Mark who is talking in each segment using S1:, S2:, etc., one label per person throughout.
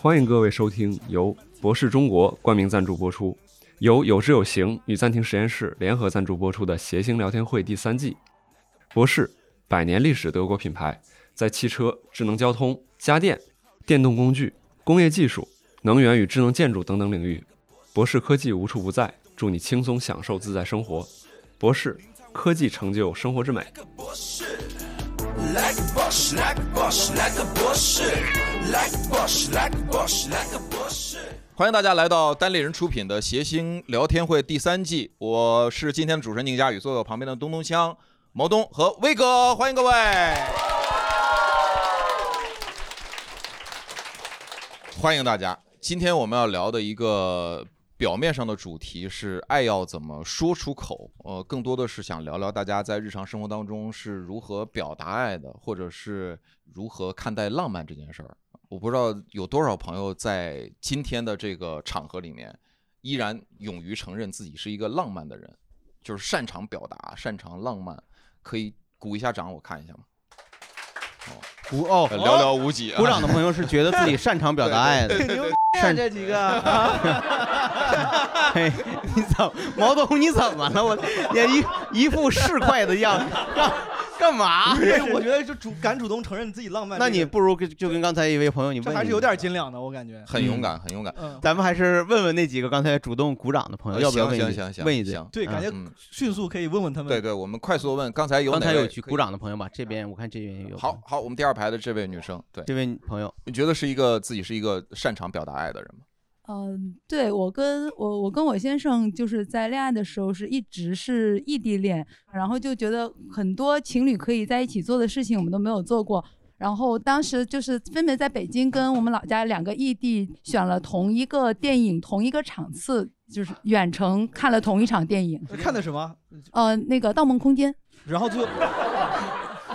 S1: 欢迎各位收听由博士中国冠名赞助播出，由有知有行与暂停实验室联合赞助播出的《谐星聊天会》第三季。博士，百年历史德国品牌，在汽车、智能交通、家电、电动工具、工业技术、能源与智能建筑等等领域，博士科技无处不在。祝你轻松享受自在生活，博士科技成就生活之美。
S2: Like a bush, like a bush, like a bush, like a bush, like a bush, like a bush, like a bush.
S3: 欢迎大家来到单立人出品的《谐星聊天会》第三季，我是今天的主持人宁佳宇，坐在我旁边的东东香、毛东和威哥，欢迎各位。欢迎大家。今天我们要聊的一个表面上的主题是爱要怎么说出口，呃，更多的是想聊聊大家在日常生活当中是如何表达爱的，或者是如何看待浪漫这件事儿。我不知道有多少朋友在今天的这个场合里面，依然勇于承认自己是一个浪漫的人，就是擅长表达，擅长浪漫，可以鼓一下掌，我看一下吗？
S4: 鼓哦
S3: 呃寥寥无几啊
S4: 鼓掌的朋友是觉得自己擅长表达爱的
S3: 对哎对对对，
S4: 擅
S5: 这几个，
S4: 嘿，你怎么毛东？你怎么了？我也一一副市侩的样子，干干嘛？
S5: 对，我觉得就主敢主动承认自己浪漫这
S4: 那
S5: 个，
S4: 你不如跟就跟刚才一位朋友，你
S5: 这
S4: 问
S5: 还
S4: 一
S5: 是
S4: 问
S5: 有点斤两的，我感觉。
S3: 很勇敢，很勇敢。
S5: 嗯，
S4: 咱们还是问问那几个刚才主动鼓掌的朋友，
S3: 呃
S4: 要不要
S3: 行
S4: 问一
S3: 行
S4: 句
S3: 行行
S4: 问一啊句
S3: 行？
S5: 对，感觉
S3: 嗯
S5: 迅速可以问问他们。
S3: 对对，我们快速问，刚才有
S4: 刚才
S3: 哪位
S4: 有去
S3: 可以啊
S4: 鼓掌的朋友吧？这边我看这边有。
S3: 好，好，我们第二排的这位女生，对，
S4: 这位朋友，
S3: 你觉得是一个自己是一个擅长表达爱的人吗？
S6: 嗯，对我跟我我跟我先生就是在恋爱的时候是一直是异地恋，然后就觉得很多情侣可以在一起做的事情我们都没有做过。然后当时就是分别在北京跟我们老家两个异地选了同一个电影同一个场次，就是远程看了同一场电影，
S5: 看的什么？
S6: 呃，那个《盗梦空间》。
S5: 然后就
S4: 嗯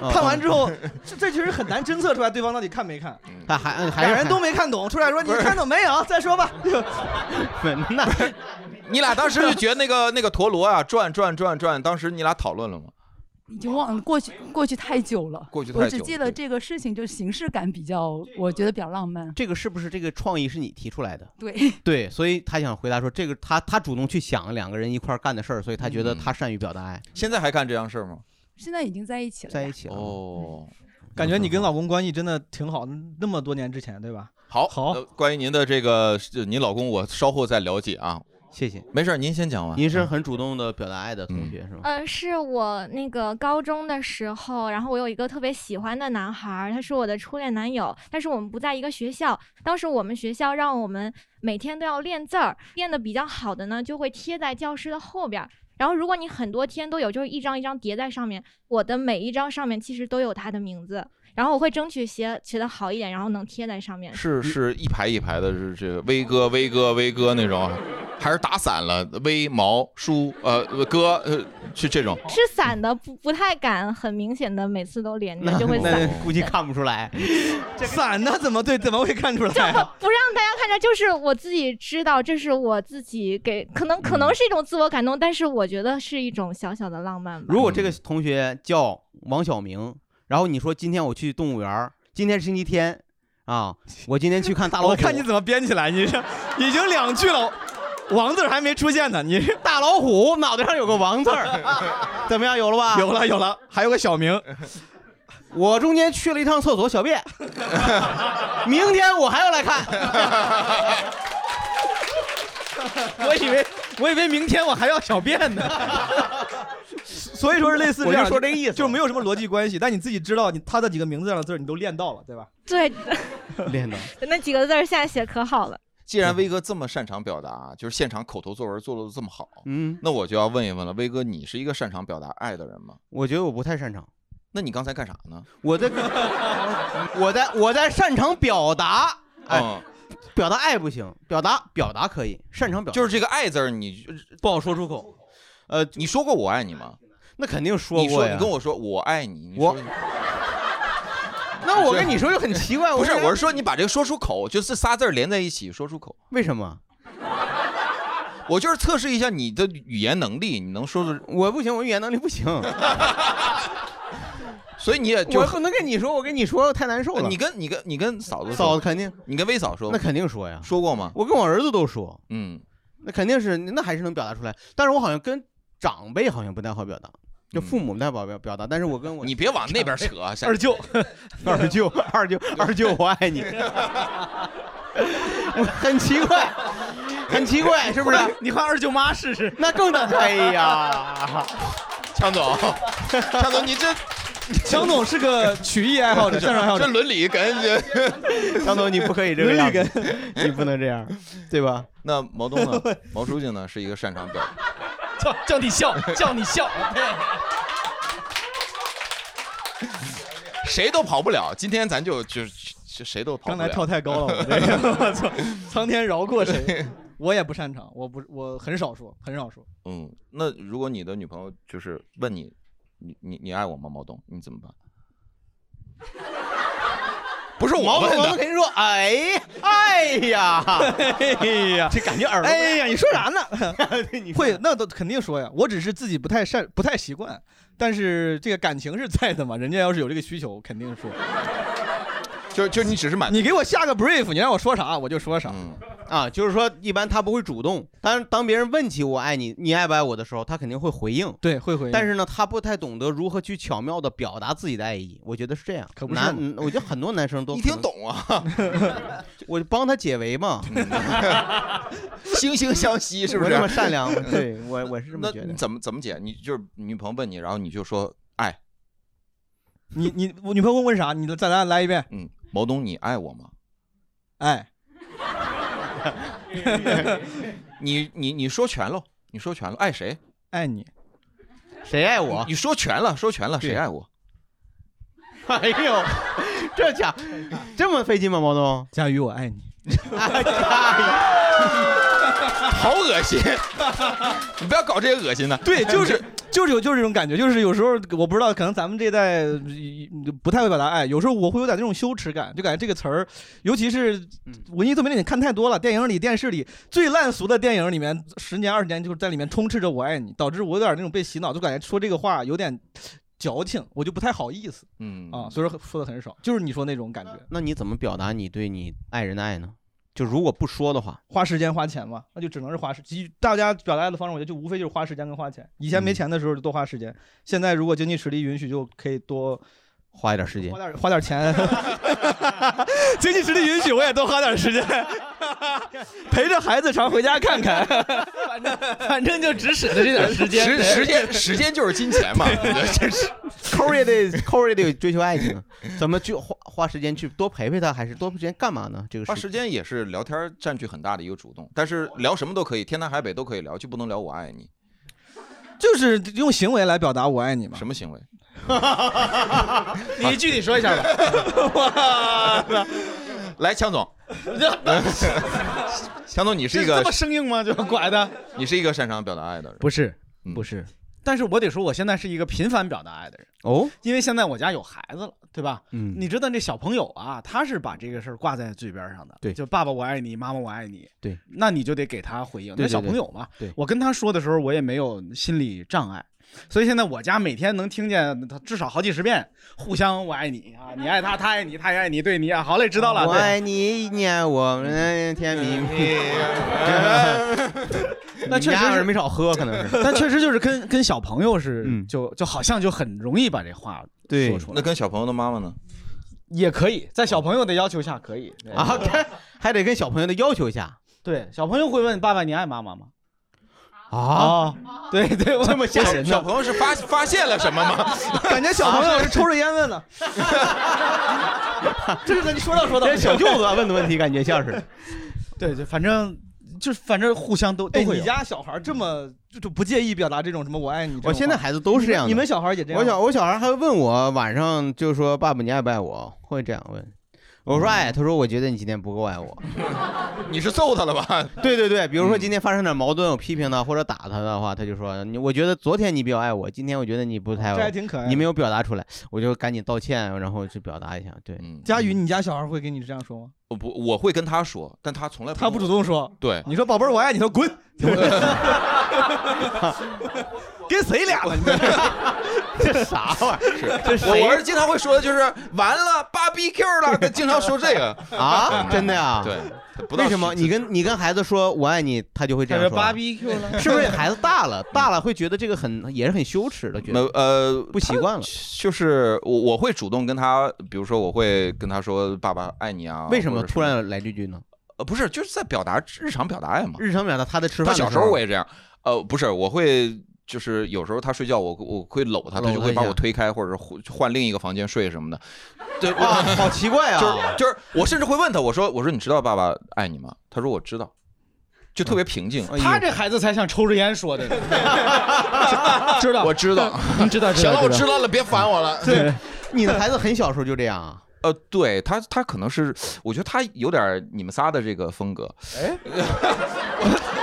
S5: 看完之后，这这其实很难侦测出来对方到底看没看，
S4: 还还嗯还
S5: 俩
S4: 是
S5: 人都没 看懂，出来说你看懂没有？再说吧。就
S4: 没那
S3: 你俩当时就觉得那个那个陀螺啊转转转转，当时你俩讨论了吗？
S6: 已经忘了过去，过去太久了。
S3: 过去太
S6: 我
S3: 久
S6: 只
S3: 了，
S6: 记得这个事情，就是形式感比较，我觉得比较浪漫。
S4: 这个是不是这个创意是你提出来的？
S6: 对，
S4: 对，所以他想回答说，这个他他主动去想两个人一块儿干的事儿，所以他觉得他善于表达爱，
S3: 现在还干这样事儿吗？
S6: 现在已经在一起了呀。
S4: 在一起了。
S3: 哦，
S5: 感觉你跟老公关系真的挺好，那么多年之前对吧？
S3: 好
S5: 好
S3: 呃关于您的这个是您老公，我稍后再了解啊。
S4: 谢谢。
S3: 没事儿，您先讲完。嗯
S4: 您是很主动的表达爱的同学、是吗？
S7: 呃，是我那个高中的时候，然后我有一个特别喜欢的男孩儿，他是我的初恋男友，但是我们不在一个学校。当时我们学校让我们每天都要练字儿，练的比较好的呢，就会贴在教室的后边儿。然后如果你很多天都有，就是一张一张叠在上面。我的每一张上面其实都有他的名字，然后我会争取写写的好一点，然后能贴在上面。
S3: 是是一排一排的，是这个威哥、威哥、威哥那种啊，还是打散了？威毛叔呃哥呃是这种。
S7: 是散的，不不太敢很明显的每次都连着，就会散。
S4: 那估计看不出来。
S5: 散的怎么对？怎么会看出来
S7: 就 不
S5: 啊？
S7: 不让大家看着，就是我自己知道，这是我自己给，可
S4: 嗯
S7: 能可能是一种自我感动，但是我觉得是一种小小的浪漫吧。
S4: 如果这个
S5: 嗯
S4: 同学叫王小明，然后你说今天我去动物园儿，今天是星期天啊，我今天去看大老虎，
S5: 我看你怎么编起来，你这已经两句了，王字儿还没出现呢，你是
S4: 大老虎脑袋上有个王字儿，怎么样？有了吧？
S5: 有了有了，还有个小 明，
S4: 我中间去了一趟厕所 小便，明天我还要来看。
S5: 我以为我以为明天我还要小便呢， 所以说是类似这
S4: 我
S5: 样
S4: 就
S5: 的，
S4: 说这个意思，
S5: 就没有什么逻辑关系，但你自己知道你他的几个名字上的字儿你都练到了，对吧？
S7: 对，
S4: 练的。
S7: 那几个字儿现在写可好了。
S3: 既然威哥这么擅长表达，啊就是现场口头作文做的这么好，
S4: 嗯，
S3: 那我就要问一问了，威哥，你是一个擅长表达爱的人吗？
S4: 我觉得我不太擅长。
S3: 那你刚才干啥呢？
S4: 我在，我在，我在擅长表 达，哎
S3: 嗯，
S4: 表达爱不行，表达表达可以，擅长表达
S3: 就是这个爱字儿，你
S4: 不好说出口。呃，
S3: 你说过我爱你吗？
S4: 那肯定说
S3: 你
S4: 过
S3: 说
S4: 呀。
S3: 你跟我说我爱你，你说
S4: 我 那我跟你说就很奇怪，
S3: 不是，
S4: 说
S3: 我是说你把这个说出口，就这仨字儿连在一起说出口。
S4: 为什么
S3: 我就是测试一下你的语言能力，你能说出
S4: 我不行？我语言能力不行。
S3: 所以你也就
S4: 我不能跟你说，我跟你说太难受了。
S3: 你跟你跟你跟嫂子说
S4: 嫂子肯定，
S3: 你跟威嫂说吗，
S4: 那肯定说呀，
S3: 说过吗？
S4: 我跟我儿子都说，
S3: 嗯，
S4: 那肯定是那还是能表达出来，但是我好像跟长辈好像不太好表达，就父母不太好表表达，但是我跟我
S3: 嗯
S4: 哎
S3: 你别往那边扯啊，下
S4: 二 舅，二舅，二舅，二舅，我爱你， 我很奇怪，很奇 怪，是不是？
S5: 你换二舅妈试试。
S4: 那更的，哎呀，
S3: 强 总，强总，你这
S5: 强总是个曲艺爱好者，相声爱好
S3: 这
S5: 者。
S3: 伦理 跟这，
S4: 张总你不可以 这个样子，你不能这样，对吧？
S3: 那毛东呢？毛书记呢？是一个擅长表达，
S5: 叫叫你 笑，叫你笑。
S3: 谁都跑不了。今天咱就就就谁都跑
S5: 刚
S3: 不了。
S5: 才跳太高了，我这个我操，苍天饶过谁？ 我也不擅长，我不，我很少说，很少说。
S3: 嗯，那如果你的女朋友就是问你，你你你爱我吗？毛东，你怎么办？ 不是我
S4: 毛
S3: 问
S4: 毛肯
S3: 的，
S4: 定说，哎，哎呀，
S5: 哎呀，
S4: 这感觉耳朵，
S5: 哎呀，你说啥呢？
S4: 你
S5: 会，那都肯定说呀。我只是自己不太善，不太习惯，但是这个感情是在的嘛。人家要是有这个需求，肯定说。
S3: 就就你只是满足。
S5: 你给我下个 brief，你让我说啥我就说啥。
S3: 嗯，
S4: 啊，就是说一般他不会主动，但是当别人问起我爱你，你爱不爱我的时候，他肯定会回应。
S5: 对，会回应。
S4: 但是呢，他不太懂得如何去巧妙的表达自己的爱意，我觉得是这样。
S5: 可不是
S4: 男
S5: 嘛
S4: 嗯我觉得很多男生都
S3: 你
S4: 可
S3: 听
S4: 能，
S3: 懂啊？
S4: 我就帮他解围嘛，
S3: 惺惺相惜，是不
S4: 我
S3: 是
S4: 这？么善良， 对我我是这么
S3: 那
S4: 觉
S3: 你
S4: 得。
S3: 怎么怎么解？你就是女朋友问你，然后你就说爱，
S5: 你你我女朋友问啥？你再来来一遍。
S3: 嗯，毛东，你爱我吗？
S5: 哎，
S3: 你你你说全喽，你说全了，爱谁？
S5: 爱你。
S4: 谁爱我
S3: 你？说全了，说全了，谁
S5: 对
S3: 爱我？
S4: 哎呦，这家这么费劲吗，毛东？
S5: 佳宇，我爱你。
S3: 好恶心！你不要搞这些恶心的。
S5: 对，就是就是有就是这种感觉，就是有时候我不知道，可能咱们这一代呃不太会表达爱，有时候我会有点那种羞耻感，就感觉这个词儿，尤其是文艺作品里你看太多了，电影里、电视里最烂俗的电影里面，十年二十年就是在里面充斥着“我爱你”，导致我有点那种被洗脑，就感觉说这个话有点矫情，我就不太好意思
S3: 嗯
S5: 啊，所以说说的很少，就是你说那种感觉，
S4: 那你怎么表达你对你爱人的爱呢？就如果不说的话，
S5: 花时间花钱嘛，那就只能是花时，其大家表达爱的方式，我觉得就无非就是花时间跟花钱。以前没钱的时候就多花时间，现在如果经济实力允许，就可以多。
S4: 花一点时间
S5: 花，点花点钱， 经济实力允许，我也多花点时间， 陪着孩子常回家看看。 反正反正就只使了这点时
S3: 时时间时间就是金钱嘛，真是
S4: 抠儿也得抠儿也得追求爱情，怎么去花花时间去多陪陪他，还是多时间干嘛呢？这个
S3: 花时间也是聊天占据很大的一个主动，但是聊什么都可以，天南海北都可以聊，就不能聊我爱你，
S5: 就是用行为来表达我爱你嘛。
S3: 什么行为？
S5: 你具体说一下吧。
S3: 来，强总，强总，你是一
S5: 这
S3: 个
S5: 么生硬吗？就拐的？
S3: 你是一个擅长表达爱的人，
S8: 不是
S3: 嗯，
S8: 不是。但是我得说，我现在是一个频繁表达爱的人，
S4: 哦，
S8: 因为现在我家有孩子了，对吧？
S4: 嗯，
S8: 你知道那小朋友啊，他是把这个事儿挂在嘴边上的，
S4: 对
S8: 就爸爸我爱你，妈妈我爱你，
S4: 对，
S8: 那你就得给他回应。
S4: 对对
S8: 那小朋友嘛，
S4: 对对
S8: 我跟他说的时候，我也没有心理障碍，所以现在我家每天能听见他至少好几十遍，互相我爱你啊，你爱他，他爱你，他也爱你，对你啊，好嘞，知道了，
S4: 我
S8: 对
S4: 爱你，你爱我，嗯，甜蜜蜜。
S8: 那确实是
S4: 没少喝，可能是。
S8: 但确实就是跟跟小朋友是，
S4: 嗯
S8: 就就好像就很容易把这话
S4: 对
S8: 说出
S3: 那
S8: 来，
S3: 跟小朋友的妈妈呢？
S8: 也可以在小朋友的要求下可以对
S4: 啊，看还得跟小朋友的要求一下
S8: 对，小朋友会问爸爸你爱妈妈吗？
S4: 啊。
S8: 对对，我这么
S3: 小小朋友是发发现了什么吗？
S5: 感觉小朋友是抽着烟 问的。这个你说到说到
S4: 这，小舅子问的问题感觉像是，
S8: 对对，反正就是反正互相都
S5: 哎，
S8: 都会
S5: 你
S8: 有。
S5: 家小孩这么就就不介意表达这种什么我爱你这种话？
S4: 我哦现在孩子都是这样的。
S5: 你们小孩也这样
S4: 我
S5: 吗？
S4: 小我小孩还会问我晚上就说爸爸你爱不爱我，会这样问。我
S5: 嗯
S4: 说爱，他说我觉得你今天不够 爱我。
S3: 你是揍他了吧？
S4: 对对对，比如说
S3: 嗯
S4: 今天发生点矛盾，我批评他或者打他的话，他就说你我觉得昨天你比较爱我，今天我觉得你不太
S5: 这
S4: 爱
S5: 还
S4: 我，
S5: 挺可爱。
S4: 你没有表达出来，我就赶紧道歉，然后去表达一下。对，
S3: 嗯，
S5: 佳宇，你家小孩会跟你这样说吗？
S3: 我不我会跟他说，但他从来
S5: 他不主动说，
S3: 对，
S5: 你说宝贝儿我爱你，他 说滚，跟谁俩了？你这
S3: 这啥玩意儿？
S4: 这
S3: 我
S4: 谁
S3: 我儿子经常会说的就是完了 b 比 Q 了，他经常说这个
S4: 啊
S3: 嗯，
S4: 真的呀？
S3: 对，不到
S4: 为什么
S3: 十
S4: 你跟你跟孩子说我爱你，他就会这样说？啊
S8: Q 了
S4: 是不是孩子大了，大了会觉得这个很也是很羞耻的，觉
S3: 没
S4: 得
S3: 呃，
S4: 不习惯了。
S3: 就是我我会主动跟他，比如说我会跟他说“爸爸爱你啊”，
S4: 为什么
S3: 或者
S4: 突然来这句呢？
S3: 呃不是就是在表达日常表达爱嘛？
S4: 日常表达他在吃
S3: 他
S4: 饭的
S3: 小时候我也这样，呃不是我会。就是有时候他睡觉我，我会搂他，
S4: 搂
S3: 他就
S4: 他
S3: 会
S4: 一
S3: 把
S4: 下
S3: 我推开，或者是换换另一个房间睡什么 的。对，我
S4: 啊，好奇怪啊！
S3: 就是就是，我甚至会问他，我说我说你知道爸爸爱你吗？他说我知道，就特别
S4: 嗯
S3: 平静。
S4: 哎
S8: 他这孩子才像抽着烟说的呢，知道
S3: 我知道，
S8: 嗯知道知
S3: 行了，
S8: 道
S3: 我
S8: 知
S3: 知
S8: 道。
S3: 道了，别烦我了。
S4: 对，你的孩子很小时候就这样啊？
S3: 呃，对他，他可能是，我觉得他有点你们仨的这个风格。
S4: 哎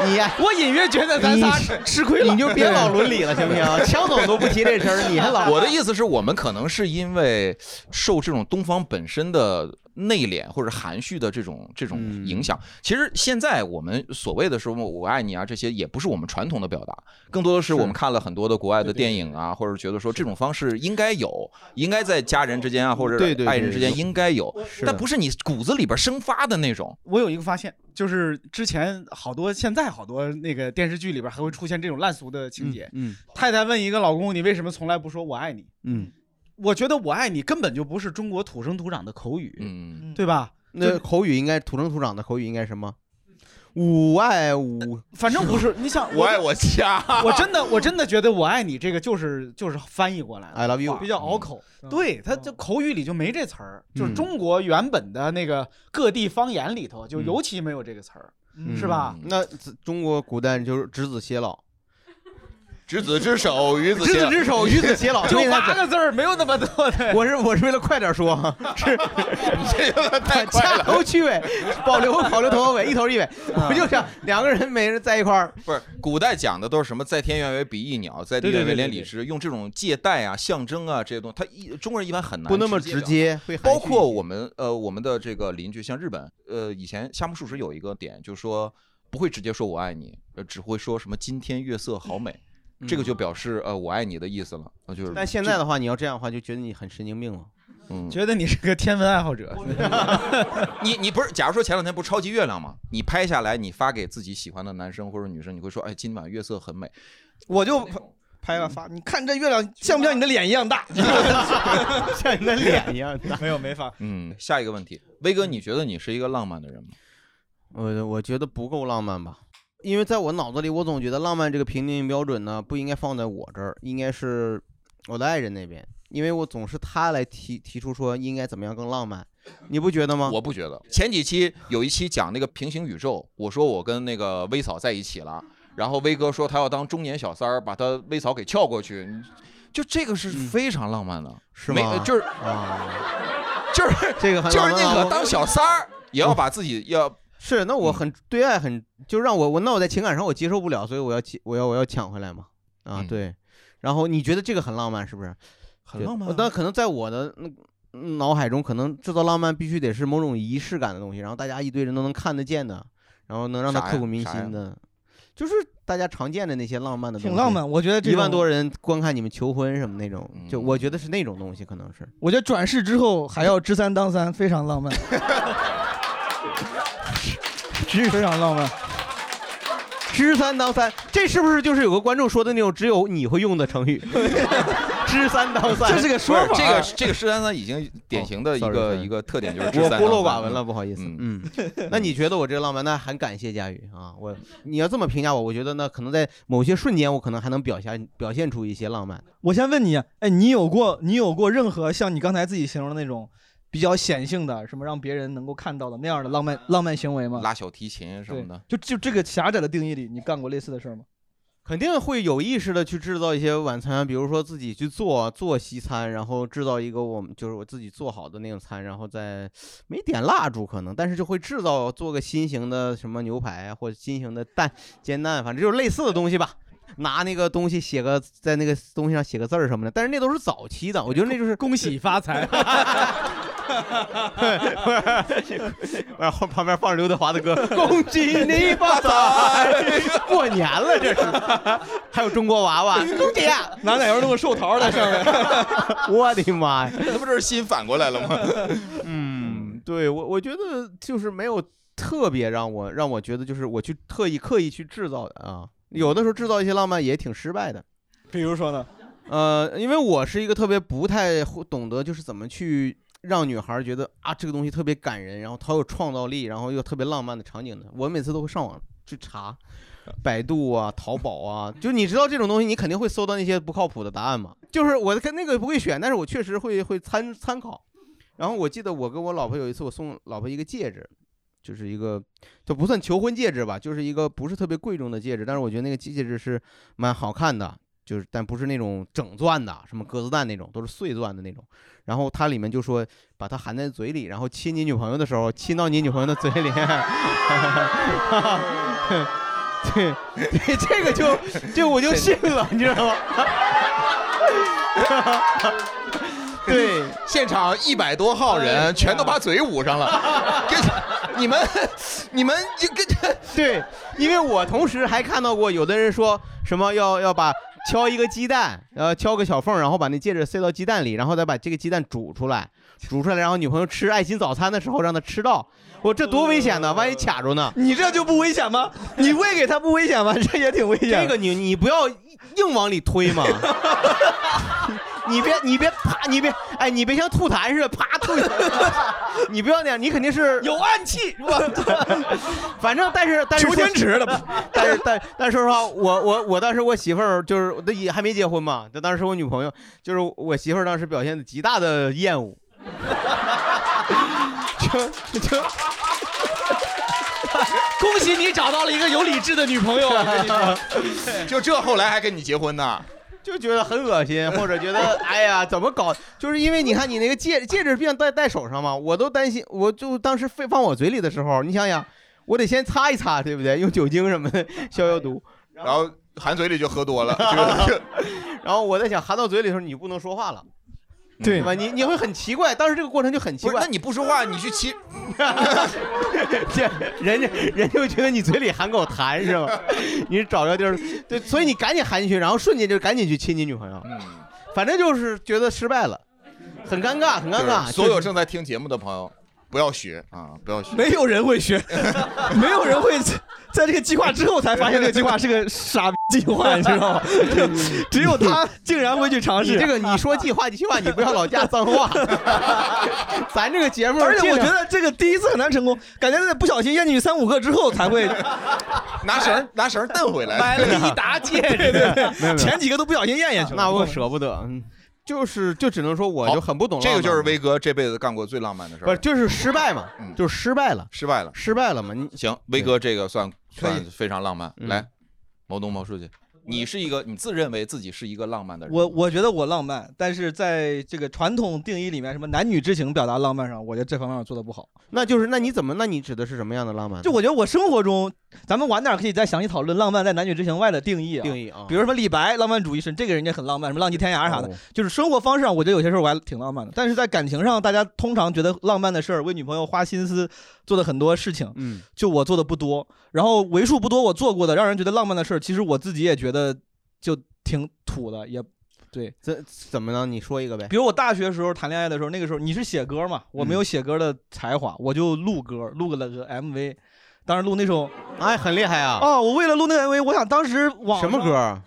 S4: 你呀
S8: 我隐约觉得咱仨吃吃亏了，
S4: 你就别老伦理了，行 不行？枪总都不提这事儿，你还老
S3: 我的意思是我们可能是因为受这种东方本身的内敛或者含蓄的这种这种
S4: 嗯
S3: 影响。其实现在我们所谓的说“我爱你”啊，这些也不是我们传统的表达，更多的是我们看了很多的国外的电影啊，或者觉得说这种方式应该有，应该在家人之间啊，或者
S4: 对对对
S3: 爱人之间应该有，
S4: 的
S3: 但不是你骨子里边生发的那种。
S8: 我有一个发现，就是之前好多现在好多那个电视剧里边还会出现这种烂俗的情节。
S4: 嗯
S8: 太太问一个老公：“你为什么从来不说我爱你
S4: 嗯，？”
S8: 我觉得“我爱你”根本就不是中国土生土长的口语，
S3: 嗯，
S8: 对吧？
S4: 那口语应该土生土长的口语应该什么？吾爱吾
S8: 呃反正 不是。你想，
S3: 我
S8: 我
S3: 爱我家。
S8: 我真的我真的觉得“我爱你”这个就是就是翻译过来的
S4: I love you
S8: 比较拗口。对，它这口语里就没这词儿，就是
S4: 嗯
S8: 中国原本的那个各地方言里头就
S4: 嗯
S8: 尤其没有这个词儿，
S4: 嗯
S8: 是吧？
S4: 那中国古代就是执子偕老，
S3: 执子之手，与子
S4: 执
S3: 偕
S4: 子
S3: 老。
S4: 之 手，与子偕 老，
S8: 就
S4: 所以
S8: 八
S4: 他
S8: 个字儿，没有那么多的。
S4: 我是我是为了快点说，是
S3: 这个 太快
S4: 掐
S3: 了。嗯
S4: 头去尾，保留保留头和尾，一头一尾，不就想两个人每人在一块儿？
S3: 不是，古代讲的都是什么“在天愿为比翼鸟，在地
S8: 对对
S3: 愿为
S8: 对
S3: 连
S8: 对
S3: 理
S8: 对
S3: 枝”，用这种借代啊、象征啊这些东西，他一中国人一般很难
S4: 不那么直
S3: 直
S4: 接，会
S3: 表达。包
S4: 含蓄
S3: 括我们呃，我们的这个邻居，像日本，呃，以前夏目漱石有一个点，就是说不会直接说我爱你，呃，只会说什么今天月色好美，这个就表示呃我爱你的意思了，呃就是。
S4: 但嗯现在的话，你要这样的话，就觉得你很神经病了。
S3: 嗯，
S8: 觉得你是个天文爱好者，
S3: 你你不是，假如说前两天不是超级月亮吗？你拍下来，你发给自己喜欢的男生或者女生，你会说，哎，今晚月色很美。嗯
S5: 我就拍了发，你看这月亮像不像你的脸一样 大？
S4: 像你的脸一样 大。
S8: 没有没法。
S3: 嗯，下一个问题，威哥，你觉得你是一个浪漫的人吗？
S4: 我我觉得不够浪漫吧，因为在我脑子里，我总觉得浪漫这个评定标准呢，不应该放在我这儿，应该是我的爱人那边，因为我总是他来提提出说应该怎么样更浪漫，你不觉得吗？
S3: 我不觉得。前几期有一期讲那个平行宇宙，我说我跟那个威嫂在一起了，然后威哥说他要当中年小三儿，把他威嫂给撬过去，你就这个是非常浪漫的，
S4: 嗯是
S3: 没
S4: 吗
S3: 呃就是
S4: 啊，
S3: 就是
S4: 这个很
S3: 就是
S4: 浪漫
S3: 宁可
S4: 我
S3: 当小三 儿，也要把自己要嗯
S4: 是那我很对爱很就让我我那我在情感上我接受不了，所以我要接我要我要抢回来嘛啊
S3: 嗯
S4: 对，然后你觉得这个很浪漫是不是？
S3: 很浪漫
S4: 对
S3: 啊。
S4: 但可能在我的那嗯脑海中，可能制造浪漫必须得是某种仪式感的东西，然后大家一堆人都能看得见的，然后能让他
S3: 啥呀
S4: 刻骨铭
S3: 啥呀
S4: 心的，就是大家常见的那些浪漫的东西，
S5: 挺浪。漫，我觉得这
S4: 一
S5: 种
S4: 万多人观看你们求婚什么那种，就
S3: 嗯
S4: 我觉得是那种东西，可能是
S5: 我觉得转世之后还要知三当三，非常 浪漫， 非常浪漫。
S4: 知三当三，这是不是就是有个观众说的那种只有你会用的成语？ 知三当三，
S5: 这是个说法
S3: 不是这个这个十三三已经典型的一
S4: 哦
S3: 个
S4: ，sorry，sorry
S3: 一个特点，就是
S4: 我
S3: 知三
S4: 孤陋
S3: 当三
S4: 寡闻了，。不好意思。嗯
S3: 嗯，
S4: 那你觉得我这个浪漫？那很感谢佳宇啊！我你要这么评价我，我觉得那可能在某些瞬间，我可能还能表现表现出一些浪漫。
S5: 我先问你，哎，你有过你有过任何像你刚才自己形容的那种比较显性的，什么让别人能够看到的那样的浪漫浪漫行为吗？
S3: 拉小提琴什
S5: 对
S3: 么的，，
S5: 就就这个狭窄的定义里，你干过类似的事儿吗？
S4: 肯定会有意识的去制造一些晚餐，比如说自己去做做西餐，然后制造一个我们就是我自己做好的那种餐，然后再没点蜡烛可能，但是就会制造做个新型的什么牛排啊或者新型的蛋煎蛋，反正就是类似的东西吧。拿那个东西写个 在那个东西上写个字儿什么的，但是那都是早期的，我觉得那就是
S8: 恭喜发财，
S4: 然后旁边放着刘德华的 歌，恭喜你发财！过年了这是，还有中国娃娃，恭喜啊！
S5: 拿奶油弄个寿桃在上面，
S4: 我的妈呀！
S3: 这不就是心反过来了 吗？
S4: 嗯，对我我觉得就是没有特别让我让我觉得就是我去特意刻意去制造的啊，有的时候制造一些浪漫也挺失败的。
S5: 比如说呢，
S4: 呃，因为我是一个特别不太会懂得就是怎么去让女孩儿觉得啊这个东西特别感人，然后好有创造力，然后又特别浪漫的场景的。我每次都会上网去查，
S5: 嗯
S4: 百度啊、淘宝啊，就你知道这种东西，你肯定会搜到那些不靠谱的答案嘛。就是我跟那个不会选，但是我确实会会参参考。然后我记得我跟我老婆有一次，我送老婆一个戒指，就是一个就不算求婚戒指吧，就是一个不是特别贵重的戒指，但是我觉得那个戒指是蛮好看的，就是但不是那种整钻的，什么鸽子蛋那种，都是碎钻的那种。然后它里面就说把它含在嘴里，然后亲你女朋友的时候亲到你女朋友的嘴里。对对，这个就这我就信了，你知道吗？对，
S3: 现场一百多号人全都把嘴捂上 了，跟你们你们就跟
S4: 对，因为我同时还看到过有的人说什么要要把敲一个鸡蛋，呃，敲个小缝儿，然后把那戒指塞到鸡蛋里，然后再把这个鸡蛋煮出来，煮出来，然后女朋友吃爱心早餐的时候让她吃到，我这多危险呢，万一卡着呢？
S5: 你这就不危险吗？你喂给他不危险吗？这也挺危险的。
S4: 这个你你不要硬往里推 嘛，你别你别啪你别哎你别像吐痰似的啪吐， 你不要那样，你肯定是
S5: 有暗器，我
S4: 反正但是但是
S5: 求天池
S4: 的， 但是但但说实话，我我我当时我媳妇儿就是那也还没结婚嘛，就当时我女朋友就是我媳妇儿当时表现的极大的厌恶，就就
S5: 恭喜你找到了一个有理智的女朋友。我跟你说
S3: 就这后来还跟你结婚呢？
S4: 就觉得很恶心，或者觉 得哎呀怎么搞，就是因为你看你那个戒戒指，毕竟戴戴手上嘛，我都担心，我就当时放放我嘴里的时候，你想想，我得先擦一擦，对不对？用酒精什么的消消毒。
S3: 然后含嘴里就喝多了， 就就
S4: 然后我在想含到嘴里的时候，你不能说话了，
S5: 对
S4: 对吧？你你会很奇怪，当时这个过程就很奇
S3: 不是？
S4: 怪
S3: 那，你不说话，你去骑
S4: 这人家人家会觉得你嘴里含口 痰是吧？你找个地儿，对，所以你赶紧含进去，然后瞬间就赶紧去亲你女朋
S5: 嗯
S4: 友，反正就是觉得失败了，很尴尬，很尴尬。
S3: 所有
S4: 就是
S3: 正在听节目的朋友，不要学啊，不要学。
S5: 没有人会 学，没有人会在在这个计划之后才发现这个计划是个傻逼计划，你知道吗？ 就只有他竟然会去尝
S4: 你
S5: 试
S4: 这。个你说计划计划，你不要老加脏话。咱这个节目，
S5: 而且我觉得这个第一次很难成功，感觉在不小心咽进去三五个之后才 会
S3: 拿绳儿拿绳儿蹬回来，
S5: 了一 沓 戒指，对对
S4: 没有
S5: 对，前几个都不小心咽下去了。
S4: 那我舍不得，嗯就是就只能说我
S3: 好
S4: 就很不懂浪
S3: 这
S4: 漫嘛。
S3: 个就是威哥这辈子干过最浪漫的事
S4: 不是
S3: 儿，
S4: 就是失败嘛
S3: 嗯，
S4: 就是失败了，
S3: 失败了。
S4: 失败了嘛。你
S3: 行，威哥这个算
S4: 可以
S3: 算非常浪漫。
S4: 嗯
S3: 来，毛东毛书记，你是一个你自认为自己是一个浪漫的人，
S5: 我我觉得我浪漫，但是在这个传统定义里面，什么男女之情表达浪漫上，我觉得这方面我做的不好。
S4: 那就是那你怎么那你指的是什么样的浪漫呢？
S5: 就我觉得我生活中，咱们晚点可以再详细讨论浪漫在男女之情外的定义啊。
S4: 定义啊，
S5: 比如什么李白浪漫主义是这个人家很浪漫，什么浪迹天涯啥的，
S4: 哦
S5: 就是生活方式上，我觉得有些时候我还挺浪漫的。但是在感情上，大家通常觉得浪漫的事儿，为女朋友花心思做的很多事情，
S4: 嗯，
S5: 就我做的不多，然后为数不多我做过的让人觉得浪漫的事儿，其实我自己也觉得就挺土的，也
S4: 怎怎么呢？你说一个呗。嗯
S5: 比如我大学时候谈恋爱的时候，那个时候你是写歌嘛，我没有写歌的才华，我就录歌，录了个 MV，当时录那首
S4: 哎，很厉害啊！
S5: 哦，我为了录那个 MV，我想当时网
S4: 什么
S5: 上
S4: 歌儿？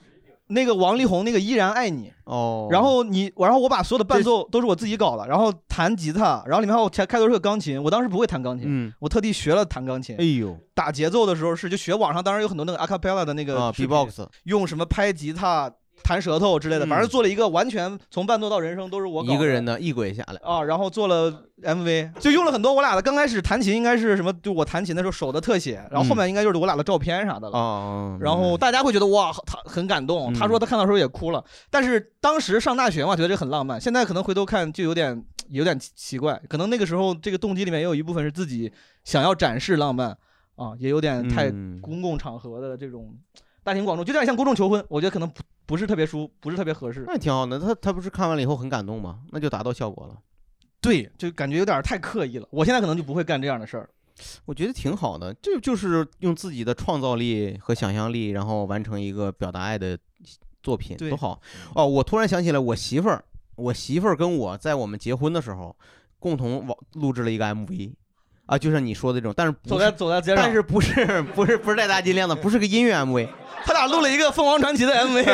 S5: 那个王力宏那个《依然爱你》，
S4: 哦，
S5: 然后你，我然后我把所有的伴奏都是我自己搞的，然后弹吉他，然后里面还有开开头是个钢琴，我当时不会弹钢琴，
S4: 嗯，
S5: 我特地学了弹钢琴
S4: 哎。呦
S5: 打节奏的时候是就学网上当时有很多那个 a cappella 的那个
S4: 啊
S5: 视频
S4: ，B-box
S5: 用什么拍吉他、弹舌头之类的，
S4: 嗯
S5: 反正做了一个完全从伴奏到人声都是我搞
S4: 一个人
S5: 的。
S4: 呢，一轨下来，
S5: 啊，然后做了 MV，就用了很多我俩的。刚开始弹琴应该是什么？就我弹琴的时候手的特写，然后后面应该就是我俩的照片啥的了。
S4: 哦，
S5: 然后大家会觉得哇，他很感动。
S4: 嗯
S5: 他说他看到的时候也哭了，但是当时上大学嘛，觉得这很浪漫。现在可能回头看就有点有点奇奇怪，可能那个时候这个动机里面也有一部分是自己想要展示浪漫啊，也有点太
S4: 嗯
S5: 公共场合的这种大庭广众，就有点像公众求婚，我觉得可能不不是特别舒，不是特别合适。
S4: 那挺好的。他他不是看完了以后很感动吗？那就达到效果了。
S5: 对，就感觉有点太刻意了。我现在可能就不会干这样的事儿。
S4: 我觉得挺好的，这就是用自己的创造力和想象力，然后完成一个表达爱的作品，
S5: 对
S4: 多好哦！我突然想起来，我媳妇儿，我媳妇儿跟我在我们结婚的时候，共同网录制了一个 MV。啊，就像你说的这种，但是不
S5: 走在
S4: 是
S5: 走在街上
S4: 但是不是不是不是带大金量的，不是个音乐 MV，
S5: 他俩录了一个凤凰传奇的 MV，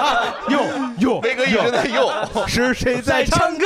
S4: 哟哟，
S3: 飞哥一直在哟，
S4: 是谁在唱哎歌？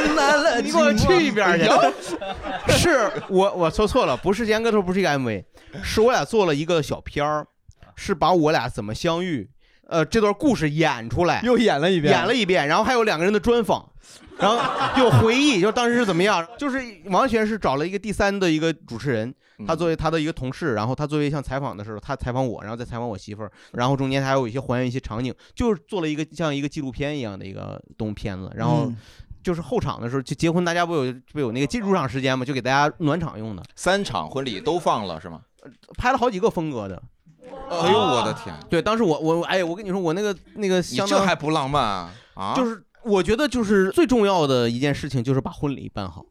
S5: 耶，难了，
S4: 你给我去一边儿去
S5: 哟！
S4: 是我我说错了，不是严格头，不是一个 MV，是我俩做了一个小片儿，是把我俩怎么相遇，呃，这段故事演出来，
S5: 又演了一遍，
S4: 演了一遍，然后还有两个人的专访，然后有回忆，就当时是怎么样，就是完全是找了一个第三的一个主持人，
S3: 嗯
S4: 他作为他的一个同事，然后他作为像采访的时候，他采访我，然后再采访我媳
S3: 嗯
S4: 妇儿，然后中间还有一些还原一些场景，就是做了一个像一个纪录片一样的一个东片子，然后
S5: 嗯。
S4: 就是后场的时候，就结婚，大家不有不有那个进入场时间嘛，就给大家暖场用的，
S3: 三场婚礼都放了是吗？
S4: 拍了好几个风格的。
S3: 哎呦我的天，
S4: 对，当时我我哎呀，我跟你说，我那个那个
S3: 你
S4: 相
S3: 这
S4: 当
S3: 还不浪漫啊？啊，
S4: 就是我觉得就是最重要的一件事情，就是把婚礼办好。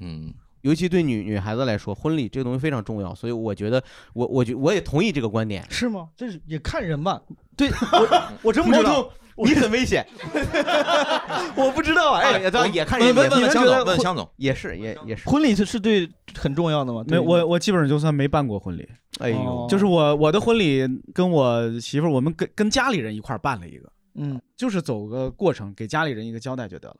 S3: 嗯，
S4: 尤其对女女孩子来说，婚礼这个东西非常重要，所以我觉得我我觉我也同意这个观点。
S5: 是吗？这是也看人吧。对，我 我真不知道，
S4: 你很危 险，
S5: 我不知道啊。哎，
S4: 也倒也看
S5: 你
S4: 人
S5: 们
S4: 也
S3: 问
S5: 你
S3: 问
S5: 们觉
S3: 江
S5: 得
S3: 总，
S5: 婚
S3: 问江总，
S4: 也是也也是，
S5: 婚礼是是对很重要的吗？
S8: 没
S5: 对于
S8: 我我基本上就算没办过婚礼，
S4: 哎
S5: 哦
S4: 呦，
S8: 就是我我的婚礼跟我媳妇儿，我们跟跟家里人一块儿办了一个，
S5: 嗯
S8: 就是走个过程，给家里人一个交代就得了。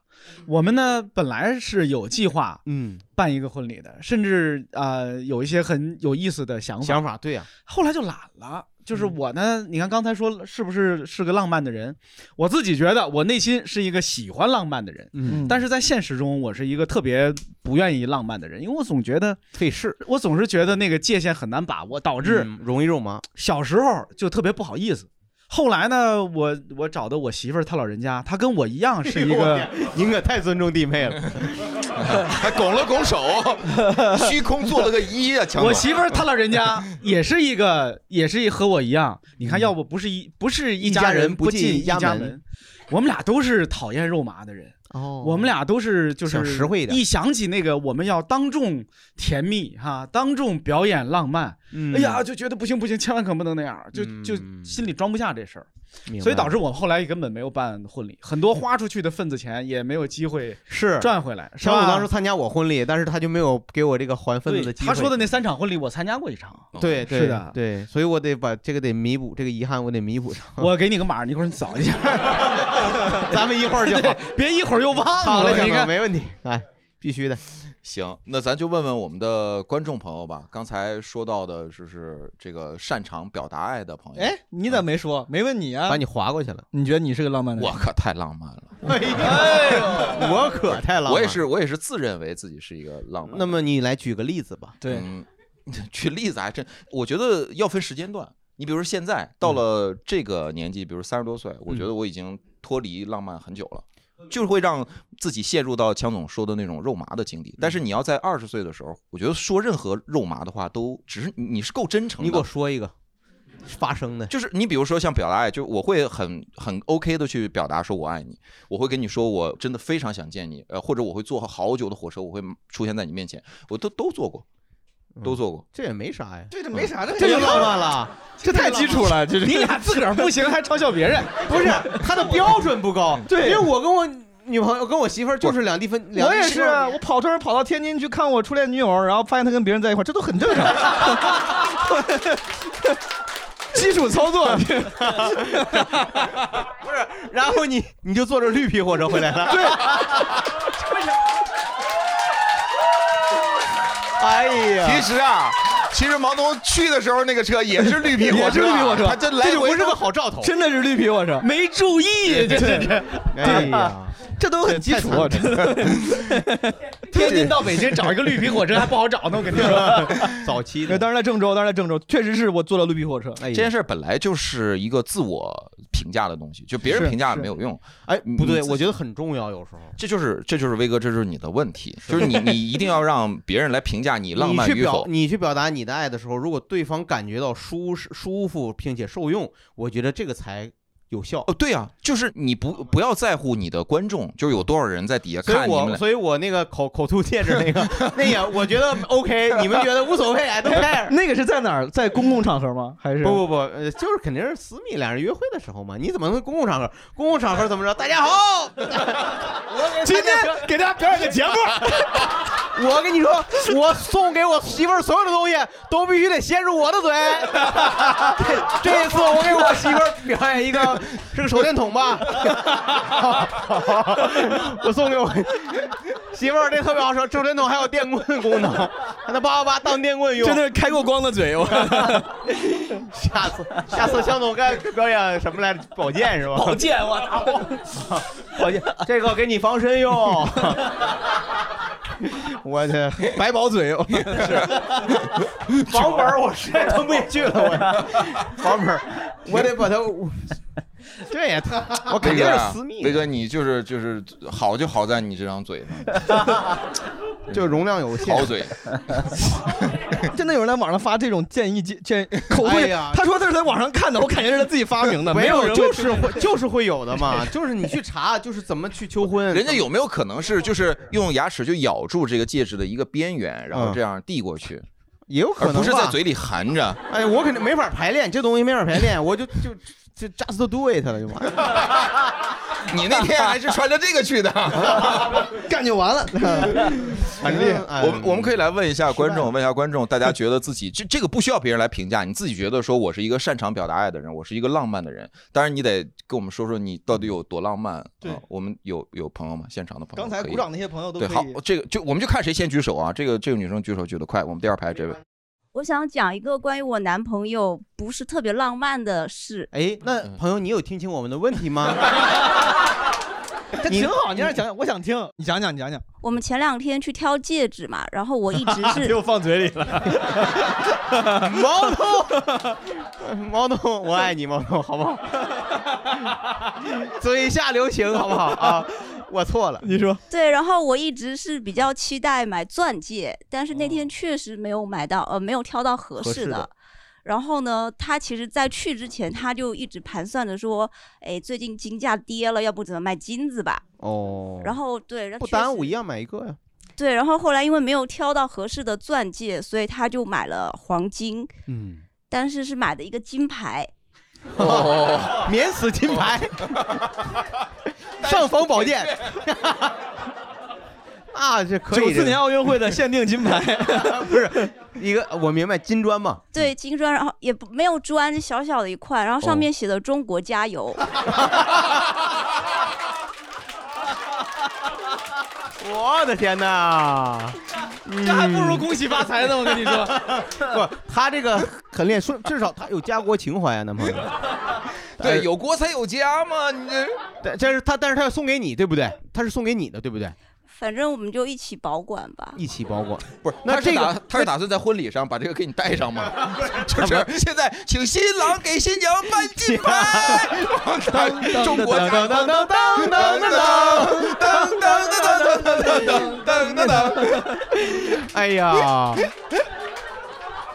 S8: 我们呢本来是有计划
S4: 嗯，
S8: 办一个婚礼的，甚至呃有一些很有意思的想法，
S4: 想法对呀、
S8: 后来就懒了。就是
S4: 嗯
S8: 我呢，你看刚才说了是不是是个浪漫的人？我自己觉得我内心是一个喜欢浪漫的人，
S5: 嗯，
S8: 但
S5: 是
S8: 是在现实中我是一个特别不愿意浪漫的人，因为我总觉得
S4: 费事，
S8: 我总是觉得那个界限很难把握，导致、
S4: 嗯容易肉麻，
S8: 小时候就特别不好意思。后来呢，我我找的我媳妇儿，她老人家，她跟我一样是一
S4: 哎
S8: 个，
S4: 您可太尊重弟妹 了，
S3: 还拱了拱手，虚空做了个一啊，江
S8: 我
S3: 总。
S8: 媳妇儿她 老人家也是一个，也是一和我一样。你看，要不不是一不是一
S4: 嗯一家
S8: 家
S4: 人不
S8: 不进
S4: 进
S8: 一
S4: 一家
S8: 家
S4: 门
S8: 门，我们俩都是讨厌肉麻的人，
S4: 哦
S8: 我们俩都是就是
S4: 想实惠一点
S8: 一想起那个我们要当众甜蜜哈、当众表演浪漫，
S4: 嗯
S8: 哎呀，就觉得不行不行，千万可不能那样，就就
S4: 嗯
S8: 心里装不下这事儿。
S4: 明白
S8: 所以导致我们后来根本没有办婚礼，很多花出去的份子钱也没有机会
S4: 是。
S8: 赚回来，是
S4: 小
S8: 吧？
S4: 五当时参加我婚礼，但是他就没有给我这个还份
S8: 对
S4: 子的机会。哦
S8: 他说的那三场婚礼，我参加过一场。
S4: 对，对
S8: 是的
S4: 对，所以我得把这个得弥补，这个遗憾我得弥补上。
S8: 我给你个码，你一会儿你扫一下，
S4: 咱们一会儿就好，
S8: 别一会儿又忘
S4: 好嘞，
S8: 了。
S4: 小
S8: 你
S4: 哥，
S8: 看，
S4: 没问题，哎，必须的，
S3: 行，那咱就问问我们的观众朋友吧。刚才说到的就是这个擅长表达爱的朋友。
S5: 哎，你咋没说？没问你啊
S4: 把？你划过去了。
S5: 你觉得你是个浪漫的人？
S3: 我可太浪漫了，
S4: 哎呦， 我可太浪漫。
S3: 我也。是，我也是自认为自己是一个浪漫。
S4: 那么你来举个例子吧。
S5: 对，
S3: 嗯， 举例子还真，我觉得要分时间段。你比如说现在
S4: 嗯
S3: 到了这个年纪，比如三十多岁，我觉得我已经脱离浪漫很久了。就是会让自己陷入到强总说的那种肉麻的境地，但
S4: 嗯
S3: 是你要在二十岁的时候，我觉得说任何肉麻的话都只是你是够真诚的。
S4: 你给我说一个发生的，
S3: 就是你比如说像表达爱，就是我会很很 OK 的去表达说我爱你，我会跟你说我真的非常想见你，呃，或者我会坐好久的火车，我会出现在你面前，我都都做过，都做过。
S4: 嗯这也没啥呀，嗯
S5: 对，这没啥，
S4: 这就浪漫了。
S5: 这太基础了，这是
S8: 你俩自个儿不行还嘲笑别人，
S4: 不是他的标准不高，
S5: 对
S4: 因为我跟我女朋友跟我媳妇儿就是两地分，两
S5: 我
S4: 地
S5: 也
S4: 分
S5: 是啊，我跑车儿跑到天津去看我初恋女友，然后发现她跟别人在一块儿，这都很正常。基础操作，
S4: 不是，然后你你就坐着绿皮火车回来了。 对。哎呀，
S3: 实啊，其实毛东去的时候那个车也是绿皮
S5: 火车啊也是 绿皮火车他
S3: 这
S4: 这就不是个好兆头。
S5: 真的是绿皮火车，
S8: 没注意，这这这
S4: 哎呀，
S5: 这都很基础。真的
S8: 天津到北京找一个绿皮火车还不好找呢，我跟 你说。
S4: 早期
S5: 对
S4: 的，
S5: 当然在郑州，当然在郑州，确实是我坐了绿皮火车。
S4: 哎
S3: 这
S4: 呀
S3: 件，事儿本来就是一个自我评价的东西，就别人
S5: 是
S3: 评价
S5: 是
S3: 没有用，
S4: 哎，不
S3: 你
S4: 对，
S3: 自
S4: 我觉得很重要，有时候。
S3: 这就是这就是威哥，这就是你的问题，就是你你一定要让别人来评价你浪漫
S4: 你去
S3: 与
S4: 表
S3: 否。
S4: 你去表达你的爱的时候，如果对方感觉到舒适、舒服并且受用，我觉得这个才有效。
S3: 哦，对呀、就是你不不要在乎你的观众，就是有多少人在底下
S4: 所
S3: 看
S4: 以
S3: 你们
S4: 我
S3: 俩。
S4: 所以我那个口口吐戒指那个那也我觉得 OK，你们觉得无所谓，I don't care。
S5: 那个是在哪儿？在公共场合吗？还是
S4: 不不不，呃，就是肯定是私密，俩人约会的时候嘛。你怎么能公共场合？公共场合怎么着？大家好，我
S5: 今 天给大家表演个节目。
S4: 我跟你说，我送给我媳妇儿所有的东西都必须得先入我 的嘴。这这一次我给我媳妇儿表演一个，是个手电 筒吧？我送给我媳妇儿这特别好使，手电筒还有电棍功能，让她叭叭叭当电棍用。
S9: 真的是开过光的嘴，我
S4: 下次下次向总该表演什么来着？宝剑是吧？
S9: 宝剑，我操！
S4: 宝剑，这个给你防身用。 我去，
S5: 百宝嘴，
S4: 房本儿我实在吞不下去了，我房本儿，我得把它，这 也太，我肯
S3: 威
S4: 定
S3: 哥
S4: 是
S3: 啊
S4: 私密，
S3: 威哥，你就是就是好就好在你这张嘴上，
S4: 就容量有限
S3: 好。嘴。
S5: 真的有人在网上发这种建议建建口
S4: 哎
S5: 绘
S4: 呀，
S5: 他说他是在网上看的，我感觉是他自己发明的，
S4: 没
S5: 有人会
S4: 就是会就是会有的嘛，就是你去查，就是怎么去求
S5: 嗯
S4: 婚，
S3: 人家有没有可能是就是用牙齿就咬住这个戒指的一个边缘，
S5: 嗯
S3: 然后这样递过去，
S4: 也有可
S3: 而
S4: 能
S3: 不是在
S4: 吧
S3: 嘴里含 着？
S4: 哎，我肯定没法排练，这东西没法排练，我就就就 just do it 了就完了。
S3: 你那天还是 穿着这个去的。
S5: 干就完了。
S4: 反正哎
S3: 嗯我们我们可以来问一下观众，问一下观众，大家觉得自 己这这个不需要别人来评价，你自己觉得说我是一个擅长表达爱的人，我是一个浪漫的人。当然，你得跟我们说说你到底有多浪漫。
S5: 对
S3: 啊我们有有朋友吗？现场的朋友
S5: 刚才
S3: 可以
S5: 鼓掌那些朋友都可
S3: 对，
S5: 以
S3: 好，这个就我们就看谁先举手啊。这个这个女生举手举得快，我们第二排这位。
S10: 我想讲一个关于我男朋友不是特别浪漫的事。
S4: 哎，那朋友，你有听清我们的问 题吗？
S5: 这挺好，你让讲讲，我想听，你讲讲，你讲讲。
S10: 我们前两天去挑戒指嘛，然后我 一直 是
S9: 又放嘴里了。
S4: 毛东， 毛东，我爱你，毛东，好不好？嘴下留情，好不好啊？我错了，
S5: 你说
S10: 对，然后我一直是比较期待买钻戒，但是那天确实没有买到，呃，没有挑到合
S4: 合
S10: 适
S4: 适
S10: 的
S4: 的。
S10: 然后呢，他其实在去之前，他就一直盘算着说，哎，最近金价跌了，要不怎么买金子吧？
S4: 哦
S10: 然后对，然后
S4: 不
S10: 确
S4: 耽
S10: 实
S4: 误一样买一个呀。
S10: 对，然后后来因为没有挑到合适的钻戒，所以他就买了黄金，
S4: 嗯，
S10: 但是是买的一个金牌。
S4: 哦免死金牌，上方宝剑。 啊，这可以
S5: 九
S4: 这
S5: 四年奥运会的限定金牌，
S4: 不是一个，我明白金砖嘛，
S10: 对，金砖，然后也不没有砖，就小小的一块，然后
S4: 哦
S10: 上面写的“中国加油”
S4: 我的天哪！嗯
S5: 这还不如恭喜发财呢。我跟你说，
S4: 不，他这个很练，说至少他有家国情怀啊， 男朋友。
S3: 对，有国才有家嘛，你这。
S4: 但这是他，但是他要送给你，对不对？他是送给你的，对不对？
S10: 反正我们就一起保管吧。
S4: 一起包裹。
S3: 不是，
S4: 那
S3: 他是
S4: 这个
S3: 打他是打算在婚礼上把这个给你带上 吗？ 就是现在，请新郎给新娘颁金牌，中国加油！
S4: 当当当当当当！
S3: 噔噔噔噔噔噔噔噔噔。
S4: 哎呀，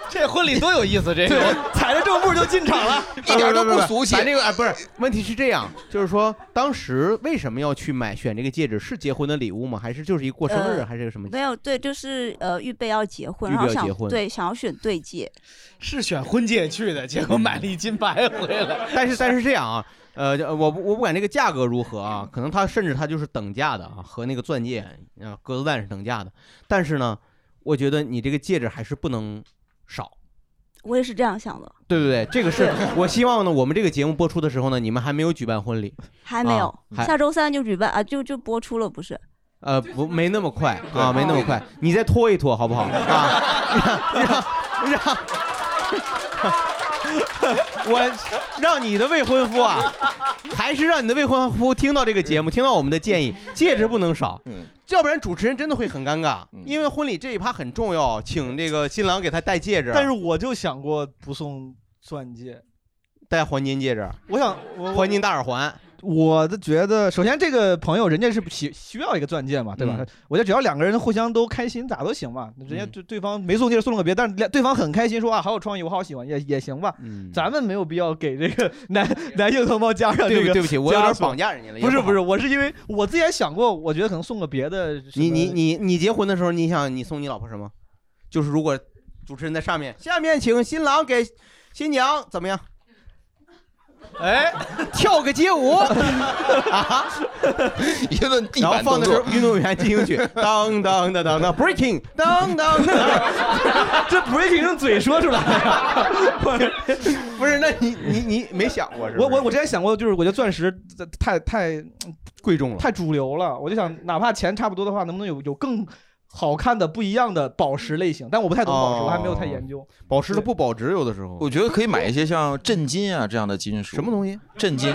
S5: 这婚礼多有意思，这个踩着正步就进场了。
S3: 一点都不俗气
S4: 咱这个哎，不是，问题是这样，就是说当时为什么要去买选这个戒指？是结婚的礼物吗？还是就是一 过生日？
S10: 呃
S4: 还是个什么？
S10: 没有，对，就是呃，预备要结婚，
S4: 预备
S10: 然后
S4: 要
S10: 想
S4: 结婚
S10: 对，想要选对戒。
S8: 是选婚戒去的，结果买了一金牌回来。
S4: 但是但是这样啊，呃，就我不我不管这个价格如何啊，可能它甚至它就是等价的啊，和那个钻戒啊鸽子蛋是等价的。但是呢，我觉得你这个戒指还是不能少。
S10: 我也是这样想的，
S4: 对不对？这个是我希望呢，我们这个节目播出的时候呢，你们还没有举办婚礼，
S10: 还没有，
S4: 啊还
S10: 下周三就举办啊，就就播出了，不是？
S4: 呃，不，没那么快啊，没那么快，你再拖一拖好不好？啊，让让让， 我让你的未婚夫啊，还是让你的未婚夫听到这个节目，听到我们的建议，戒指不能少，
S3: 嗯
S4: 要不然主持人真的会很尴尬，因为婚礼这一趴很重要，请这个新郎给他戴戒指，
S5: 但是我就想过不送钻戒，
S4: 戴黄金戒指，
S5: 我想我我
S4: 黄金大耳环，
S5: 我的觉得，首先这个朋友人家是需需要一个钻戒嘛，对吧？
S8: 嗯
S5: 我觉得只要两个人互相都开心，咋都行
S4: 嗯
S5: 嘛。人家对对方没送戒指送了个别，但是两对方很开心，说啊好有创意，我好喜欢，也也行吧。
S4: 嗯
S5: 咱们没有必要给这个 男男性同胞加上
S4: 对
S5: 这
S4: 不
S5: 个
S4: 对不起我有
S5: 枷
S4: 点
S5: 锁
S4: 绑架人家了也
S5: 不是
S4: 不好
S5: 不是，我是因为我自己也想过，我觉得可能送个别的什么。
S4: 你你你你结婚的时候，你想你送你老婆什么？就是如果主持人在上面，下面请新郎给新娘怎么样？
S5: 哎，
S4: 跳个街舞啊！
S3: 一顿
S4: 然后放的是运动员进行 曲，当当当当当，breaking，当 当当，
S5: 这 breaking 用嘴说出来
S4: 不是？那你你你没想过是吧？嗯
S5: 我我我之前想过，就是我觉得钻石太太
S4: 贵重了，
S5: 太主流了。我就想，哪怕钱差不多的话，能不能有有更好看的、不一样的宝石类型？但我不太懂宝石，我还没有太研 究。
S4: 保持的不保 值，有的时候
S3: 我觉得可以买一些像震金啊这样的金属。什么
S4: 东西？
S3: 震金，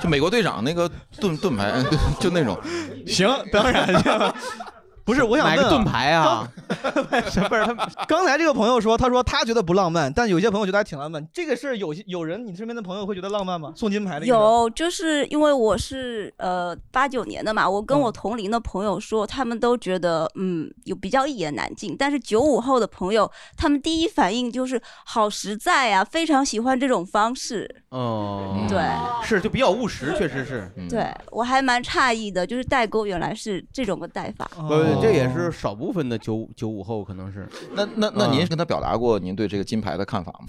S3: 就美国队长那个盾盾牌， 就那种。
S5: 行，当然不是，我想
S4: 买
S5: 问、
S4: 个
S5: 啊、
S4: 盾牌啊！
S5: 刚才这个朋友说，他说他觉得不浪漫，但有些朋友觉得还挺浪漫。这个事儿有些有人，你身边的朋友会觉得浪漫吗？送金牌那个
S10: 有，就是因为我是呃八九年的嘛，我跟我同龄的朋友说，他们都觉得嗯有比较一言难尽，但是九五后的朋友，他们第一反应就是好实在呀、非常喜欢这种方式。
S4: 哦，
S10: 对，
S4: 是就比较务实，确实是。
S10: 对我还蛮诧异的，就是代沟原来是这种个代法。
S3: 哦
S4: 不，这也是少部分的九九五后可能是。
S3: 那那那您跟他表达过您对这个金牌的看法吗？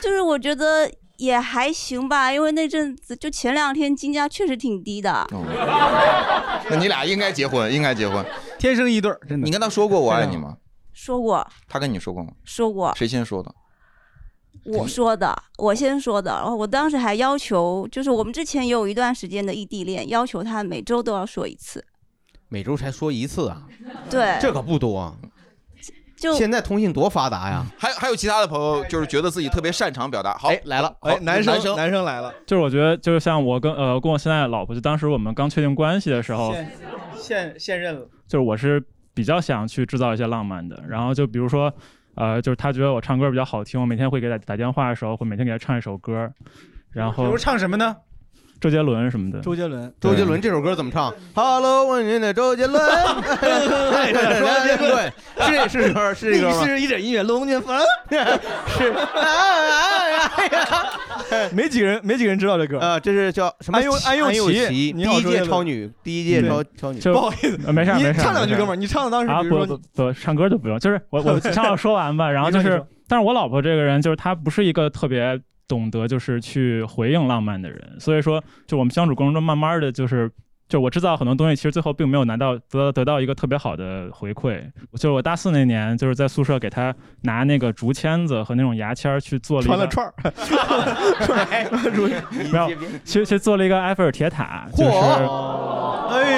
S10: 就是我觉得也还行吧，因为那阵子就前两天金价确实挺低的。
S3: 那你俩应该结婚，应该结婚，
S8: 天生一对儿，真的。
S3: 你跟他说过我爱你吗？
S10: 说过
S3: 他跟你说过吗？
S10: 说过，
S3: 谁先说的？
S10: 我说的，我先说的。然后我当时还要求，就是我们之前也有一段时间的异地恋，要求他每周都要说一次。
S4: 每周才说一次啊，
S10: 对，
S4: 这可不多啊。
S10: 就
S4: 现在通信多发达呀！
S3: 还还有其他的朋友，就是觉得自己特别擅长表达。好，
S4: 来了，
S3: 好，男生，
S5: 男生来了，
S11: 就是我觉得，就是像我跟呃跟我现在的老婆，就当时我们刚确定关系的时候，
S8: 现现现任了，
S11: 就是我是比较想去制造一些浪漫的。然后就比如说，呃，就是她觉得我唱歌比较好听，我每天会给她打电话的时候，会每天给她唱一首歌，然
S8: 比
S11: 后
S8: 如唱什么呢？
S11: 周杰伦什么的。
S5: 杰伦，嗯
S4: 周杰伦这首歌怎么唱？Hello，我是你的周杰伦。
S5: 哎
S4: 对，是是这歌是这歌吗？
S5: 是一点音乐龙年烦，
S4: 是
S5: 没几个人没几个人知道这歌
S4: 啊，这是叫什么？
S5: 安又安又
S4: 琪，
S5: 琪
S4: 第
S5: 你好
S4: 一
S5: 周
S4: 届
S5: 杰伦
S4: 超女，第一届
S11: 对
S4: 超超女。
S11: 就
S5: 不好意思
S11: 呃没事儿
S5: 你
S11: 没事儿
S5: 唱两句
S11: 没事儿
S5: 哥们儿你唱的当时
S11: 啊
S5: 比如
S11: 不
S5: 说
S11: 不不，唱歌就不用，就是我 我正好说完吧。然后就
S5: 你说
S11: 是
S5: 你说，
S11: 但是我老婆这个人就是她不是一个特别懂得就是去回应浪漫的人，所以说就我们相处过程中慢慢的就是。就我制造很多东西，其实最后并没有拿到得得到一个特别好的回馈。就是我大四那年，就是在宿舍给她拿那个竹签子和那种牙签儿去做了一
S5: 传了
S11: 个，
S5: 串儿，
S11: 没有，其实其实做了一个埃菲尔铁塔，就是
S4: 哎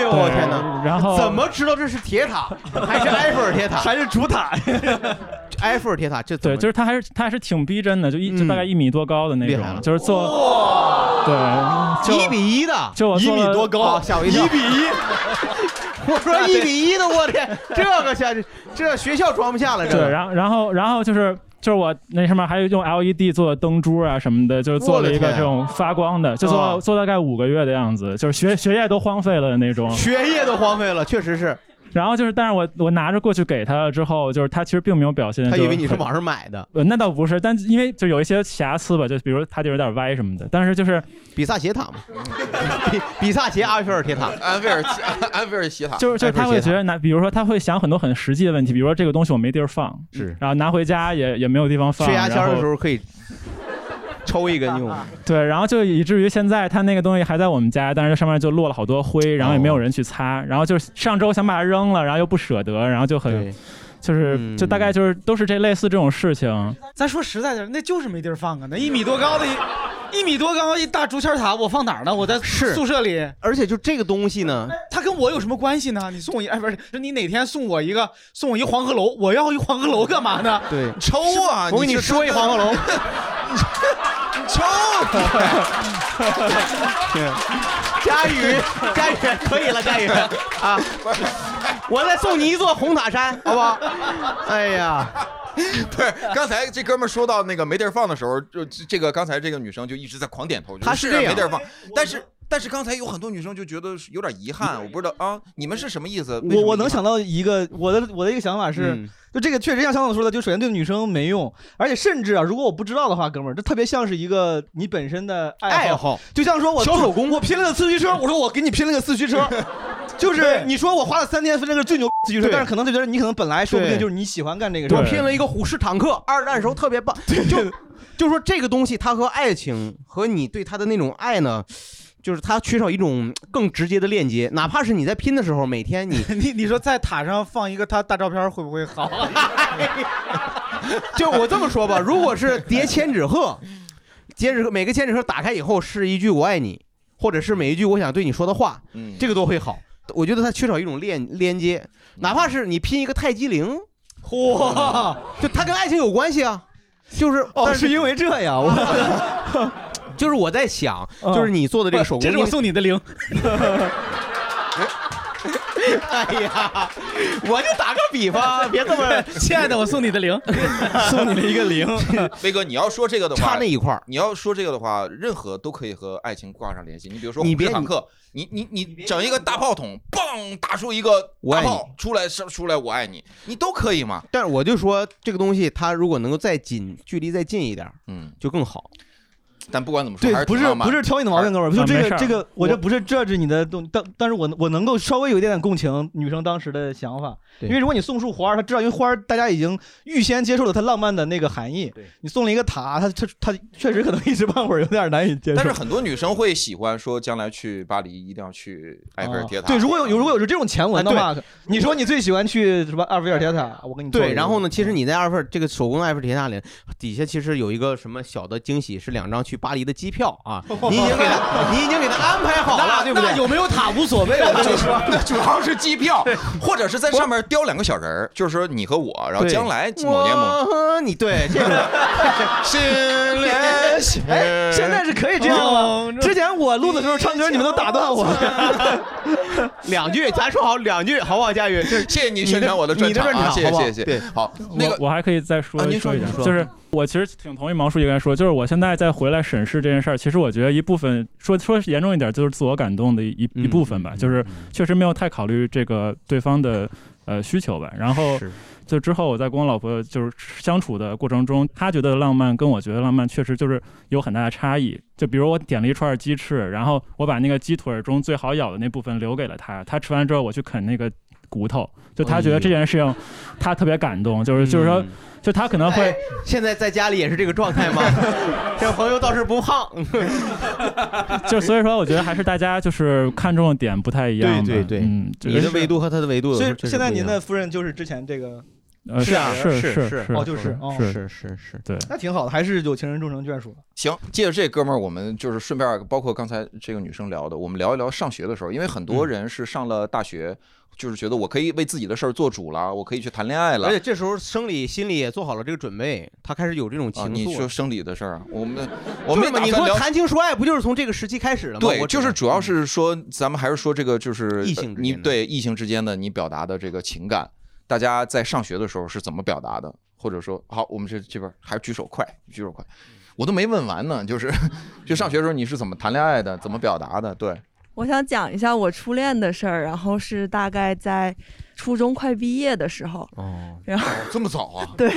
S4: 呦，我天哪！
S11: 对然后
S4: 怎么知道这是铁塔，还是埃菲尔铁塔？
S5: 还是主塔，
S4: 埃菲尔铁塔这怎
S11: 对，
S4: 么嗯
S11: 就是他还是他还是挺逼真的，就一就大概一米多高的那
S4: 厉
S11: 种，
S4: 害了
S11: 就是做，对，
S4: 一
S11: 就
S4: 比一的？
S11: 就我
S5: 一
S11: 做
S5: 米
S11: 了
S5: 多高
S4: 啊，吓我一跳
S5: 比一，
S4: 我说一比一的，我天，这个下去，这学校装不下了，这
S11: 对，
S4: 个。
S11: 然后然后然后就是就是我那上面还有用 LED 做的灯珠啊什么的，就是做了一
S4: 我
S11: 个
S4: 的天
S11: 这种发光的，就做、
S4: 啊
S11: 做大概五个月的样子，就是学学业都荒废了的那种。
S4: 学业都荒废了，确实是
S11: 然后就是，但是我我拿着过去给他了之后，就是 他其实并没有表现，
S4: 他以为你
S11: 就是很
S4: 网上买的
S11: 呃，那倒不是，但因为就有一些瑕疵吧，就比如他就有点歪什么的，但是就是
S4: 比 萨斜塔 嘛，比比萨斜埃菲尔铁塔，
S3: 安菲尔奇，安菲尔
S4: 啊
S3: 斜 塔，
S11: 就是就是他会觉得拿，比如说他会想很多很实际的问题，比如说这个东西我没地儿放，
S4: 是
S11: 然后拿回家也也没有地方放，
S4: 缺牙签儿
S11: 然
S4: 的
S11: 后
S4: 时候可以抽一根用，
S11: 对，然后就以至于现在他那个东西还在我们家，但是上面就落了好多灰，
S4: 哦
S11: 然后也没有人去擦，然后就是上周想把它扔了，然后又不舍得，然后就很
S4: 对，
S11: 就是
S4: 嗯
S11: 就大概就是都是这类似这种事情，
S8: 咱说实在点儿，那就是没地儿放啊！那一米多高的一，一米多高一大竹签塔，我放哪儿呢？我在
S4: 是
S8: 宿舍里，
S4: 而且就这个东西呢，
S8: 它跟我有什么关系呢？你送我一，哎，不是，是你哪天送我一个，送我一黄鹤楼，我要一黄鹤楼干嘛呢？
S4: 对，
S3: 抽啊！
S4: 我给你
S3: 是
S4: 说一黄鹤 楼，
S3: 抽啊，
S4: 佳宇，佳宇可以 了，佳宇啊， 我再送你一座红 塔山，好不好？哎呀，
S3: 不是，刚才这哥们儿说到那个没地儿放的时候，就这这个刚才这个女生就一直在狂点头，就
S4: 她是
S3: 是
S4: 这样
S3: 没地儿放，但是但是刚才有很多女生就觉得是有点遗憾，我不知道啊，你们是什么意思？为什
S5: 我
S3: 么
S5: 我
S3: 遗
S5: 能
S3: 憾
S5: 想到一个我的我的一个想法是，
S3: 嗯
S5: 就这个确实像小总说的，就首先对女生没用，而且甚至啊，如果我不知道的话，哥们儿，这特别像是一个你本身的爱
S4: 爱
S5: 好
S4: 好，
S5: 就像说我
S4: 小手工
S5: 我拼了个四驱车，我说我给你拼了个四驱车。 就是你说我花了三天分了个最牛四驱车，
S4: 对
S5: 但是可能就觉得你可能本来哎说不定
S4: 对
S5: 就是你喜欢干这个事儿。
S4: 我拼了一个虎式坦克，二战时候特别棒。就就说这个东西，它和爱情和你对它的那种爱呢，就是它缺少一种更直接的链接。哪怕是你在拼的时候，每天你
S8: 你你说在塔上放一个他大照片会不会好？
S4: 就我这么说吧，如果是叠千纸鹤， 千纸鹤每个千纸鹤打开以后是一句“我爱你”，或者是每一句我想对你说的话，
S3: 嗯
S4: 这个都会好。我觉得它缺少一种链连接，哪怕是你拼一个太极陵，
S5: 嚯，
S4: 就它跟爱情有关系啊，就是
S5: 哦
S4: 但
S5: 是因为这样
S4: 我。 就是我在想，就是你做的这个手工，
S8: 嗯这是我
S4: 因为
S8: 送你的零。，
S4: 哎呀，我就打个比方，别这么
S8: 亲爱的，我送你的 零，
S5: 送你了一个零。
S3: 飞哥，你要说这个的话，
S4: 差那一块儿
S3: 你要说这个的话，任何都可以和爱情挂上联系。你比如说
S4: 你
S3: 虎式
S4: 别
S3: 坦克，你你你整一个大炮筒，嘣，打出一个
S4: 我
S3: 大
S4: 爱你
S3: 炮出来，是出来我爱你，你都可以嘛。
S4: 但是我就说这个东西，它如果能够再近距离再近一点，
S3: 嗯，
S4: 就更好。
S3: 但不管怎么
S5: 对，不是不是挑你的毛病，哥
S4: 啊
S5: 们儿，就这个这个，我这不是 judge 你的东，但但是我我能够稍微有一点点共情女生当时的想法，因为如果你送束花儿，她知道，因为花儿大家已经预先接受了它浪漫的那个含义，你送了一个塔，她她她确实可能一时半会儿有点难以接受。
S3: 但是很多女生会喜欢说，将来去巴黎一定要去埃
S4: 哦
S3: 菲尔铁塔。
S5: 对，如果有如果有这种前文的话
S4: 哎对，
S5: 你说你最喜欢去什么埃菲尔铁塔？我跟你做一
S4: 对，
S5: 个嗯
S4: 然后呢，其实你在二份这个手工的埃菲尔铁塔里，底下其实有一个什么小的惊喜，是两张去巴黎的机票 啊，你已经给他，你已经给他安排好了，对不对？
S8: 那有没有塔无所谓，
S3: 那
S8: 我跟
S3: 就
S8: 你
S3: 是
S8: 说，
S3: 那主要是机票，或者是在上面雕两个小人儿，就是说你和我，然后
S4: 对
S3: 将来某年某
S4: 我你 对这个 心连心
S5: 哎，现在是可以这样了吗
S4: 哦？
S5: 之前我录的时候唱歌，你们都打断我。
S4: 两句，咱说好两句，好不好，佳宇？这
S3: 谢谢你宣传我的专
S4: 你的
S3: 场
S4: 专
S3: 啊，
S4: 场，
S3: 谢谢
S4: 好不好
S3: 谢谢谢
S4: 对
S3: 谢，，好，那
S11: 我
S3: 个
S11: 我还可以再说
S3: 啊您说
S11: 说一点
S3: 您，说
S11: 就是我其实挺同意毛叔一个人说，就是我现在再回来审视这件事儿，其实我觉得一部分说说严重一点，就是自我感动的一一一部分吧，就是确实没有太考虑这个对方的呃需求吧。然后
S4: 是
S11: 就之后我在跟我老婆就是相处的过程中，她觉得浪漫跟我觉得浪漫确实就是有很大的差异。就比如我点了一串鸡翅，然后我把那个鸡腿中最好咬的那部分留给了她，她吃完之后我去啃那个骨头，就她觉得这件事情她特别感动，就是就是说。就他可能会
S4: 哎，现在在家里也是这个 状态吗？这朋友倒是不胖，
S11: 就所以说，我觉得还是大家就是看重的点不太一样吧。
S4: 对对对
S11: 嗯，这个
S4: 你的
S11: 是
S4: 维度和他的维度有时
S5: 所
S4: 候
S5: 以
S4: 确实不一样，
S5: 现在您的夫人就是之前这个，
S11: 呃
S4: 是啊
S11: 是
S4: 是
S11: 是
S4: 是
S11: 是
S5: 哦就是哦
S11: 是
S4: 是是是，
S11: 对，
S5: 那挺好的，还是有情人终成眷属。
S3: 行，借着这哥们儿，我们就是顺便包括刚才这个女生聊的，我们聊一聊上学的时候，因为很
S4: 嗯
S3: 多人是上了大学，就是觉得我可以为自己的事儿做主了，我可以去谈恋爱了
S4: 而。且这时候生理、心理也做好了这个准备，他开始有这种情
S3: 啊，
S4: 愫了。
S3: 你说生理的事儿啊，我 们我
S4: 我
S3: 们打
S4: 你
S3: 算
S4: 说
S3: 聊
S4: 谈情说爱，不就是从这个时期开始了吗？
S3: 对，
S4: 我嗯
S3: 就是主要是说，咱们还是说这个就是
S4: 异性之
S3: 你
S4: 间的
S3: 对异性之间的你表达的这个情感，大家在上学的时候是怎么表达的？或者说，好，我们这这边还是举手快，举手快，我都没问完呢，就是 就上学的时候你是怎么谈恋爱的，怎么表达的？对，
S12: 我想讲一下我初恋的事儿，然后是大概在初中快毕业的时候，
S3: 哦，
S12: 然后
S3: 这么早啊？
S12: 对，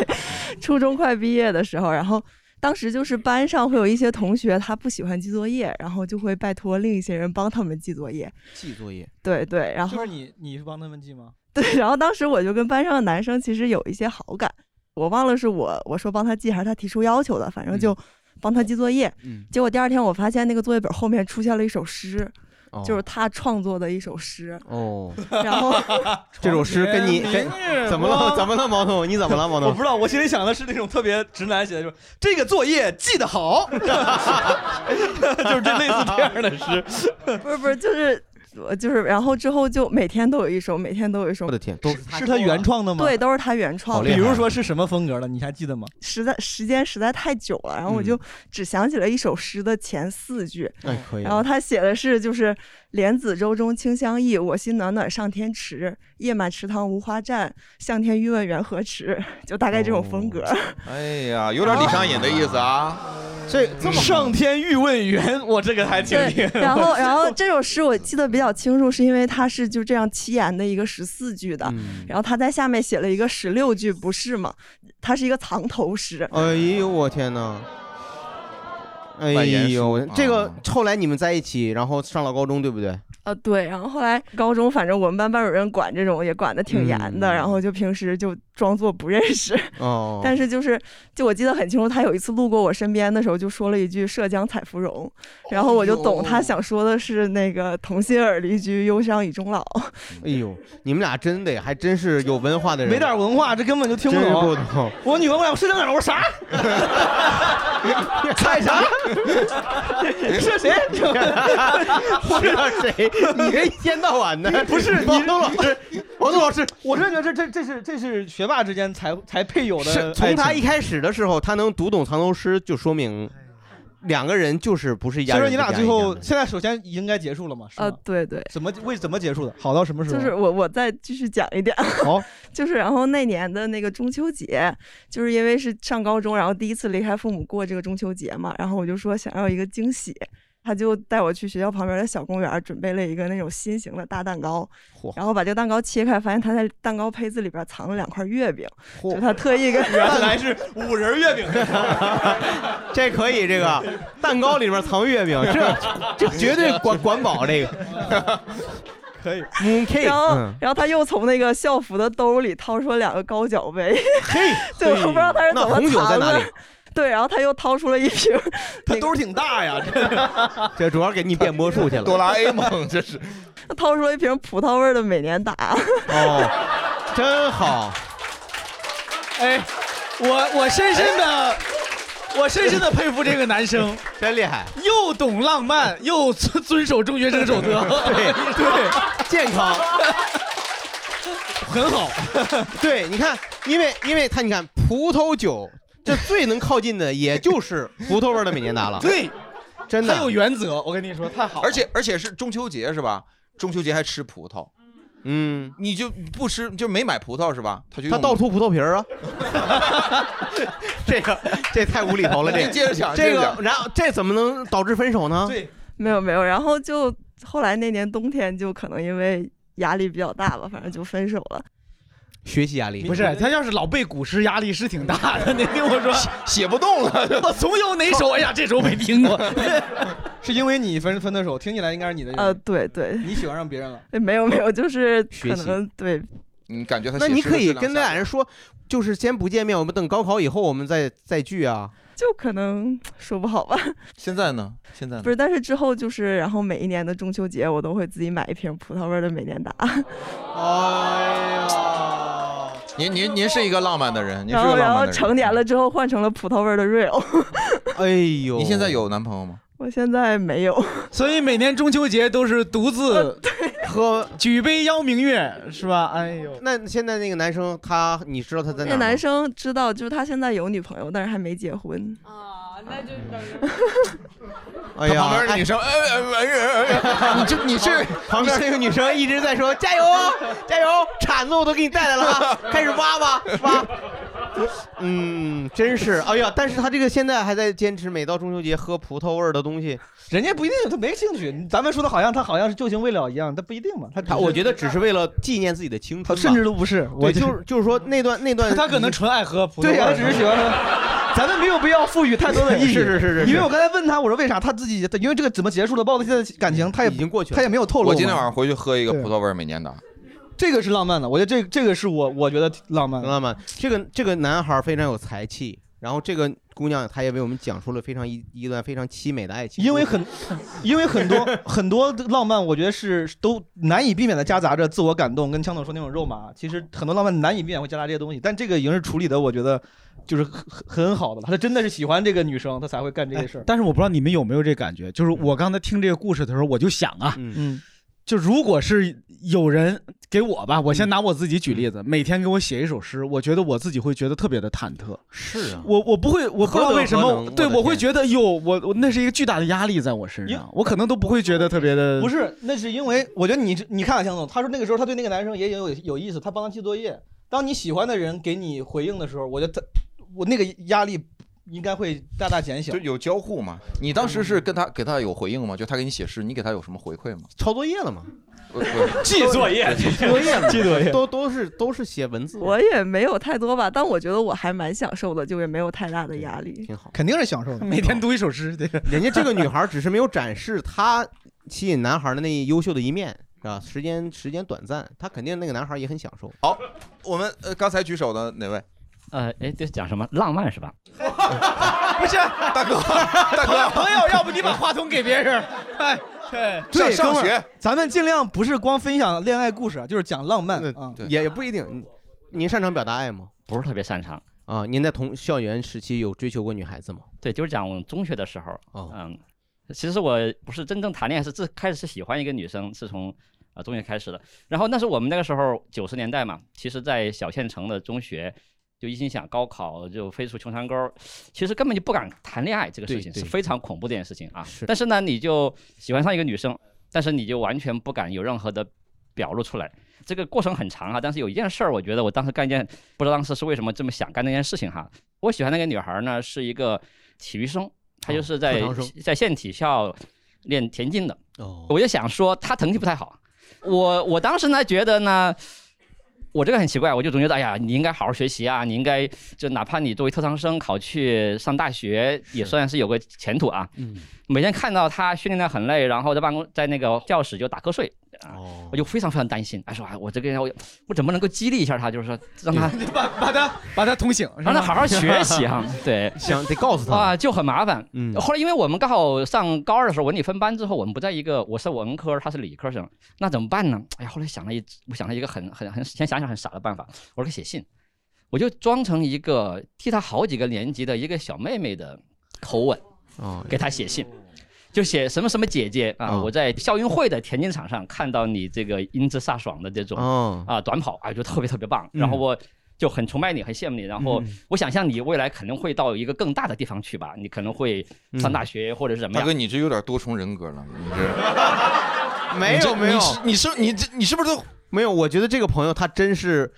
S12: 初中快毕业的时候，然后当时就是班上会有一些同学他不喜欢记作业，然后就会拜托另一些人帮他们记作业。
S4: 记作业，
S12: 对对，然后
S5: 就是你，你是帮他们记吗？
S12: 对，然后当时我就跟班上的男生其实有一些好感，我忘了是我我说帮他记还是他提出要求的，反正
S5: 嗯
S12: 就帮他记作业。
S4: 嗯
S12: 结果第二天我发现那个作业本后面出现了一首诗，
S4: 哦
S12: 就是他创作的一首诗。
S4: 哦，
S12: 然后
S4: 这首诗跟你
S5: 床
S4: 跟
S5: 前明月
S4: 怎么了？
S5: 光
S4: 怎么了，毛总？你怎么了，毛总？
S5: 我不知道，我心里想的是那种特别直男写的，就是这个作业记得好，就是这类似这样的 诗。
S12: 不是不是，就是我就是，然后之后就每天都有一首，每天都有一首。
S4: 我的天，都
S5: 是他原创的吗？
S12: 对，，都是他原创的。
S5: 比
S4: 啊
S5: 如说是什么风格的，你还记得吗？
S12: 实在时间实在太久了，然后我
S5: 嗯
S12: 就只想起了一首诗的前四句。
S4: 哎可以
S12: 然后他写的是就是“莲子洲中清香溢，我心暖暖上天池。夜满池塘无花绽，向天欲问缘何迟。”就大概这种风格。
S3: 哎呀，有点李商隐的意思啊。
S5: 这这么上天欲问云，我这个还挺厉
S12: 对，
S5: 害。
S12: 然后然后这首诗我记得比较清楚，是因为它是就这样七言的一个十四句的，然后他在下面写了一个十六句，不是吗？它是一个藏头诗。
S4: 哎呦，我天哪！哎
S12: 万言
S4: 呦，
S12: 书
S4: 我这个后来你们在一起，然后上了高中，对不对？
S12: 啊，对，然后后来高中，反正我们班班主任管这种也管得挺严的，然后就平时就装作不认识。
S4: 哦，
S12: 但是就是，就我记得很清楚，他有一次路过我身边的时候，就说了一句“涉江采芙蓉”，然后我就懂
S5: 哦
S12: 他想说的是那个“同心耳离居，忧伤以终老”。
S4: 哎呦，你们俩真的还真是有文化的人，
S5: 没点文
S4: 啊
S5: 化，这根本就听不
S4: 真是不
S5: 懂。
S4: 懂。
S5: 我女朋友我是在哪儿？我说啥？
S4: 猜
S5: 啥？是谁？
S4: 我是谁？你这一天到晚的，
S5: 不是
S4: 王东老师，王东老师，
S5: 我真的觉得这这这是这是学霸之间才才配有的
S4: 是
S5: 爱情。
S4: 从他一开始的时候，他能读懂藏头诗，就说明两个人就是不是一
S5: 所
S4: 家
S5: 以
S4: 人。
S5: 说你俩
S4: 不
S5: 最
S4: 一样
S5: 后现在首先应该结束了嘛？是吗
S12: 呃，对对，
S5: 怎么为怎么结束的？好到什么时候？
S12: 就是我我再继续讲一点。
S5: 好，
S12: 就是然后那年的那个中秋节，就是因为是上高中，然后第一次离开父母过这个中秋节嘛，然后我就说想要一个惊喜。他就带我去学校旁边的小公园，准备了一个那种心形的大蛋糕，然后把这个蛋糕切开，发现他在蛋糕胚子里边藏了两块月饼，就他特意 跟
S5: 原来是五仁月饼，
S4: 这可以，这 个蛋糕里边藏月饼，这这绝对管管饱这个。
S5: 可以
S4: ，moon
S12: 然后
S5: 嗯
S4: cake，，
S12: 然后他又从那个校服的兜里掏出了两个高脚杯，
S4: 嘿，
S12: 对，我不知道他是怎
S4: 那
S12: 么
S4: 红酒在
S12: 藏
S4: 哪
S12: 的
S4: 里。
S12: 对，然后他又掏出了一瓶，
S5: 他兜儿挺大呀，
S4: 这主要给你变魔术去了。
S3: 哆啦 A 梦这是
S12: 他 掏出了一瓶葡萄味儿的美年达。
S4: 哦，真好。
S5: 哎， 我我深深的，我深深的佩服这个男生，
S4: 真厉害，
S5: 又懂浪漫，又遵 遵守中学生守则，
S4: 对对，健康，
S5: 很好。
S4: 对，你看，因为因为他你看葡萄酒，这最能靠近的也就是葡萄味儿的美年达了。
S5: 对，
S4: 真的
S3: 他有
S5: 原则，我跟你说太好了
S3: 而且而且是中秋节是吧？中秋节还吃葡萄，
S4: 嗯，
S3: 你就不吃就没买葡萄是吧？他就
S4: 他
S3: 用
S4: 倒吐葡萄皮儿啊。 这个这 太无厘头了，这
S3: 你接着讲
S4: 哎这
S3: 接着
S4: 个
S3: 讲
S4: 然后这怎么能导致分手呢？
S5: 对，
S12: 没有没有，然后就后来那年冬天就可能因为压力比较大吧，反正就分手了。
S4: 学习压力
S5: 不是他要是老背古诗，压力是挺大的。 你听我说，
S3: 写不动了。
S5: 我总有哪首，哎呀，这首没听过。 是因为你分分的手，听起来应该是你的。
S12: 呃，对对，
S5: 哎你喜欢上别人了？
S12: 哎没有没有，就是
S4: 学
S12: 可
S4: 习
S12: 能对，
S3: 你感觉他
S4: 那
S3: 写
S4: 你
S3: 诗
S4: 可
S3: 的质
S4: 以
S3: 量
S4: 跟那俩人说，就是先不见面，我们等高考以后我们再再聚啊。
S12: 就可能说不好吧。
S5: 嗯
S3: 现在呢？现在呢
S12: 不是，但是之后就是，然后每一年的中秋节我都会自己买一瓶葡萄味儿的美年达。
S3: 您您您是一个浪漫的人，您
S12: 然
S3: 是个
S12: 后
S3: 浪
S12: 然
S3: 漫的
S12: 后
S3: 人。
S12: 成年了之后换成了葡萄味儿的 real。
S4: 哎呦
S3: 你现在有男朋友吗？
S12: 我现在没有，
S5: 所以每年中秋节都是独 自
S4: 喝
S5: 举杯邀明月，是吧？哎呦，
S4: 那现在那个男生他，你知道他在哪
S12: 那
S4: 儿吗？
S12: 男生知道，就是他现在有女朋友，但是还没结婚。
S4: 哎呀，
S3: 旁边的女生，哎哎哎哎哎哎，你这你是
S4: 旁边有女生一直在说加 油啊加油，铲子我都给你带来了啊，开始挖吧挖。嗯，真是，哎呀，但是他这个现在还在坚持，每到中秋节喝葡萄味儿的东西。
S5: 人家不一定，他没兴趣。咱们说的好像他好像是旧情未了一样，他不一定嘛。他
S4: 他我觉得只是为了纪念自己的青春吧，
S5: 甚至都不是我
S4: 对，就是就是说那段那段，
S5: 他可能纯爱喝葡萄
S4: 对呀啊
S5: 我只是喜欢喝。咱们没有必要赋予太多的 意义，
S4: 是是是是是
S5: 因为我刚才问他，我说为啥他自己，因为这个怎么结束的，包括现在感
S3: 嗯
S5: 情，他也已经过
S4: 去
S3: 了
S5: 他也没有透露嘛。
S3: 我今天晚上回去喝一个葡萄味儿美年达。
S5: 这个是浪漫的，我觉得这这个是我我觉得浪漫
S4: 浪漫。这个这个男孩非常有才气，然后这个姑娘她也为我们讲述了非常一一段非常凄美的爱情。
S5: 因为 很，因为很多 很多的浪漫，我觉得是都难以避免的夹杂着自我感动，跟枪总说那种肉麻。其实很多浪漫难以避免会夹杂这些东西，但这个已经是处理的，我觉得就是很很很好的了。他真的是喜欢这个女生，他才会干这些事儿。
S8: 但是我不知道你们有没有这感觉，就是我刚才听这个故事的时候，我就想啊，
S5: 嗯，
S8: 就如果是有人给我吧，我先拿我自己举例
S5: 嗯
S8: 子，每天给我写一首诗，我觉得我自己会觉得特别的忐忑。
S4: 是啊，
S8: 我我不会，我不知道
S5: 何德
S8: 为什么，
S5: 何能
S8: 对
S5: 我的
S8: 我会
S5: 天
S8: 觉得哟，我我那是一个巨大的压力在我身上，我可能都不会觉得特别的
S5: 不是，那是因为我觉得你这你看看江总，他说那个时候他对那个男生也有有意思，他帮他记作业。当你喜欢的人给你回应的时候，我觉得他我那个压力应该会大大减小
S3: 就。有交互嘛？你当时是跟他给他有回应吗？就他给你写诗，你给他有什么回馈吗？呃
S4: 抄作业了吗？
S9: 记作业
S4: 记作业嘛，
S9: 记作业
S4: 都都是都是写文字，
S12: 我也没有太多吧，但我觉得我还蛮享受的，就也没有太大的压力。
S4: 挺好，
S5: 肯定是享受的。
S4: 每
S5: 天读一首诗，对。
S4: 人家这个女孩只是没有展示她吸引男孩的那优秀的一面，是吧？时间时间短暂，她肯定那个男孩也很享受。
S3: 好，我们呃刚才举手的哪位？
S13: 呃，哎，这讲什么？浪漫是吧？
S5: 不是， 大
S3: 哥，大
S5: 哥，朋友，要不你把话筒给别人？ 哎， 对，对，
S4: 上上
S5: 哥们儿
S4: 学，
S5: 咱们尽量不是光分享恋爱故事啊，就是讲浪漫啊。
S4: 也也不一定。你您擅长表达爱吗？
S13: 不是特别擅长
S4: 啊。您在同校园时期有追求过女孩子吗？哦
S13: 对，就是讲我中学的时候，嗯，其实我不是真正谈恋爱，是自开始是喜欢一个女生，是从啊、呃中学开始的。然后那是我们那个时候九十年代嘛，其实，在小县城的中学，就一心想高考就飞出穷山沟儿，其实根本就不敢谈恋爱，这个事
S4: 对
S13: 情
S4: 对
S13: 是非常恐怖的一件事情啊。但是呢，你就喜欢上一个女生，但是你就完全不敢有任何的表露出来。这个过程很长啊，但是有一件事儿，我觉得我当时干一件，不知道当时是为什么这么想干那件事情哈。我喜欢那个女孩儿呢，是一个体育生，她就是在、
S14: 特长生
S13: 在县体校练田径的。
S4: 哦，
S13: 我就想说她成绩不太好，我我当时呢觉得呢。我这个很奇怪，我就总觉得，哎呀，你应该好好学习啊，你应该就哪怕你作为特长生考去上大学，也算是有个前途啊。每天看到他训练得很累，然后在办公在那个教室就打瞌睡啊，我就非常非常担心。哎，说哎，我这个人我我怎么能够激励一下他？就是说让他
S5: 把把他把他捅醒，是
S13: 让
S5: 吧
S13: 他啊好好学习 哈。对，
S4: 想得告诉他
S13: 啊，就很麻烦。
S4: 嗯
S13: 后来因为我们刚好上高二的时候文理分班之后，我们不在一个，我是文科，他是理科生，那怎么办呢？哎呀，后来想了一，我想了一个很很很先想想很傻的办法，我说给写信，我就装成一个替他好几个年级的一个小妹妹的口吻，
S4: 哦哎
S13: 给他写信。就写什么什么姐姐啊，我在校运会的田径场上看到你这个英姿飒爽的这种
S4: 哦
S13: 啊短跑，哎，就特别特别棒。
S4: 嗯
S13: 然后我就很崇拜你，很羡慕你。然后
S4: 嗯
S13: 我想象你未来可能会到一个更大的地方去吧，你可能会上
S5: 嗯
S13: 大学或者是怎么
S3: 大
S13: 样。
S3: 哥，你这有点多重人格了，你这
S4: 没有没有，
S3: 你是你这你是不是都
S4: 没有？我觉得这个朋友他真是。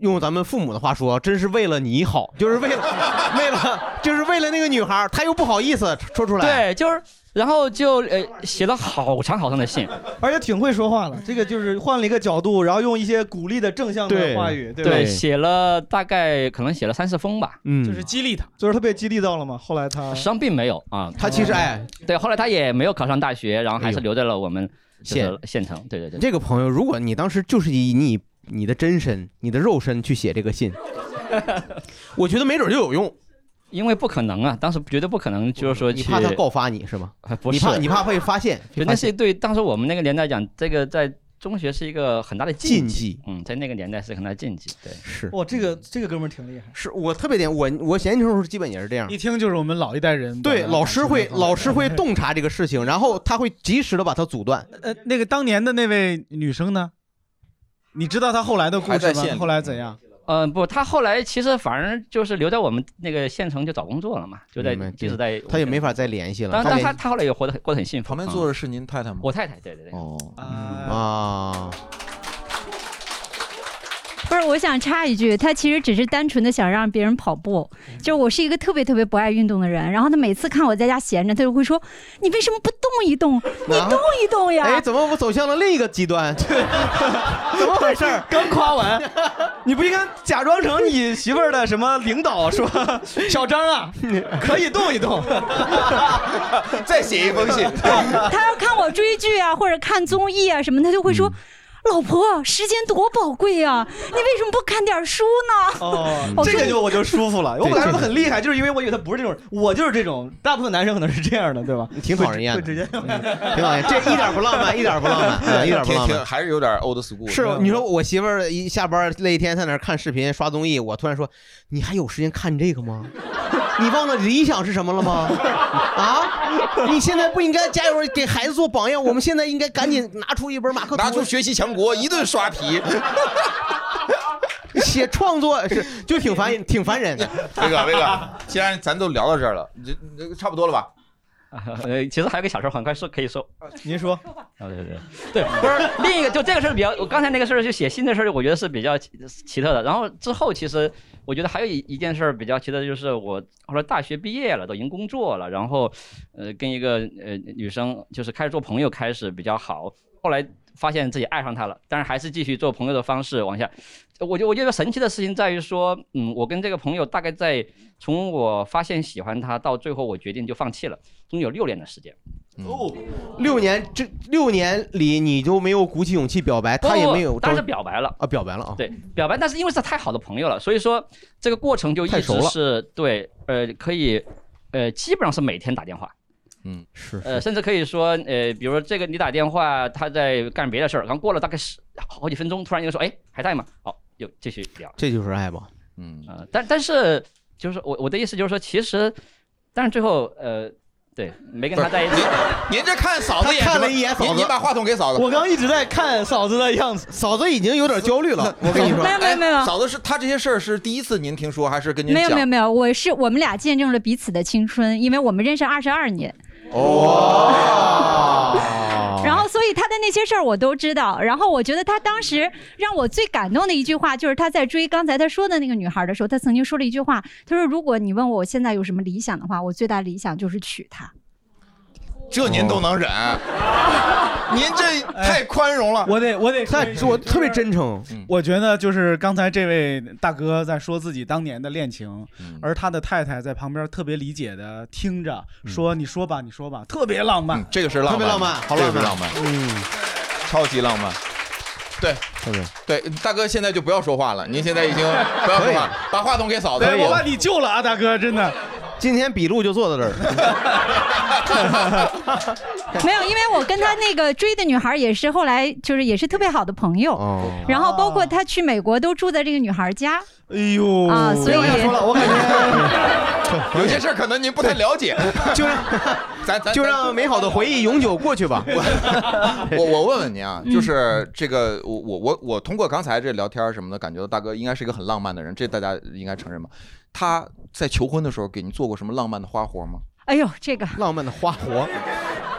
S4: 用咱们父母的话说，真是为了你好，就是为了 为了就是为了那个女孩，他又不好意思说出来。
S13: 对，就是然后就呃写了好长好长的信，
S5: 而且挺会说话了。这个就是换了一个角度，然后用一些鼓励的正向的话语， 对吧？
S13: 写了大概可能写了三四封吧。
S4: 嗯
S5: 就是激励他，就是他被激励到了嘛。后来他
S13: 实际上并没有啊，
S4: 他其实哎，
S13: 对，后来他也没有考上大学，然后还是留在了我们就是
S4: 县
S13: 县城。对对对，
S4: 这个朋友，如果你当时就是以你你的真身、你的肉身去写这个信， 我觉得没准就有用。
S13: 因为不可能啊，当时绝对不可能，就是说
S4: 你
S13: 去呃
S4: 怕他告发你是吗？
S13: 不
S4: 你怕
S13: 是
S4: 你怕会发现，
S13: 对，那是对当时我们那个年代讲，这个在中学是一个很大的禁忌。嗯，在那个年代是很大的禁忌。对，
S4: 是
S5: 哇，这个这个哥们儿挺厉害。
S4: 是我特别点，我我研究生时候基本也是这样。
S8: 一听就是我们老一代人
S4: 对，老师会
S8: 方式
S4: 老师会洞察这个事情，然后他会及时的把它阻断。
S8: 呃，那个当年的那位女生呢？你知道她后来的故
S13: 还在
S8: 事
S13: 县里
S8: 吗？后来怎样？
S13: 嗯、不，他后来其实反而就是留在我们那个县城就找工作了嘛，就在
S4: 明白
S13: 即使在
S4: 他也没法再联系了。
S13: 当但
S4: 联
S13: 他他后来也活得过得很幸福。嗯
S3: 旁边坐的是您太太吗？
S13: 我太太，对对对。
S3: 哦
S4: 啊，
S15: 不是，我想插一句，他其实只是单纯的想让别人跑步。就我是一个特别特别不爱运动的人，然后他每次看我在家闲着，他就会说：“你为什么不动一动？你动一动呀！”
S4: 啊哎，怎么我走向了另一个极端？ 怎么 回事？
S5: 刚夸 完， 你不应该假装成你媳妇儿的什么领导说，小张啊，可以动一动，
S3: 再写一封信。
S15: 他要看我追剧啊，或者看综艺啊什么，他就会说：“老婆，时间多宝贵呀，你为什么不看点书呢？”
S5: 哦
S15: 我，
S5: 这
S15: 说
S5: 个就我就舒服了。
S4: 对
S5: 我本来说
S4: 这个
S5: 很厉害，就是因为我以为他不是这种人，我就是这种。大部分男生可能是这样的，对吧？
S4: 挺讨人厌的
S5: 会直接
S13: 嗯
S4: 挺好，这一点不浪漫，一点不 浪漫，哎一点不
S3: 挺
S4: 浪漫
S3: 挺。还是有点 old school。
S4: 是，你说我媳妇儿一下班累一天，在那儿看视频、刷综艺，我突然说：“你还有时间看这个 吗？你忘了理想是什么了吗？啊，你现在不应该加油，给孩子做榜样。我们现在应该赶紧拿出一本马克吐
S3: 拿
S4: 温，
S3: 出学习强国，一顿刷 题。
S4: 写创作是就 挺烦，挺烦人的。
S3: 威哥，威哥，既然咱都聊到这儿了，你这你这个差不多了吧？
S13: 呃，其实还有一个小事儿，很快说可以说。
S5: 您说，
S13: 啊对对 对，不是另一个，就这个事儿比较，我刚才那个事儿就写信的事儿，我觉得是比较奇奇特的。然后之后其实我觉得还有一一件事儿比较奇特，就是我后来大学毕业了，都已经工作了，然后呃跟一个呃女生就是开始做朋友，开始比较好，后来发现自己爱上她了，但是还是继续做朋友的方式往下。我觉我觉得神奇的事情在于说，嗯，我跟这个朋友大概在从我发现喜欢他到最后我决定就放弃了，中间有六年的时间。
S4: 哦，六年这六年里你就没有鼓起勇气表白，他也没有
S13: 不不但是
S4: 着
S13: 表白了
S4: 啊，表白了啊，
S13: 对，表白，但是因为是太好的朋友了，所以说这个过程就一
S4: 太熟
S13: 直
S4: 了
S13: 是对，呃，可以，呃，基本上是每天打电话，
S3: 嗯，
S4: 是
S13: 呃，甚至可以说，呃，比如说这个你打电话，他在干别的事儿，然后过了大概十好几分钟，突然间说，哎，还在吗？好，又继续聊。
S4: 这就是爱吧？
S3: 嗯
S13: 呃，但但是就是我我的意思就是说，其实，但是最后呃，对，没跟他在一起。
S3: 您这看嫂子眼
S4: 看
S3: 神
S4: 了一眼嫂子，
S3: 您您把话筒给嫂子。
S4: 刚一直在看嫂子的样子，嫂子已经有点焦虑 了。我跟你说，
S3: 哎
S15: 没有没有没有
S3: 嫂子是她这些事儿是第一次您听说，还是跟您
S15: 没有
S3: 讲？
S15: 没有没有，我是我们俩见证了彼此的青春，因为我们认识二十二年。
S3: 啊
S4: 啊
S3: 哦
S15: 然后，所以他的那些事儿我都知道。然后，我觉得他当时让我最感动的一句话，就是他在追刚才他说的那个女孩的时候，他曾经说了一句话，他说：“如果你问我我现在有什么理想的话，我最大理想就是娶她。
S3: 这您都能忍，
S4: 哦
S3: 您这
S8: 哎
S3: 太宽容了。
S5: 我得我得
S4: 太我特别真诚。
S3: 嗯
S8: 我觉得就是刚才这位大哥在说自己当年的恋情，
S3: 嗯
S8: 而他的太太在旁边特别理解的听着，说你说吧，你说吧，特别浪漫，
S3: 嗯这个是浪漫，
S8: 特别浪漫
S3: 这个是浪漫，
S4: 嗯，
S3: 超级浪漫。对，对，大哥现在就不要说话了，您现在已经不要说话了，把话筒给嫂子。
S8: 对，我把你救了啊，大哥，真的。
S4: 今天笔录就坐到这儿。哦
S15: 没有，因为我跟他那个追的女孩也是后来就是也是特别好的朋友，
S4: 哦
S15: 然后包括他去美国都住在这个女孩家。
S8: 哎呦
S15: 啊，所以
S3: 有些事儿可能您不太了解，
S4: 就让
S3: 咱咱
S4: 就让美好的回忆永久过去吧。 嗯
S3: 我我问问您啊，就是这个，我我我我通过刚才这聊天儿什么的，感觉到大哥应该是一个很浪漫的人，这大家应该承认吧？他在求婚的时候给您做过什么浪漫的花活吗？
S15: 哎呦，这个
S4: 浪漫的花活，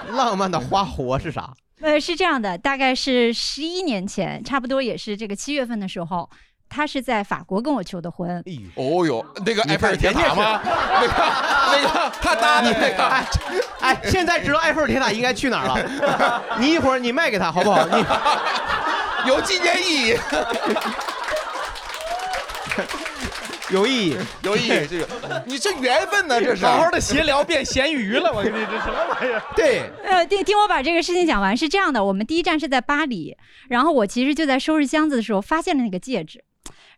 S4: 浪漫的花活是啥？
S15: 呃，是这样的，大概是十一年前，差不多也是这个七月份的时候，他是在法国跟我求的婚。
S3: 哦呦，那个埃菲尔铁
S4: 人家
S3: 塔
S4: 是
S3: 吗？那个那个他搭的那个，
S4: 哎哎，现在知道埃菲尔铁塔应该去哪儿了。你一会儿你卖给他好不好？你
S3: 有纪念意义，
S4: 有意义，
S3: 有意义。这个你这缘分呢，这是
S8: 好好的闲聊变咸鱼了，我 跟你这什么玩意儿？
S4: 对，
S15: 呃，听听我把这个事情讲完。是这样的，我们第一站是在巴黎，然后我其实就在收拾箱子的时候发现了那个戒指，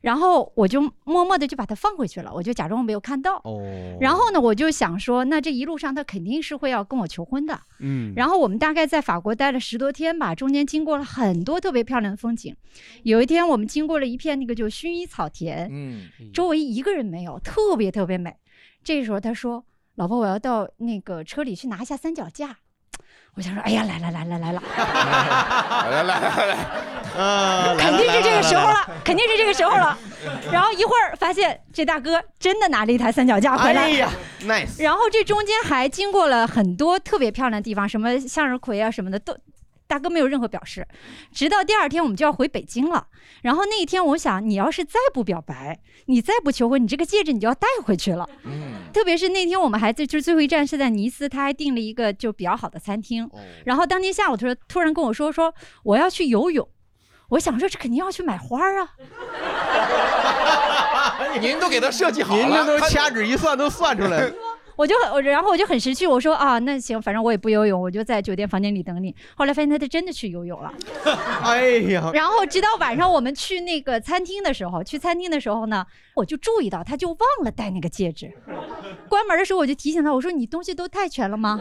S15: 然后我就默默的就把它放回去了，我就假装没有看到。
S4: 哦
S15: 然后呢，我就想说，那这一路上他肯定是会要跟我求婚的。
S4: 嗯
S15: 然后我们大概在法国待了十多天吧，中间经过了很多特别漂亮的风景。有一天我们经过了一片那个就薰衣草田，
S3: 嗯，
S15: 周围一个人没有，特别特别美。这时候他说：“老婆，我要到那个车里去拿一下三脚架。”我想说：“哎呀，来了来了来了，
S3: 来来来来，
S4: 嗯，
S15: 肯定是这个时候
S4: 来来来来来
S15: 了，肯定是这个时候了。” 然后一会儿发现这大哥真的拿了一台三脚架回来。
S4: 哎呀，nice，
S15: 然后这中间还经过了很多特别漂亮的地方，什么向日葵啊什么的，都大哥没有任何表示。直到第二天我们就要回北京了，然后那一天我想，你要是再不表白，你再不求婚，你这个戒指你就要带回去了。
S4: 嗯
S15: 特别是那天我们还在，就是最后一站是在尼斯，他还订了一个就比较好的餐厅。
S4: 哦
S15: 然后当天下午，他说突然跟我说说我要去游泳，我想说这肯定要去买花儿啊。
S3: 您都给他设计好了，
S4: 您这都
S3: 他
S4: 掐指一算都算出来 了。
S15: 我就很，我然后我就很识趣，我说啊，那行，反正我也不游泳，我就在酒店房间里等你。后来发现他真的去游泳了，
S4: 哎呀，
S15: 然后直到晚上我们去那个餐厅的时候，去餐厅的时候呢，我就注意到他就忘了戴那个戒指。关门的时候我就提醒他，我说你东西都带全了吗？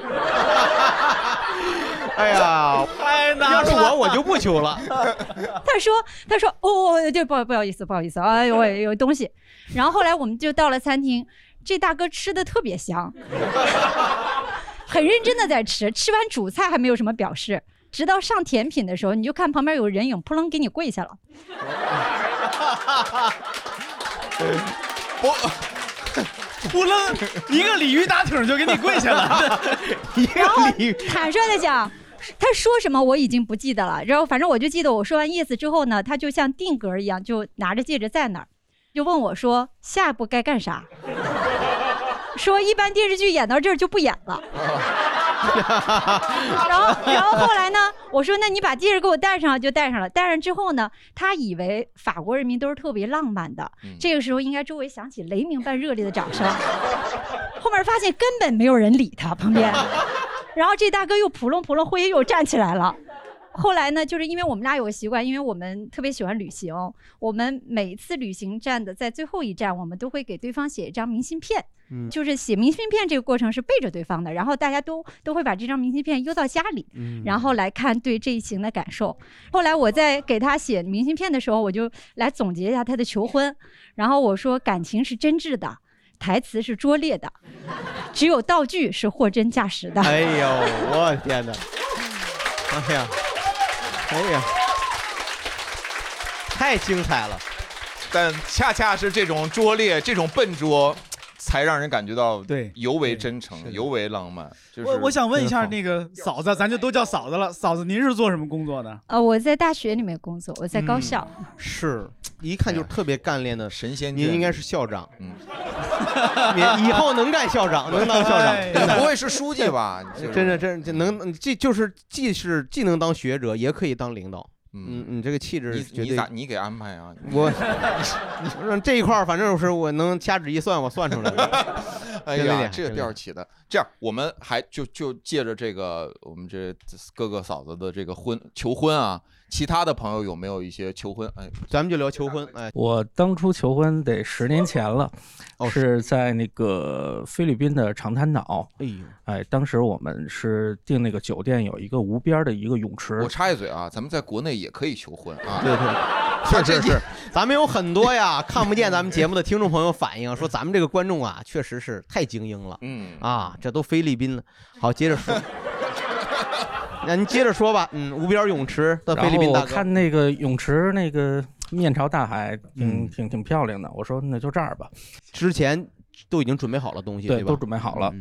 S4: 哎呀，
S8: 哎
S15: 那
S4: 要是我我就不求了。
S15: 他说他说哦，对，不好不好意思不好意思，哎呦我有东西。然后后来我们就到了餐厅，这大哥吃的特 别香，很认真的在吃，吃完主菜还没有什么表示，直到上甜品的时候，你就看旁边有人影扑棱给你 跪下了。
S3: 不，
S8: 扑棱一个鲤鱼打挺就给你跪下 了，一
S15: 然后
S8: 个鲤鱼。
S15: 坦率的讲，他说什么我已经不记得了，然后反正我就记得我说完 yes 之后呢，他就像定格一样，就拿着戒指在那儿，就问我说下一步该干啥，说一般电视剧演到这儿就不演了。 然后，然后后来呢？我说那你把戒指给我戴上，就戴上了。戴上之后呢，他以为法国人民都是特别浪漫的。这个时候应该周围响起雷鸣般热烈的掌声。后面发现根本没有人理他，旁边。然后这大哥又扑棱扑棱灰又站起来了。后来呢，就是因为我们俩有个习惯，因为我们特别喜欢旅行，我们每次旅行站的在最后一站，我们都会给对方写一张明信片。
S14: 嗯
S15: 就是写明信片这个过程是背着对方的，然后大家都都会把这张明信片邮到家里，
S14: 嗯
S15: 然后来看对这一行的感受。后来我在给他写明信片的时候，我就来总结一下他的求婚，然后我说感情是真挚的，台词是拙劣的，只有道具是货真价实的。
S4: 哎呦，我的天哪！哎呀，哎呀，太精彩了。
S3: 但恰恰是这种拙劣、这种笨拙，才让人感觉到对尤为真诚、尤为浪漫。就是
S8: 我我想问一下，那个嫂子，咱就都叫嫂子了。嫂子，您是做什么工作的？
S15: 呃，我在大学里面工作，我在高校。
S4: 是一看就是特别干练的
S3: 神仙
S4: 您应该是校长，
S3: 嗯，
S4: 你以后能干校长，能当校长
S3: 哎，
S4: 真的哎
S3: 不会是书记吧就是
S4: 真的，真的能，这就是既是既能当学者，也可以当领导。嗯，你这个气质
S3: 你
S4: 绝
S3: 你
S4: 对
S3: 咋你给安排啊？
S4: 我， 让这一块儿，反正是我能掐指一算，我算出来了。
S3: 哎
S4: 真的厉
S3: 呀
S4: 害，
S3: 这个
S4: 真
S3: 调
S4: 的厉
S3: 儿
S4: 害
S3: 起的。这样，我们还就就借着这个我们这哥哥嫂子的这个婚求婚啊，其他的朋友有没有一些求婚？哎，
S4: 咱们就聊求婚。哎，
S16: 我当初求婚得十年前了，
S4: 哦
S16: 是在那个菲律宾的长滩岛。
S4: 哎呦，
S16: 哎，当时我们是订那个酒店，有一个无边儿的一个泳池。
S3: 我插一嘴啊，咱们在国内也可以求婚 啊。
S4: 对对，是是是，咱们有很多呀看不见咱们节目的听众朋友反映说，咱们这个观众啊，确实是太精英了，
S3: 嗯
S4: 啊，这都菲律宾了。好，接 着说，那您接着说吧，嗯，无边泳池的菲
S16: 然
S4: 律
S16: 后
S4: 宾
S16: 我
S4: 大哥，
S16: 看那个泳池那个面朝大海，挺挺挺漂亮的。我说那就这儿吧，
S4: 嗯之前都已经准备好了东西，
S16: 对，
S4: 吧？嗯
S16: 都准备好了。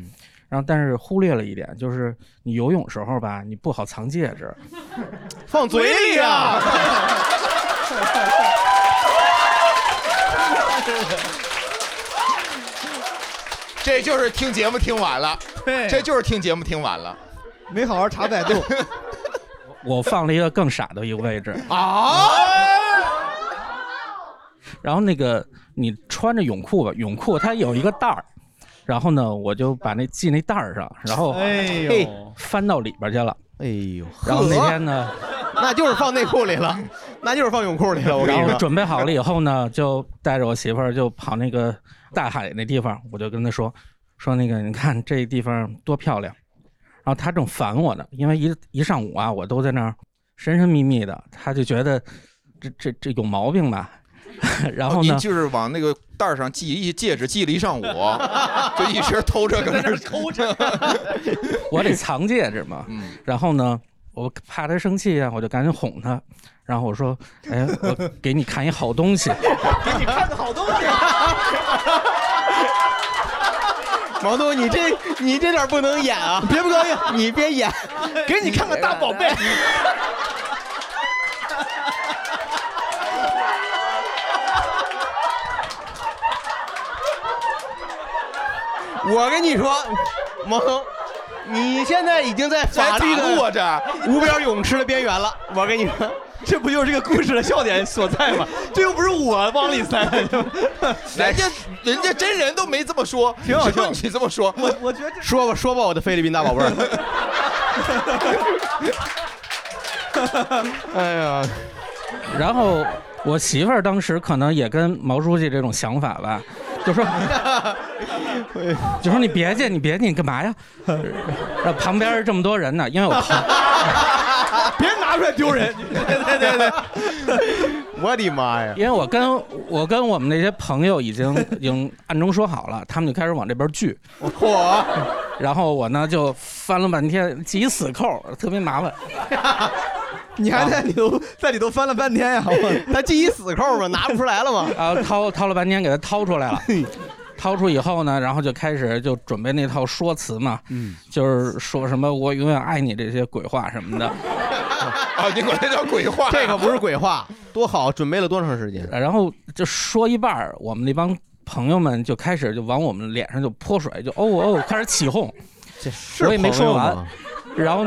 S16: 然后但是忽略了一点，就是你游泳时候吧，你不好藏戒指。
S4: 放嘴里啊 呀、
S3: 这就是听节目听晚了，
S8: 对
S3: 这就是听节目听晚了
S8: 没好好查百度
S16: 我放了一个更傻的一个位置。嗯
S3: 啊！
S16: 然后那个你穿着泳裤吧，泳裤它有一个带儿，然后呢，我就把那系那带儿上，然后
S8: 哎呦
S16: 嘿翻到里边去了，
S4: 哎呦，
S16: 然后那天 呢，
S4: 那就是放内裤里了，那就是放泳裤里了。哎我跟你
S16: 然后
S4: 说，
S16: 准备好了以后呢，就带着我媳妇儿就跑那个大海那地方，我就跟她说说那个你看这地方多漂亮，然后她正烦我呢，因为一一上午啊，我都在那儿神神秘秘的，她就觉得这这这有毛病吧， 然后
S4: 哦
S16: 呢
S3: 您，就是往那个袋儿上系一戒指，系了 一上午，就一直偷着搁那儿
S8: 抠着。
S16: 我得藏戒指嘛。
S4: 嗯
S16: 然后呢，我怕他生气啊，我就赶紧哄他。然后我说：“哎，我给你看一好东西。
S8: 给你看个好东西。
S4: 毛东，你这你这点不能演啊！别不高兴， 你别演，
S8: 给你看个大宝贝。
S4: 我跟你说，毛东，你现在已经在 法
S3: 在
S4: 律
S3: 打
S4: 的
S3: 住我这
S4: 无边 泳池的边缘了。我 跟你说，
S5: 这不就是这个故事的笑点所在吗？ 这又不是我往里 塞，
S3: 人家人家真人都没这么说，
S4: 挺好笑
S3: 你说你这么说，
S5: 我我觉得这
S4: 说吧说吧，我的菲律宾大宝贝儿。 哎呀，”
S16: 然后我媳妇儿当时可能也跟毛书记这种想法吧，就说：“就说你别介，你别介，你干嘛呀？”然后旁边这么多人呢，因为我头
S5: 别拿出来 丢人。对对对，
S4: 我的妈呀！
S16: 因为我跟我跟我们那些朋友已 经已经暗中说好了，他们就开始往这边聚。
S4: 嚯！
S16: 然后我呢就翻了半天，系一死扣，特别麻 烦。啊
S5: 你还在里头在里头翻了半天呀？
S4: 他系一死扣嘛，拿不出来了嘛。
S16: 啊，掏掏了半天，给他掏出来了。掏出以后呢，然后就开始就准备那套说辞嘛，
S3: 嗯，
S16: 就是说什么我永远爱你这些鬼话什么的。
S3: 啊，你管这 叫鬼话？
S4: 这可不是鬼话，多好，准备了多长时间？
S16: 哎然后就说一半儿，我们那帮朋友们就开始就往我们脸上就泼水，就哦哦开始起 哄，
S4: 是
S16: 我也没
S4: 朋友
S16: 说完
S4: 吗，
S16: 然后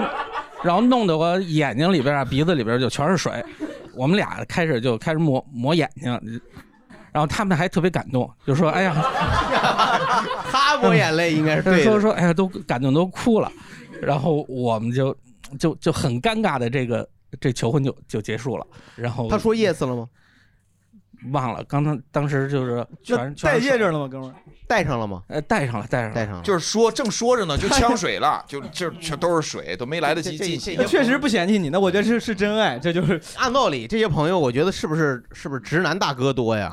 S16: 然后弄得我眼睛里边啊鼻子里边就全是水，我们俩开始就开始抹抹眼睛，然后他们还特别感动，就说哎呀。
S4: 他抹眼泪应该是 对
S16: 说
S4: 的。
S16: 说，哎呀，都感动都哭了，然后我们就就就很尴尬的这个这求婚就就结束了。然后
S4: 他说 yes 了吗？
S16: 忘了，刚才当时就是全
S5: 戴戒指
S16: 了，
S5: 了吗，哥们儿？
S4: 戴上了吗？
S16: 呃，戴上了，戴上了，戴
S4: 上了。
S3: 就是说正说着 呢，就呛水了，就就全都是水，都没来得及进去。
S5: 确实不嫌弃你，那我觉得是是真爱，这就是
S4: 按道理，这些朋友我觉得是不是是不是直男大哥多呀？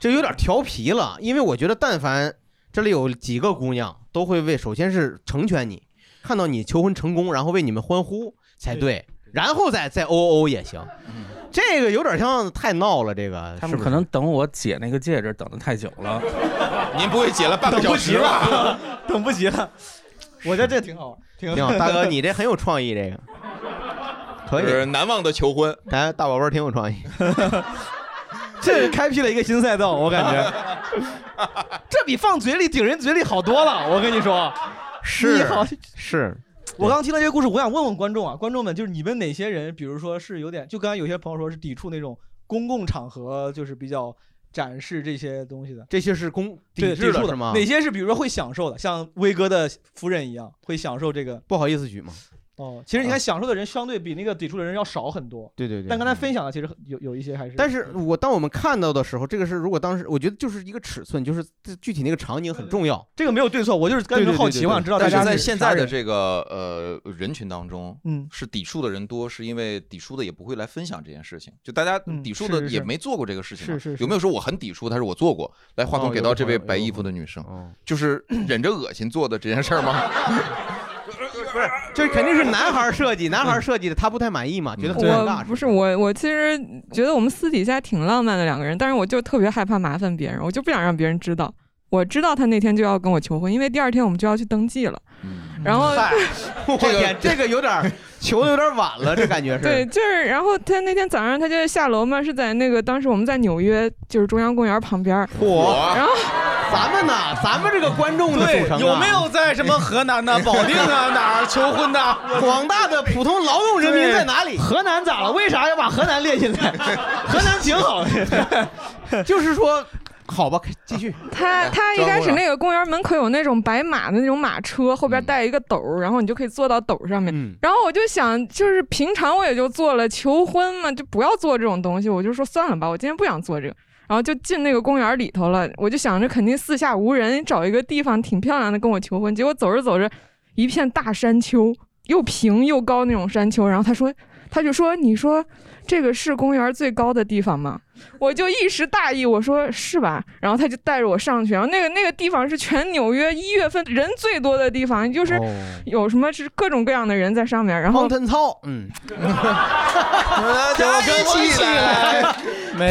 S4: 这有点调皮了，因为我觉得但凡这里有几个姑娘，都会为首先是成全你，看到你求婚成功，然后为你们欢呼才对，然后再再哦哦也行。
S5: 嗯
S4: 这个有点像太闹了，这个
S16: 他
S4: 是
S16: 们
S4: 不
S16: 可能等我解那个戒指等的太久了。
S3: 您不会 解了半个小时
S16: 啊
S3: 吧？
S5: 等不及了。我觉得这挺好玩，挺
S4: 是挺好，大 哥你这很有创意， 这个可
S3: 就是
S4: 以。
S3: 难忘的求婚，
S4: 哎，大宝贝儿挺有创 意，
S5: 这是开辟了一个新赛道，我感觉，这比放嘴里顶人嘴里好多了。我跟你说，
S4: 是
S5: 你好，
S4: 是
S5: 我刚听到这个故事，我想问问观众啊，观众们，就是你们哪些人，比如说是有点，就刚才有些朋友说是抵触那种公共场合，就是比较展示这些东西的，
S4: 这些是公
S5: 对
S4: 抵制
S5: 触
S4: 的
S5: 的
S4: 是吗？
S5: 哪些是比如说会享受的，像威哥的呃夫人一样会享受这个？
S4: 不好意思举吗？
S5: 哦，其实你看，享受的人相对比那个抵触的人要少很多。
S4: 对对对
S5: 但刚才分享的其实很有有一些还是，
S4: 但是我当我们看到的时候，这个是如果当时我觉得就是一个尺寸，就是这具体那个场景很重要。
S5: 这个没有对错，我就是
S4: 单纯好奇我想知道
S3: 但
S4: 大家
S3: 是在
S4: 是
S3: 现
S4: 啥
S3: 在的
S4: 人
S3: 这个呃人群当中，
S5: 嗯，
S3: 是抵触的人多，是因为抵触的也不会来分享这件事情，就大家
S5: 嗯
S3: 抵触
S5: 是
S3: 的
S5: 是
S3: 也
S5: 是
S3: 没做过这个事情嘛。
S5: 是是是
S3: 有没有说我很抵触，但是我做过？来，话
S5: 哦
S3: 筒给
S5: 有
S3: 到
S5: 个
S3: 这
S5: 朋
S3: 位
S5: 友哦
S3: 白衣服的女生，就是忍着恶心做的这件事儿吗？
S4: 不是，这肯定是男孩设计，男孩设计的他不太满意嘛，觉得很尴
S14: 我
S4: 尬。
S14: 不是我，我其实觉得我们私底下挺浪漫的两个人，但是我就特别害怕麻烦别人，我就不想让别人知道。我知道他那天就要跟我求婚，因为第二天我们就要去登记了。然后，
S4: 嗨我天，这个有点儿 求的有点晚了，这感觉是。
S14: 对，就是，然后他那天早上他就下楼嘛，是在那个当时我们在纽约，就是中央公园旁边儿。
S4: 嚯
S14: 然后
S4: 咱们呢，咱们这个观众的组成、啊、
S8: 有没有在什么河 南呐、保定啊哪儿求婚的？
S4: 广大的普通劳动人民在哪里？
S5: 河南咋了？为啥要把河南列进 来？河南挺好的，
S4: 就是说，好吧，继 续。
S14: 他他一开始那个公园门口有那种白马的那种马车，后边带一个斗儿，然后你就可以坐到斗儿上面。然后我就想，就是平常我也就做了，求婚嘛，就不要做这种东西。我就说算了吧，我今天不想做这个。然后就进那个公园里头了，我就想着肯定四下无人，找一个地方挺漂亮的跟我求婚。结果走着走着，一片大山丘，又平又高那种山丘。然后他说，他就说：“你说这个是公园最高的地方吗？”我就一时大意，我说：“是吧？”然后他就带着我上去。然后那个那个地方是全纽约一月份人最多的地方，
S4: 哦
S14: 就是有什么是各种各样的人在上面。然后
S4: 腾操， 嗯，
S5: 家
S4: 一起 来，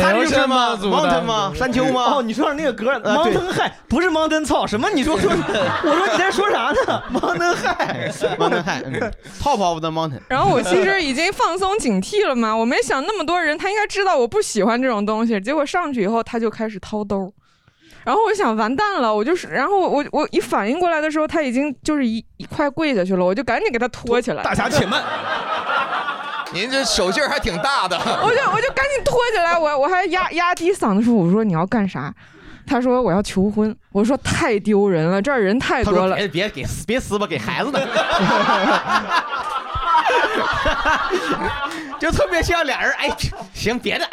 S5: 他这是吗？Mountain
S4: 吗山丘吗
S5: 哦，你说的那个歌
S4: 呃对
S5: ，Mountain High 不是 Mountain 操什么？你 说说，我说你在说啥呢？Mountain High，
S4: 蒙登汉，Top 嗯 of the Mountain。
S14: 然后我其实已经放松警惕了嘛，我 没想那么多人，他应该知道我不喜欢这种东西。结果上去以后，他就开始掏兜儿，然后我想完蛋了，我就是，然后我我一反应过来的时候，他已经就是一一块跪下去了，我就赶紧给他拖起来。
S5: 大侠，请慢，
S3: 您这手劲儿还挺大的。
S14: 我就我就赶紧拖起来，我我还压压低嗓子说，我说你要干啥？他说我要求婚，我说太丢人了，这儿人太
S4: 他
S14: 多
S4: 说
S14: 了。
S4: 别别给别撕吧，给孩子的， 就特别像俩人，哎，行，别的，哎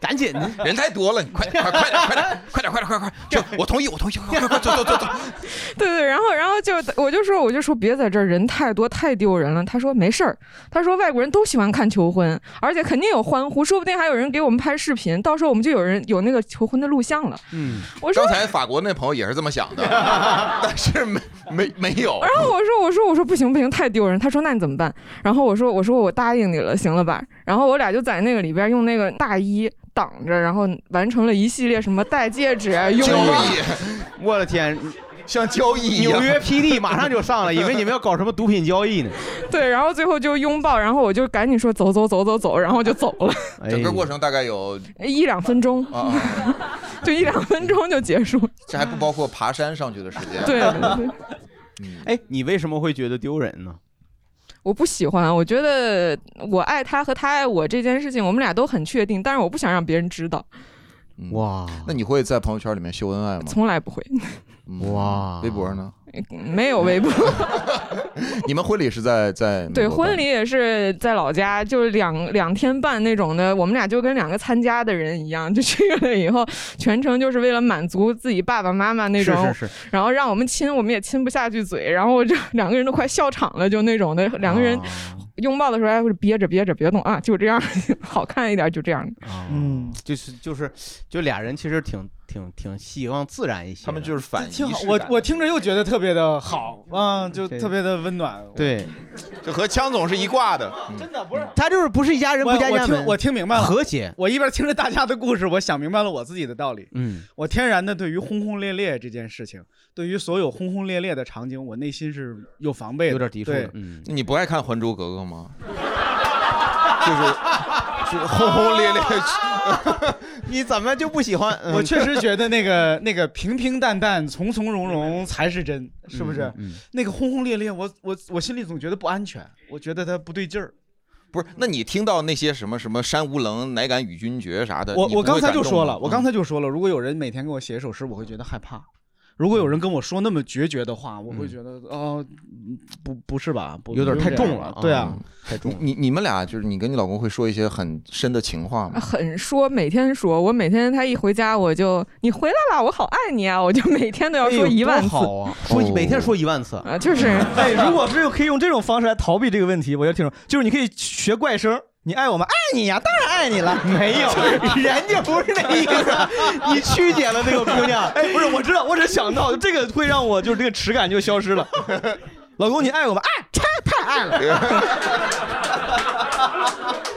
S4: 赶紧的，
S3: 人太多了，你快点，快快点，快点，快点，快点，快快！这我同意，我同意，快快快，走走走 走。
S14: 对对，然后然后就我就说我就说别在这儿人太多太丢人了。他说没事儿，他说外国人都喜欢看求婚，而且肯定有欢呼，说不定还有人给我们拍视频，到时候我们就有人有那个求婚的录像了。
S4: 嗯，
S14: 我说
S3: 刚才法国那朋友也是这么想 的，但是没没没有。
S14: 然后我说我说我说不行不行太丢人，他说那你怎么办？然后我说我说我答应你了，行了吧？然后我俩就在那个里边用那个大衣挡着，然后完成了一系列什么戴戒指、啊泳装。
S4: 我的天，
S3: 像交易一样
S4: 纽约 PD 马上就上了，以为你们要搞什么毒品交易呢？
S14: 对，然后最后就拥抱，然后我就赶紧说走走走走走，然后就走了，
S3: 整个过程大概有
S14: 一两分钟， 就一两分钟就结束。
S3: 这还不包括爬山上去的时间。啊嗯
S14: 对，
S4: 哎，你为什么会觉得丢人呢？
S14: 我不喜欢，我觉得我爱他和他爱我这件事情，我们俩都很确定，但是我不想让别人知道，
S4: 哇，
S3: 嗯那你会在朋友圈里面秀恩爱吗？嗯
S14: 从来不会，
S4: 哇，
S3: 微博呢？
S14: 没有微博。
S4: 嗯
S3: 你们婚礼是在在美
S14: 对，
S3: 国办
S14: 婚礼也是在老家，就是两两天半那种的。我们俩就跟两个参加的人一样，就去了以后，全程就是为了满足自己爸爸妈妈那种，
S4: 是是是
S14: 然后让我们亲，我们也亲不下去嘴，然后我就两个人都快笑场了，就那种的。两
S4: 啊
S14: 个人拥抱的时候还会憋着憋着，别动啊，就这样， 好看一点就这样。
S4: 嗯，就是就是，就俩人其实挺挺挺希望自然一些的。他们
S3: 就是反
S4: 挺
S5: 好我我听着又觉得特别的好啊，就特别的温暖。
S4: 对，
S3: 这和枪总是一挂的。真
S5: 的不是，
S4: 他就是不是一家人不
S5: 我
S4: 加家
S5: 我
S4: 门
S5: 听我听明白了，
S4: 和谐
S5: 我一边听着大家的故事，我想明白了我自己的道理。
S4: 嗯，
S5: 我天然的对于轰轰烈烈这件事情，对于所有轰轰烈烈的场景，我内心是有防备的，
S3: 有点抵触的
S5: 对，
S4: 嗯，
S3: 你不爱看《还珠格格》吗？ 就是就是轰轰烈烈。
S4: 你怎么就不喜欢？嗯
S5: 我确实觉得那个那个平平淡淡、从从容容才是真，是不是？
S4: 嗯嗯
S5: 那个轰轰烈烈，我我我心里总觉得不安全，我觉得它不对劲儿。
S3: 不是，那你听到那些什么什么山无棱，乃敢与君绝啥的，
S5: 我
S3: 你不
S5: 我
S3: 会
S5: 刚才
S3: 感
S5: 就
S3: 动
S5: 说
S3: 吗嗯
S5: 了，我
S4: 嗯
S5: 刚才就说了，如果有人每天给我写一首诗，我会觉得害怕；如果有人跟我说那么决绝的话，我会觉得哦，嗯不不是吧，不
S4: 有点
S5: 不
S4: 太
S5: 这
S4: 重
S5: 样
S4: 了嗯
S5: 对
S3: 嗯
S5: 啊，
S4: 太重了。
S3: 你你们俩就是你跟你老公会说一些很深的情话吗？
S14: 很说，每天说，我每天他一回家我就你回来啦，我好爱你啊，我就每天都要说一万次。
S4: 哎好啊，说一每天说一万次
S14: 啊，就是
S5: 哎，如果是可以用这种方式来逃避这个问题，我就挺，就是你可以学怪声，你爱我吗？爱你呀，当然爱你了。
S4: 没有人家不是那意思，你曲解了那个姑娘。
S5: 哎，不是，我知道，我只想到这个会让我就是这个耻感就消失了。 老公，你爱我吗？爱，太太爱了。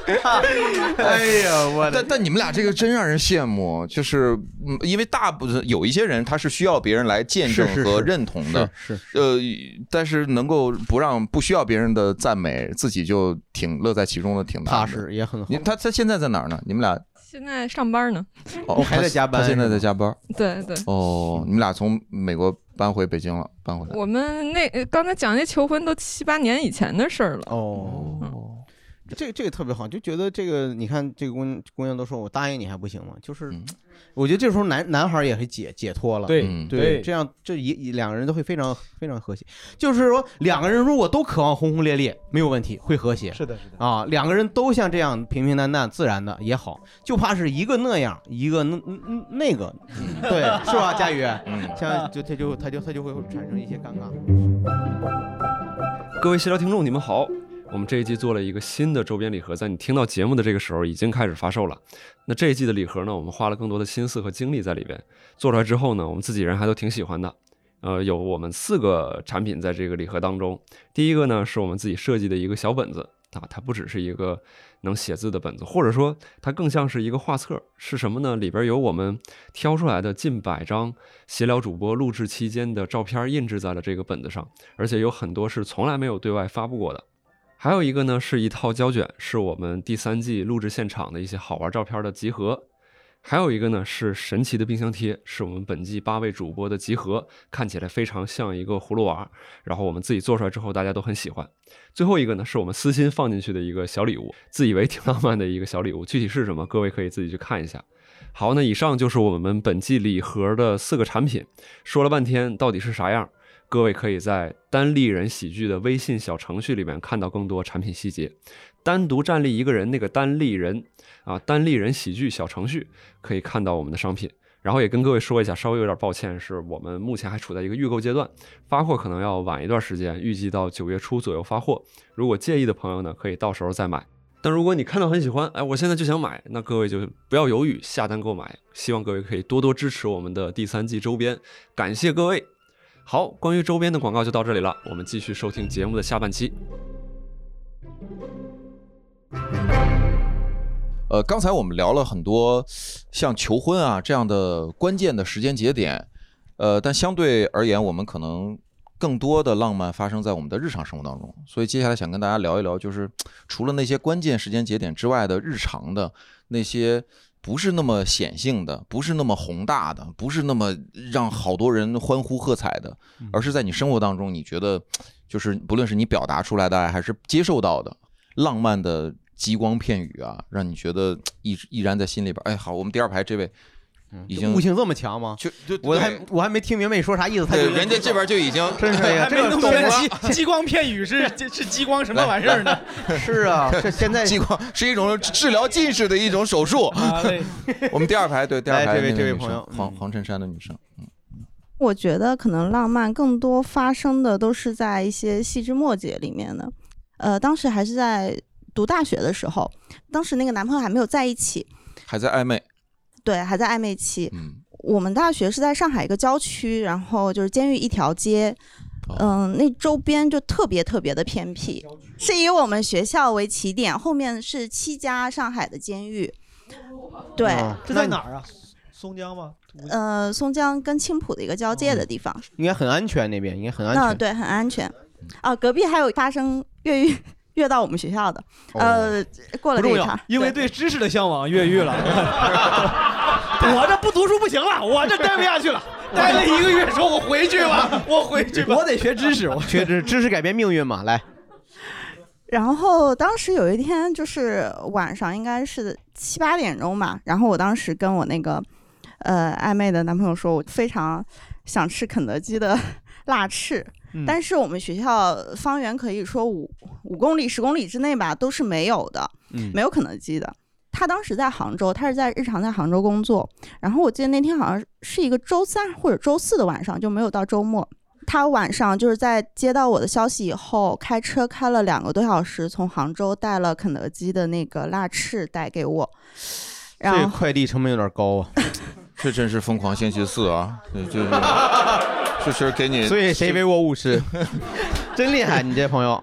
S3: 哎呀，我但但你们俩这个真让人羡慕，就是嗯因为大部分有一些人他是需要别人来见证
S4: 是是
S3: 和
S4: 是
S3: 认同的，
S4: 是
S3: 呃，但是能够不让不需要别人的赞美，自己就挺乐在其中的，挺踏
S4: 实也很好。
S3: 你他他现在在哪儿呢？你们俩
S14: 现在上班呢，
S3: 哦
S4: 还在
S3: 他
S4: 加班
S3: 他现在
S4: 是吗
S3: 在加班。
S14: 对对
S3: 哦，你们俩从美国搬回北京了，搬回来。
S14: 我们那呃刚才讲那求婚都七八年以前的事儿了。
S4: 哦，这个这个特别好，就觉得这个你看这个姑娘姑娘都说我答应你还不行吗？就是，我觉得这时候男男孩也是解解脱了，
S5: 对嗯
S4: 对，
S5: 对
S4: 这样这一一两个人都会非常非常和谐。就是说两个人如果都渴望轰轰烈烈，没有问题，会和谐。
S5: 是的，是
S4: 的啊，两个人都像这样平平淡淡自然的也好，就怕是一个那样，一个那那那个， 对，是吧？佳宇，像就他就他就他就会产生一些尴尬。
S1: 各位闲聊听众，你们好。我们这一季做了一个新的周边礼盒，在你听到节目的这个时候已经开始发售了。那这一季的礼盒呢，我们花了更多的心思和精力在里边。做出来之后呢，我们自己人还都挺喜欢的。呃，有我们四个产品在这个礼盒当中。第一个呢，是我们自己设计的一个小本子啊，它不只是一个能写字的本子，或者说它更像是一个画册。是什么呢？里边有我们挑出来的近百张闲聊主播录制期间的照片印制在了这个本子上，而且有很多是从来没有对外发布过的。还有一个呢，是一套胶卷，是我们第三季录制现场的一些好玩照片的集合。还有一个呢是神奇的冰箱贴，是我们本季八位主播的集合，看起来非常像一个葫芦娃，然后我们自己做出来之后大家都很喜欢。最后一个呢是我们私心放进去的一个小礼物，自以为挺浪漫的一个小礼物，具体是什么各位可以自己去看一下。好，那以上就是我们本季礼盒的四个产品，说了半天到底是啥样，各位可以在单立人喜剧的微信小程序里面看到更多产品细节。单独站立一个人，那个单立人啊，单立人喜剧小程序可以看到我们的商品。然后也跟各位说一下，稍微有点抱歉，是我们目前还处在一个预购阶段，发货可能要晚一段时间，预计到九月初左右发货。如果介意的朋友呢，可以到时候再买。但如果你看到很喜欢，哎，我现在就想买，那各位就不要犹豫，下单购买。希望各位可以多多支持我们的第三季周边，感谢各位。好，关于周边的广告就到这里了，我们继续收听节目的下半期。
S3: 呃，刚才我们聊了很多像求婚啊这样的关键的时间节点，呃，但相对而言，我们可能更多的浪漫发生在我们的日常生活当中。所以接下来想跟大家聊一聊，就是除了那些关键时间节点之外的日常的那些。不是那么显性的，不是那么宏大的，不是那么让好多人欢呼喝彩的，
S4: 嗯
S3: 而是在你生活当中，你觉得就是不论是你表达出来的爱，还是接受到的浪漫的极光片语啊，让你觉得一直依然在心里边。哎，好，我们第二排这位已经
S4: 嗯悟性这么强吗？
S3: 就就
S4: 我还我还没听明白你说啥意思，他就
S3: 对人家这边就已经
S4: 真是哎呀，
S3: 还没
S4: 这个
S3: 弄
S4: 懂
S3: 明白
S4: 了
S8: 激激光片语是这是激光什么玩意儿呢？
S4: 是 啊，这现在
S3: 激光是一种治疗近视的一种手术。
S4: 啊
S3: 我们第二排对第二
S4: 来
S3: 排
S4: 这位
S3: 那
S4: 这位
S3: 女
S4: 朋
S3: 生
S4: 友嗯
S3: 黄黄衬衫的女生，
S17: 我觉得可能浪漫更多发生的都是在一些细枝末节里面的。呃，当时还是在读大学的时候，当时那个男朋友还没有在一起，
S3: 还在暧昧。
S17: 对，还在暧昧期。我们大学是在上海一个郊区，然后就是监狱一条街，嗯、那周边就特别特别的偏僻，是以我们学校为起点，后面是七家上海的监狱。对，
S5: 这在哪儿啊？松江吗？
S17: 呃，松江跟青浦的一个交界的地方。
S4: 应该很安全，那边应该很安
S17: 那
S4: 全。
S17: 对，很安全。啊，隔壁还有发生越狱越到我们学校的，呃，过了
S5: 不
S17: 这
S5: 重
S17: 一
S5: 要
S17: 茬，，
S5: 因为对知识的向往越 狱了。我这不读书不行了，我这待不下 去了，待了一个月，说我回去 吧，我回去吧，
S4: 我得学知识，我学 知知识改变命运嘛。来，
S17: 然后当时有一天就是晚上，应该是七八点钟吧。然后我当时跟我那个呃暧昧的男朋友说，我非常想吃肯德基的辣翅，
S18: 嗯
S17: 但是我们学校方圆可以说五五公里、十公里之内吧都是没有的，
S18: 嗯
S17: 没有肯德基的。他当时在杭州，他是在日常在杭州工作。然后我记得那天好像是一个周三或者周四的晚上，就没有到周末。他晚上就是在接到我的消息以后，开车开了两个多小时，从杭州带了肯德基的那个辣翅带给我。然
S4: 这
S17: 后
S4: 个快递成本有点高啊，
S3: 这真是疯狂星期四啊！这这 是就是给你，
S4: 所以谁为我五十？真厉害，你这朋友。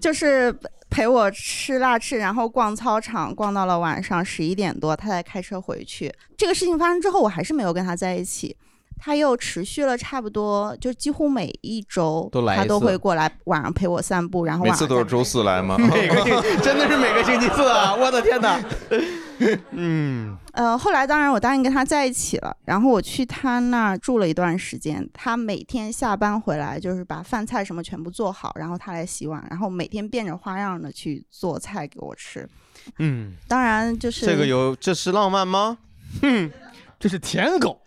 S17: 就是陪我吃辣翅，然后逛操场，逛到了晚上十一点多，他才开车回去。这个事情发生之后，我还是没有跟他在一起。他又持续了差不多，就几乎每一周
S3: 都来一
S17: 他都
S3: 次
S17: 会过来晚上陪我散步，然 后
S3: 每
S17: 晚
S3: 次
S17: 上
S3: 都是周四来 吗？
S4: 每个星真的是每个星期四啊！我的天哪， 嗯，
S17: 呃，后来当然我答应跟他在一起了，然后我去他那儿住了一段时间。他每天下班回来就是把饭菜什么全部做好，然后他来洗碗，然后每天变着花样的去做菜给我吃。
S4: 嗯，
S17: 当然就是
S4: 这个有这是浪漫吗？ 哼，这是舔狗。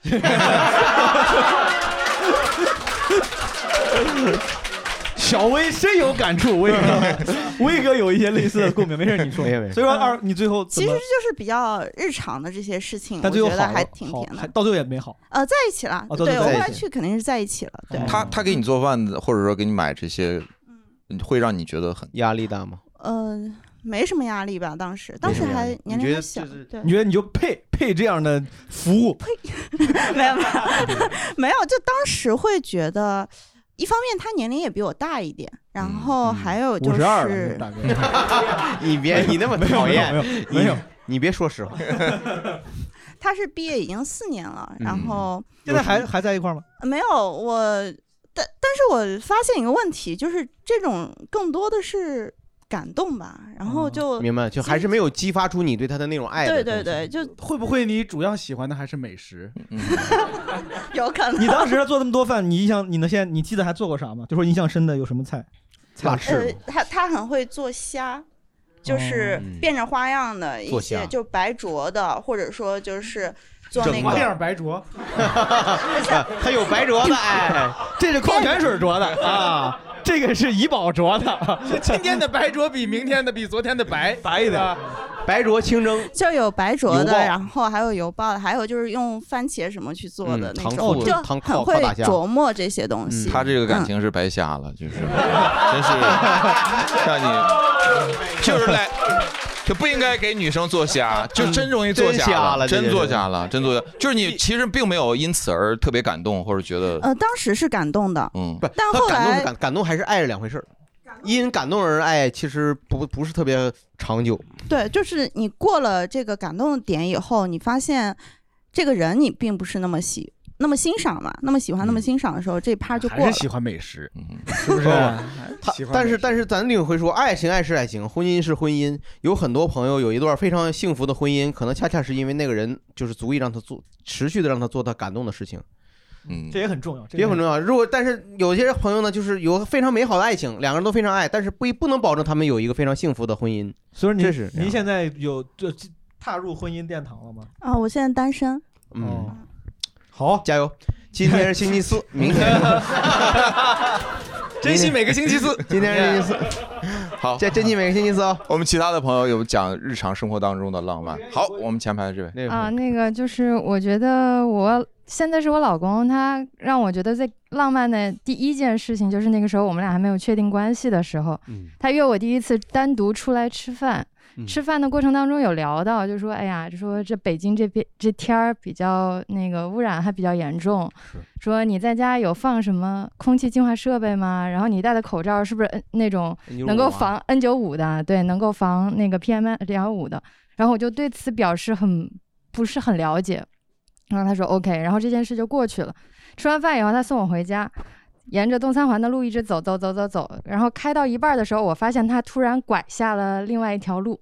S5: 小薇深有感触，威 哥，威哥有一些类似的共鸣，没事你说。
S4: 没有没有
S5: 所以说二，你最后
S17: 其
S5: 怎
S17: 实
S5: 么？
S17: 就是比较日常的这些事情，
S5: 但
S17: 我
S5: 最后
S17: 觉
S5: 好
S17: 得
S5: 了
S17: 还挺
S5: 好
S17: 甜的
S5: 还。到最后也没好。
S17: 呃，在一起了，
S3: 哦到
S17: 对
S3: 最
S17: 我
S3: 后
S17: 后
S3: 在一
S17: 来
S3: 起
S17: 去肯定是在一起了，对。
S3: 他他给你做饭，或者说给你买这些，会让你觉得很
S4: 压力大吗？
S17: 呃，没什么压力吧？当时，当时还年龄还小，对，
S5: 你觉得你就配配这样的服务？
S17: 没有没有没有，就当时会觉得，一方面他年龄也比我大一点，然后还有就
S4: 52
S17: 是
S4: 了大 你别你那么讨厌，没有，你别说实 话。
S17: 他是毕业已经四年了，然后
S5: 嗯现在还还在一块儿吗？
S17: 没有我，但但是我发现一个问题，就是这种更多的是感动吧，然
S5: 哦
S17: 后就
S4: 明白，就还是没有激发出你对他的那种爱的
S17: 对
S4: 东
S17: 对
S4: 西
S17: 对，就
S8: 会不会你主要喜欢的还是美食？
S18: 嗯
S17: 有可 能
S5: 你当时做那么多饭，你印象你能现在你记得还做过啥吗？就说印象深的有什么菜？
S17: 呃，他他很会做虾，就是变着花样的一
S5: 做
S17: 些，
S5: 虾
S17: 就白灼的，或者说就是做那
S8: 花样
S17: 个。
S8: 白 灼，
S4: 他有白灼的，哎，
S5: 这是矿泉水灼的啊，这个是怡宝灼的。
S8: 今天的白灼比明天的比昨天的白 白一点，
S4: 白灼清蒸，
S17: 就有白灼
S4: 油
S17: 的，
S4: 爆
S17: 然后还有油爆的，还有就是用番茄什么去做的
S4: 嗯
S17: 那
S4: 糖
S17: 种，
S4: 醋
S17: 就
S4: 糖
S17: 很
S4: 烤
S17: 会
S4: 烤大虾
S17: 琢磨这些东西。
S3: 他嗯这个感情是白瞎了， 就是，真是让你 就是来。就不应该给女生做瞎，就真容易做
S4: 嗯真瞎
S3: 了，
S4: 了
S3: 真
S4: 这
S3: 做
S4: 就是
S3: 瞎了，真做瞎。就是你其实并没有因此而特别感动，或者觉得
S17: 呃呃，当时是感动的，
S3: 嗯，
S4: 不，
S17: 但后
S4: 他感动
S17: 来
S4: 是感感动还是爱是两回事儿。因感动而爱，其实不不是特别长久。
S17: 对，就是你过了这个感动的点以后，你发现这个人你并不是那么喜那么欣赏嘛，那么喜欢那么欣赏的时候，这一趴就过
S8: 还
S17: 了
S8: 是。喜欢美食，
S4: 是
S8: 不是？
S4: 他
S8: 喜欢
S4: 但是但是咱领会说，爱情爱是爱情，婚姻是婚姻。有很多朋友有一段非常幸福的婚姻，可能恰恰是因为那个人就是足以让他做持续的让他做他感动的事情。
S3: 嗯，
S5: 这也很重要，这
S4: 也很重要。如果但是有些朋友呢，就是有非常美好的爱情，两个人都非常爱，但是不不能保证他们有一个非常幸福的婚姻。
S5: 所以
S4: 这是
S5: 您现在有这这踏入婚姻殿堂了吗？
S17: 啊，我现在单身。
S4: 嗯，
S5: 好，
S4: 加油！今天是星期 四，明天
S3: 珍惜每个星期四
S4: 今天是星期四。
S3: 好，
S4: 这珍惜每个星期四哦。
S3: 我们其他的朋友有讲日常生活当中的浪漫。好，我们前排的这位
S18: 啊，那个就是我觉得我现在是我老公，他让我觉得最浪漫的第一件事情就是那个时候我们俩还没有确定关系的时候，
S19: 嗯
S18: 他约我第一次单独出来吃饭。吃饭的过程当中有聊到，就说哎呀，就说这北京这边这天儿比较那个污染还比较严重，说你在家有放什么空气净化设备吗？然后你戴的口罩是不是 N 那种
S20: N95
S18: 能够
S20: 啊
S18: 防 N 九五的？对，能够防那个 PM 两五的。然后我就对此表示很不是很了解，然后他说 OK，然后这件事就过去了。吃完饭以后，他送我回家，沿着东三环的路一直走走走走走，然后开到一半的时候，我发现他突然拐下了另外一条路。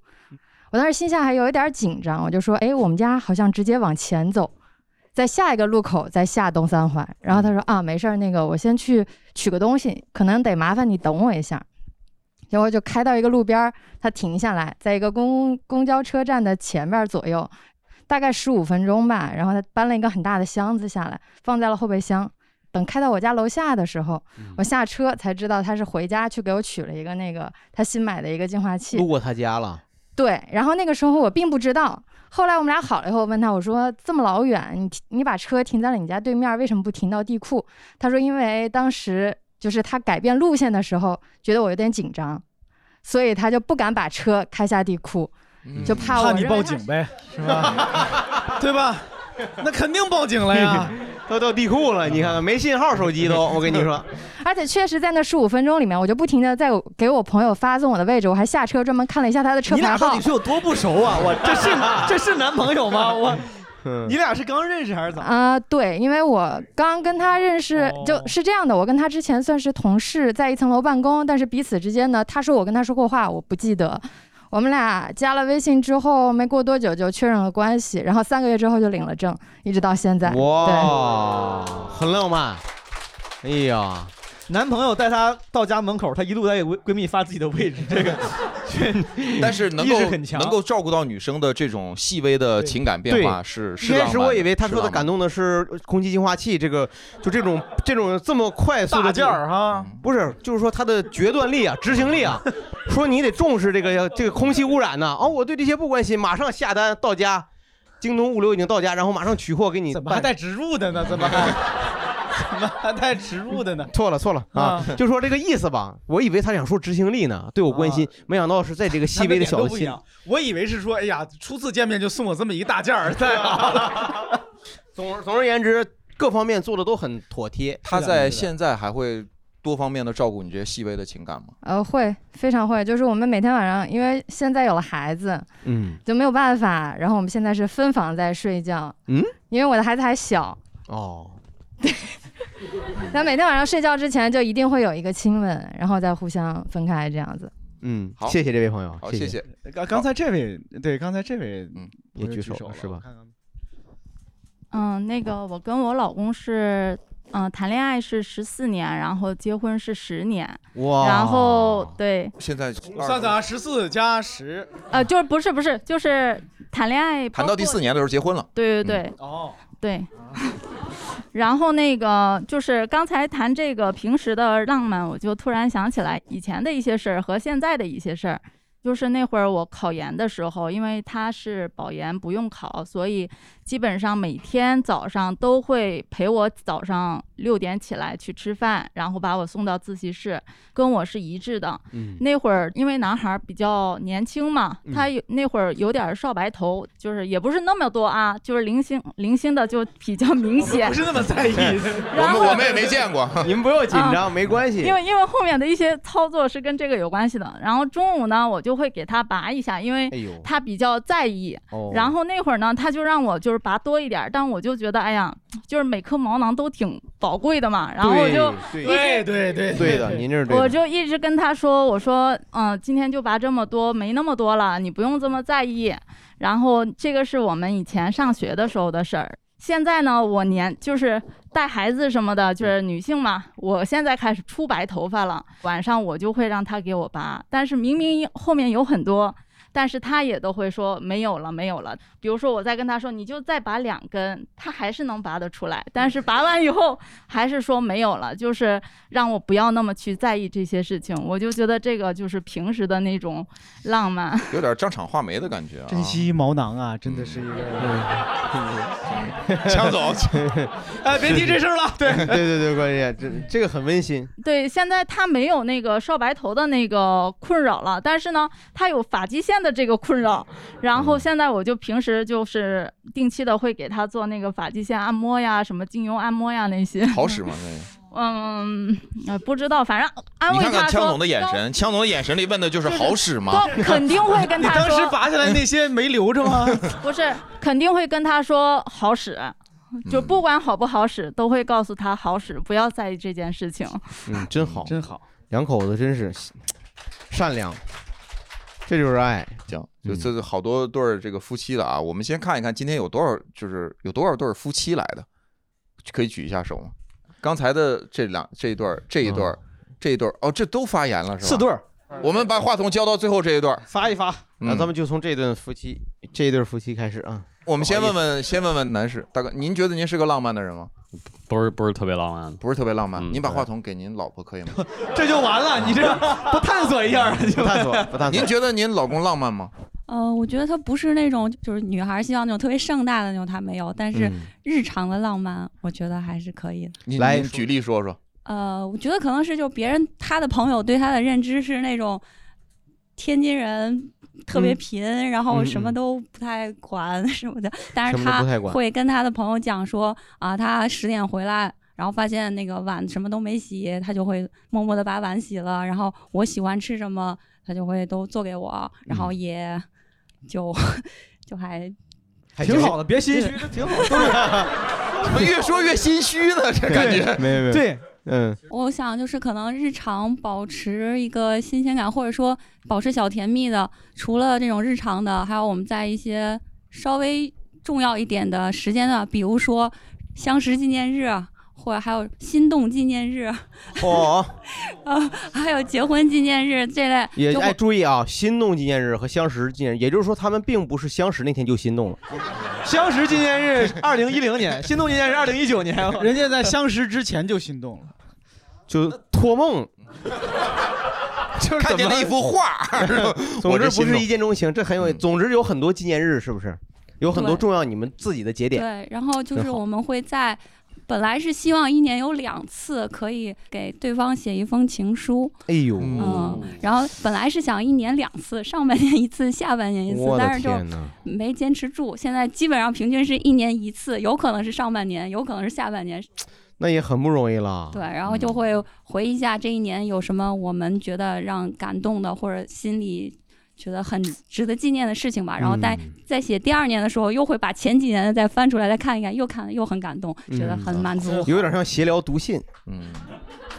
S18: 我当时心下还有一点紧张，我就说：“哎，我们家好像直接往前走，在下一个路口再下东三环。”然后他说：“啊，没事儿，那个我先去取个东西，可能得麻烦你等我一下。”结果就开到一个路边儿，他停下来，在一个公公交车站的前面左右，大概十五分钟吧。然后他搬了一个很大的箱子下来，放在了后备箱。等开到我家楼下的时候，我下车才知道他是回家去给我取了一个那个他新买的一个净化器。
S4: 路过他家了，
S18: 对，然后那个时候我并不知道。后来我们俩好了以后，我问他我说：“这么老远，你停你把车停在了你家对面，为什么不停到地库？”他说：“因为当时就是他改变路线的时候，觉得我有点紧张，所以他就不敢把车开下地库，就怕我
S5: 嗯怕你
S18: 认为
S5: 报
S18: 他
S5: 警呗，
S18: 是
S5: 吧？对吧？那肯定报警了呀。
S4: 都到地库了，你看看没信号，手机都，我跟你说，
S18: 而且确实在那十五分钟里面，我就不停的在我给我朋友发送我的位置，我还下车专门看了一下他的车
S5: 你
S18: 牌
S5: 俩到
S18: 号
S5: 底。是有多不熟啊？我这是这是男朋友吗？我
S4: 嗯
S5: 你俩是刚认识还是咋？
S18: 啊、对，因为我刚跟他认识，就是这样的，我跟他之前算是同事，在一层楼办公，但是彼此之间呢，他说我跟他说过话，我不记得。我们俩加了微信之后，没过多久就确认了关系，然后三个月之后就领了证，一直到现在。对，
S4: 哇，很浪漫。哎呀，
S5: 男朋友带她到家门口，她一路在给闺蜜发自己的位置，这个
S3: 但是能够
S5: 意识很强
S3: 能够照顾到女生的这种细微的情感变化是
S4: 一
S3: 是
S4: 开
S3: 浪漫
S4: 始
S3: 的。
S4: 我以为他说
S3: 是浪
S4: 的
S3: 漫
S4: 感动的是空气净化器，这个就这种这种这么快速的
S5: 大件儿哈，
S3: 嗯
S4: 不是，就是说他的决断力啊，执行力啊，说你得重视这个这个空气污染呐。哦，我对这些不关心，马上下单到家，京东物流已经到家，然后马上取货给你办。怎么
S5: 还带植入的呢？怎么 还怎么还带植入的呢？
S4: 错了错了啊
S8: 嗯
S5: 啊，
S4: 就说这个意思吧。我以为他想说执行力呢，对我关心，没想到是在这个细微的
S8: 他们
S4: 小
S8: 点都不一
S4: 心。
S8: 样。我以为是说，哎呀，初次见面就送我这么一大件儿，太好了。
S4: 总总而言之，各方面做的都很妥帖。
S3: 他在现在还会多方面的照顾你这些细微的情感吗？
S18: 呃，会非常会，就是我们每天晚上，因为现在有了孩子，
S4: 嗯
S18: 就没有办法。然后我们现在是分房在睡觉，
S4: 嗯
S18: 因为我的孩子还小，
S4: 哦，
S18: 那每天晚上睡觉之前就一定会有一个亲吻，然后再互相分开这样子。
S4: 嗯，
S3: 好
S4: 谢谢这位朋友，
S3: 好
S4: 谢
S3: 谢谢
S8: 刚刚才这位，对，刚才这位，嗯，
S4: 也举手
S8: 手
S4: 了
S8: 了
S4: 是吧？
S20: 嗯，那个我跟我老公是，嗯、谈恋爱是十四年，然后结婚是十年，
S8: 哇
S20: 然后对，
S3: 现在
S8: 算算啊，十四加十，
S20: 呃，就是不是不是，就是谈恋爱
S3: 谈到第四
S20: 年，
S3: 年的时候结婚了。嗯
S20: 对对对，
S8: 哦，
S20: 对。然后那个就是刚才谈这个平时的浪漫，我就突然想起来以前的一些事儿和现在的一些事儿。就是那会儿我考研的时候，因为他是保研不用考，所以基本上每天早上都会陪我早上六点起来去吃饭，然后把我送到自习室，跟我是一致的。
S19: 嗯
S20: 那会儿因为男孩儿比较年轻嘛，
S19: 嗯
S20: 他有那会儿有点儿少白头，就是也不是那么多啊，就是零星零星的就比较 明显。
S5: 不是那么 在意。
S3: 我们我们也没见过，
S4: 你们不用紧张，
S20: 啊
S4: 没关系。
S20: 因为因为后面的一些操作是跟这个有关系的。然后中午呢，我就会给他拔一下，因为
S4: 哎呦
S20: 他比较在意。
S4: 哦
S20: 然后那会儿呢，他就让我就是拔多一点儿，但我就觉得哎呀，就是每颗毛囊都挺宝贵的嘛。然后我就一直
S4: 对对对对的，您这是对的。
S20: 我就一直跟他说，我说，嗯，今天就拔这么多，没那么多了，你不用这么在意。然后这个是我们以前上学的时候的事儿。现在呢，我年就是带孩子什么的，就是女性嘛，我现在开始出白头发了。晚上我就会让他给我拔，但是明明后面有很多，但是他也都会说没有了，没有了。比如说我再跟他说，你就再拔两根，他还是能拔得出来，但是拔完以后还是说没有了，就是让我不要那么去在意这些事情。我就觉得这个就是平时的那种浪漫。
S3: 有点张场画眉的感觉啊。
S8: 珍惜毛囊啊，真的是一
S4: 嗯
S8: 个。
S3: 强 总，
S8: 哎，别提这事儿了。对
S4: 对对对，关键这这个很温馨。
S20: 对，现在他没有那个少白头的那个困扰了，但是呢，他有发际线的这个困扰。然后现在我就平时就是定期的会给他做那个发际线按摩呀，什么精油按摩呀那些。
S3: 好使吗？那
S20: 嗯，呃不知道，反正安
S3: 个，你看
S20: 慰
S3: 看
S20: 他
S3: 强
S20: 说
S3: 总的眼神，强总的眼神里问的就是好使吗？
S20: 高肯定会跟他说。
S3: 你当时
S8: 拔下来那些没留着 吗？
S20: 不是，肯定会跟他说好使，
S3: 嗯
S20: 就不管好不好使，都会告诉他好使，不要在意这件事情。
S4: 嗯，真好，
S8: 真好，
S4: 两口子真是善良，这就是爱。
S3: 行，就
S4: 嗯
S3: 这好多对儿这个夫妻的啊，我们先看一看今天有多少，就是有多少对儿夫妻来的，可以举一下手吗？刚才的这两这一对儿，这一对儿，这一对儿，哦，这都发言了是吧？
S4: 嗯四对儿，
S3: 我们把话筒交到最后这一对儿，嗯
S8: 发一发。
S4: 那咱们就从这对夫妻这一对夫妻开始 啊。
S3: 我们先问问，先问问男士大哥，您觉得您是个浪漫的人吗？
S9: 不是不是特别浪漫，嗯
S3: 不是特别浪漫。您把
S9: 对
S3: 话筒给您老婆可以吗？
S8: 这就完了，你这 不探索一下儿就
S4: 探索不探索
S3: 您觉得您老公浪漫吗？
S21: 呃，我觉得他不是那种就是女孩儿需要那种特别盛大的那种，他没有，但是
S3: 嗯
S21: 日常的浪漫，我觉得还是可以的。
S3: 您
S4: 来
S3: 您举例说说。
S21: 呃，我觉得可能是就别人他的朋友对他的认知是那种天津人特别
S4: 嗯
S21: 贫，然后
S4: 嗯
S21: 什么
S4: 嗯
S21: 都不太管、什么的，但
S4: 什
S21: 是
S4: 么都
S21: 他
S4: 不太管
S21: 会跟他的朋友讲说啊，他十点回来。然后发现那个碗什么都没洗，他就会默默的把碗洗了。然后我喜欢吃什么，他就会都做给我，
S8: 嗯
S21: 然后也就 就还
S8: 挺好的，别心虚，
S21: 对
S8: 这挺好的。
S3: 怎么 越说越心虚呢？这感觉
S4: 没有没有
S8: 对，
S4: 嗯，
S21: 我想就是可能日常保持一个新鲜感，或者说保持小甜蜜的，除了这种日常的，还有我们在一些稍微重要一点的时间段，比如说相识纪念日，或者还有心动纪念日，
S4: 哦，
S21: 呃， 还有结婚纪念日这类。
S4: 也
S21: 就
S4: 哎，
S21: 我
S4: 注意啊，心动纪念日和相识纪念日，也就是说他们并不是相识那天就心动了。
S8: 相识纪念日 二零一零年，心动纪念日二零一九年，人家在相识之前就心动了。
S4: 就托梦，，
S3: 就是看见了一幅画
S4: 总
S3: 我
S4: 之
S3: 这
S4: 不
S3: 心嗯
S4: 是
S3: 动
S4: 一见钟情，这很有，总之有很多纪念日，是不是？有很多
S21: 对
S4: 重要你们自己的节点。
S21: 对，然后就
S4: 真
S21: 是
S4: 好
S21: 我们会在，本来是希望一年有两次可以给对方写一封情书，
S4: 哎呦，
S21: 嗯，然后本来是想一年两次，上半年一次，下半年一次
S4: 我，的
S21: 但是就
S4: 天哪
S21: 没坚持住。现在基本上平均是一年一次，有可能是上半年，有可能是下半年。
S4: 那也很不容易了。
S21: 对，然后就会回忆一下这一年有什么我们觉得让感动的，或者心里觉得很值得纪念的事情吧。然后在
S4: 嗯
S21: 在写第二年的时候，又会把前几年的再翻出来再看一看，又看又很感动，觉得
S4: 嗯
S21: 很满足。
S4: 有点像闲聊读信，
S3: 嗯，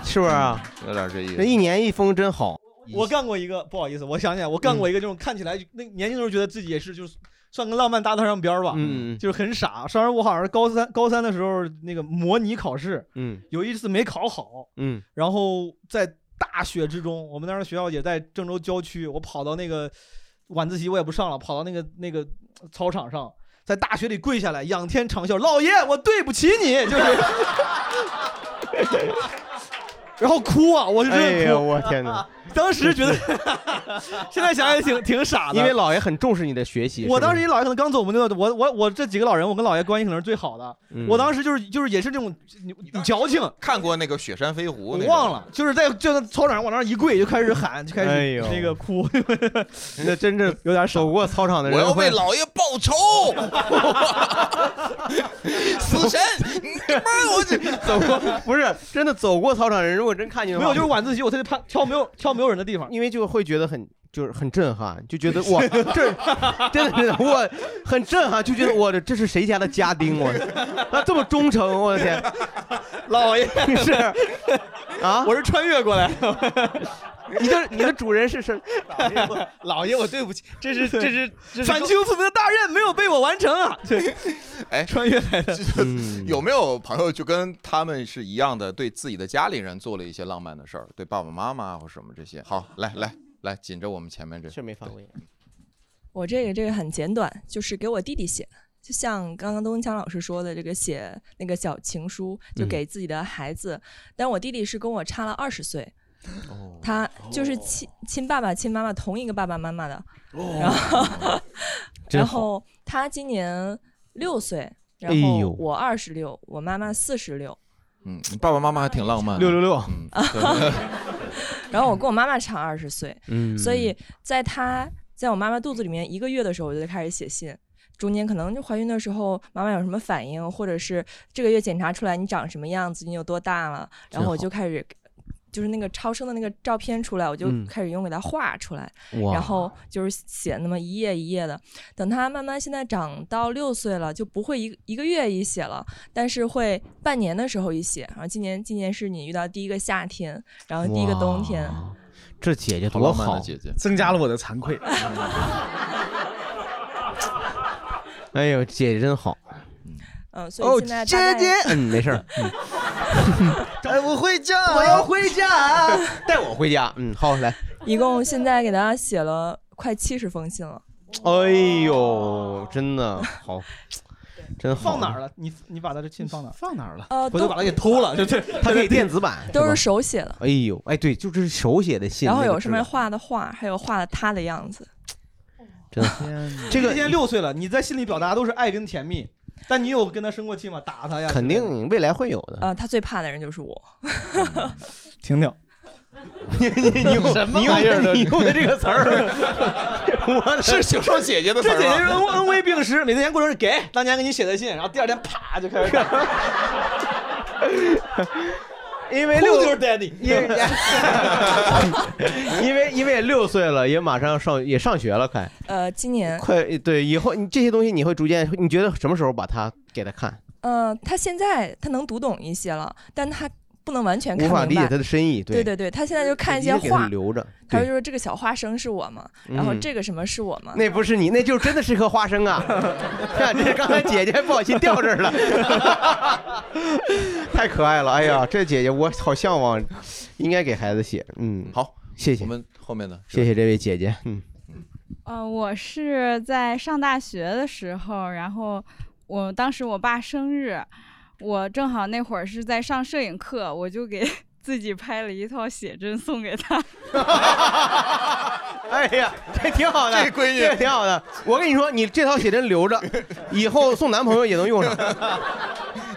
S4: 是不是啊？
S3: 有点这意思
S4: 那一年一封真好，
S5: 我干过一个，不好意思，我想起来，我干过一个这种看起来那年轻的时候觉得自己也是就是。算跟浪漫搭得上边儿吧，
S4: 嗯
S5: 就是很傻。当时我好像是高三，高三的时候那个模拟考试，
S4: 嗯
S5: 有一次没考好，
S4: 嗯
S5: 然后在大雪之中，我们当时学校也在郑州郊区，我跑到那个晚自习我也不上了，跑到那个那个操场上，在大雪里跪下来，仰天长啸：“老爷，我对不起你！”就是，然后哭啊，我就真
S4: 哎
S5: 的
S4: 呀，
S5: 哭。
S4: 哎我天哪！
S5: 当时觉得，现在想想也挺挺傻的。
S4: 因为姥爷很重视你的学习。
S5: 我当时
S4: 是
S5: 一姥爷可能刚走我们那段，我我我这几个老人，我跟姥爷关系可能是最好的。
S3: 嗯
S5: 我当时就是就是也是这种你你矫情，
S3: 看过那个《雪山飞狐》，
S5: 我忘了，，就是在就在操场上往那儿一跪，就开始喊，就开
S4: 哎
S5: 始
S4: 呦
S5: 那个哭。
S4: 那真正
S5: 有点
S4: 走过操场的人，
S5: 我要为
S3: 老爷报仇！死神，你妈我这
S4: 走过不是真的走过操场 的人，如果真看见的
S5: 没
S4: 话
S5: 有，就是晚自习，我特别怕挑没有挑没有人的地方，
S4: 因为就会觉得很就是很震撼，就觉得 哇，这真的真的 我很震撼，就觉得我这这是谁家的家丁， 我他这么忠诚，啊我的天，
S5: 老爷
S4: 是啊，
S5: 我是穿越过来，
S4: 你的 你的主人是是
S5: 老爷，我对不起，这
S4: 是这是这是
S5: 反清复明的大任没有被我完成啊！对，
S3: 哎，
S5: 穿越来
S3: 的，
S4: 嗯
S3: 有没有朋友就跟他们是一样的，对自己的家里人做了一些浪漫的事儿，对爸爸妈妈或什么这些？好，来来来，紧着我们前面这，
S4: 是没发过言，
S19: 我这个这个很简短，就是给我弟弟写，就像刚刚东强老师说的，这个写那个小情书，就
S22: 嗯
S19: 给自己的孩子。但我弟弟是跟我差了二十岁，
S4: 哦
S19: 他就是亲亲爸爸亲妈妈同一个爸爸妈妈的，然后
S4: 真
S19: 然
S4: 好
S19: 后他今年六岁，然
S3: 哎
S19: 后
S3: 呦
S19: 我二十六，我妈妈四十六。
S3: 嗯，你爸爸妈妈还挺浪漫的，
S4: 六六六
S3: 嗯，对
S19: 啊 然后我跟我妈妈差二十岁，
S3: 嗯
S19: 所以在她在我妈妈肚子里面一个月的时候，我就开始写信。中间可能就怀孕的时候，妈妈有什么反应，或者是这个月检查出来你长什么样子，你有多大了，然后我就
S22: 真好
S19: 开始，就是那个超声的那个照片出来，我就
S22: 嗯
S19: 开始用给她画出来，
S22: 哇
S19: 然后就是写那么一页一页的。等她慢慢现在长到六岁了，就不会一一个月一写了，但是会半年的时候一写。然后今年今年是你遇到第一个夏天，然后第一个冬天，
S4: 这姐姐
S3: 好
S4: 多
S3: 浪漫的
S4: 好，
S3: 姐姐
S4: 增加了我的惭愧。哎呦，姐姐真 好。
S19: 嗯，所
S4: 哦，
S19: 以
S4: 姐
S19: 现在大概
S4: 姐，嗯， 没事儿，嗯
S19: 哎，我回家，
S4: 我要回家， 带我回家，嗯，好，来，
S19: 一共现在给大家写了快七十封信了，
S4: 哎呦，真的好，真好，
S5: 放哪儿了？你你把他这信放哪儿？
S19: 放哪儿了？
S5: 我就把他给偷了， 就是
S4: 它可以电 子版，
S19: 呃都
S4: 吧
S19: 是手写的，
S4: 哎呦，哎，对，就这是手写的信，
S19: 然后
S4: 那个
S19: 有上
S4: 质
S19: 面
S4: 量
S19: 画的画，还有画的他的 样子。
S4: 真好。
S5: 这个今年六岁了，你在心里表达都是爱跟甜蜜，但你有跟他生过气吗？打他呀？
S4: 肯定未来会有 的。
S19: 呃，他最怕的人就是我。
S5: 婷 婷，
S4: 你你你用
S5: 什么
S4: 你用
S5: 玩意儿
S4: 的
S5: 呢
S4: 你用的这 个词儿，我
S5: 是
S3: 小说姐姐的词儿
S5: 这
S3: 吗
S5: 姐姐是恩恩威并施，每天过生日给当年给你写的信，然后第二天啪就开始打。
S4: 因为
S5: Who's
S4: 六
S5: your daddy？
S4: 因为因为也六岁了，也马上要上也上学了，快
S19: 呃，今 年，
S4: 快对，以后你这些东西你会逐渐，你觉得什么时候把它给他看？
S19: 呃，他现在他能读懂一些了，但他不能完全看
S4: 无
S19: 明白。
S4: 法理解它的深意，
S19: 对
S4: 对
S19: 对，他现在就看一些
S4: 你得给他
S19: 画，
S4: 留着，
S19: 他就
S4: 对
S19: 说这个小花生是我吗？然后
S4: 嗯
S19: 这个什么是我吗？
S4: 那不是你，那就真的是颗花生 啊！看，这是刚才姐姐不小心掉这儿了， 太可爱了！哎呀，这姐姐我好向往，应该给孩子写。嗯，
S3: 好，
S4: 谢谢。
S3: 我们后面的，
S4: 谢谢这位姐姐。嗯，
S22: 呃，我是在上大学的时候，然后我当时我爸生日，我正好那会儿是在上摄影课，我就给 自己拍了一套写真送给他。
S4: 哎呀，这挺好的，这闺女挺好的。我跟你说，你这套写真留着，以后送男朋友也能用上。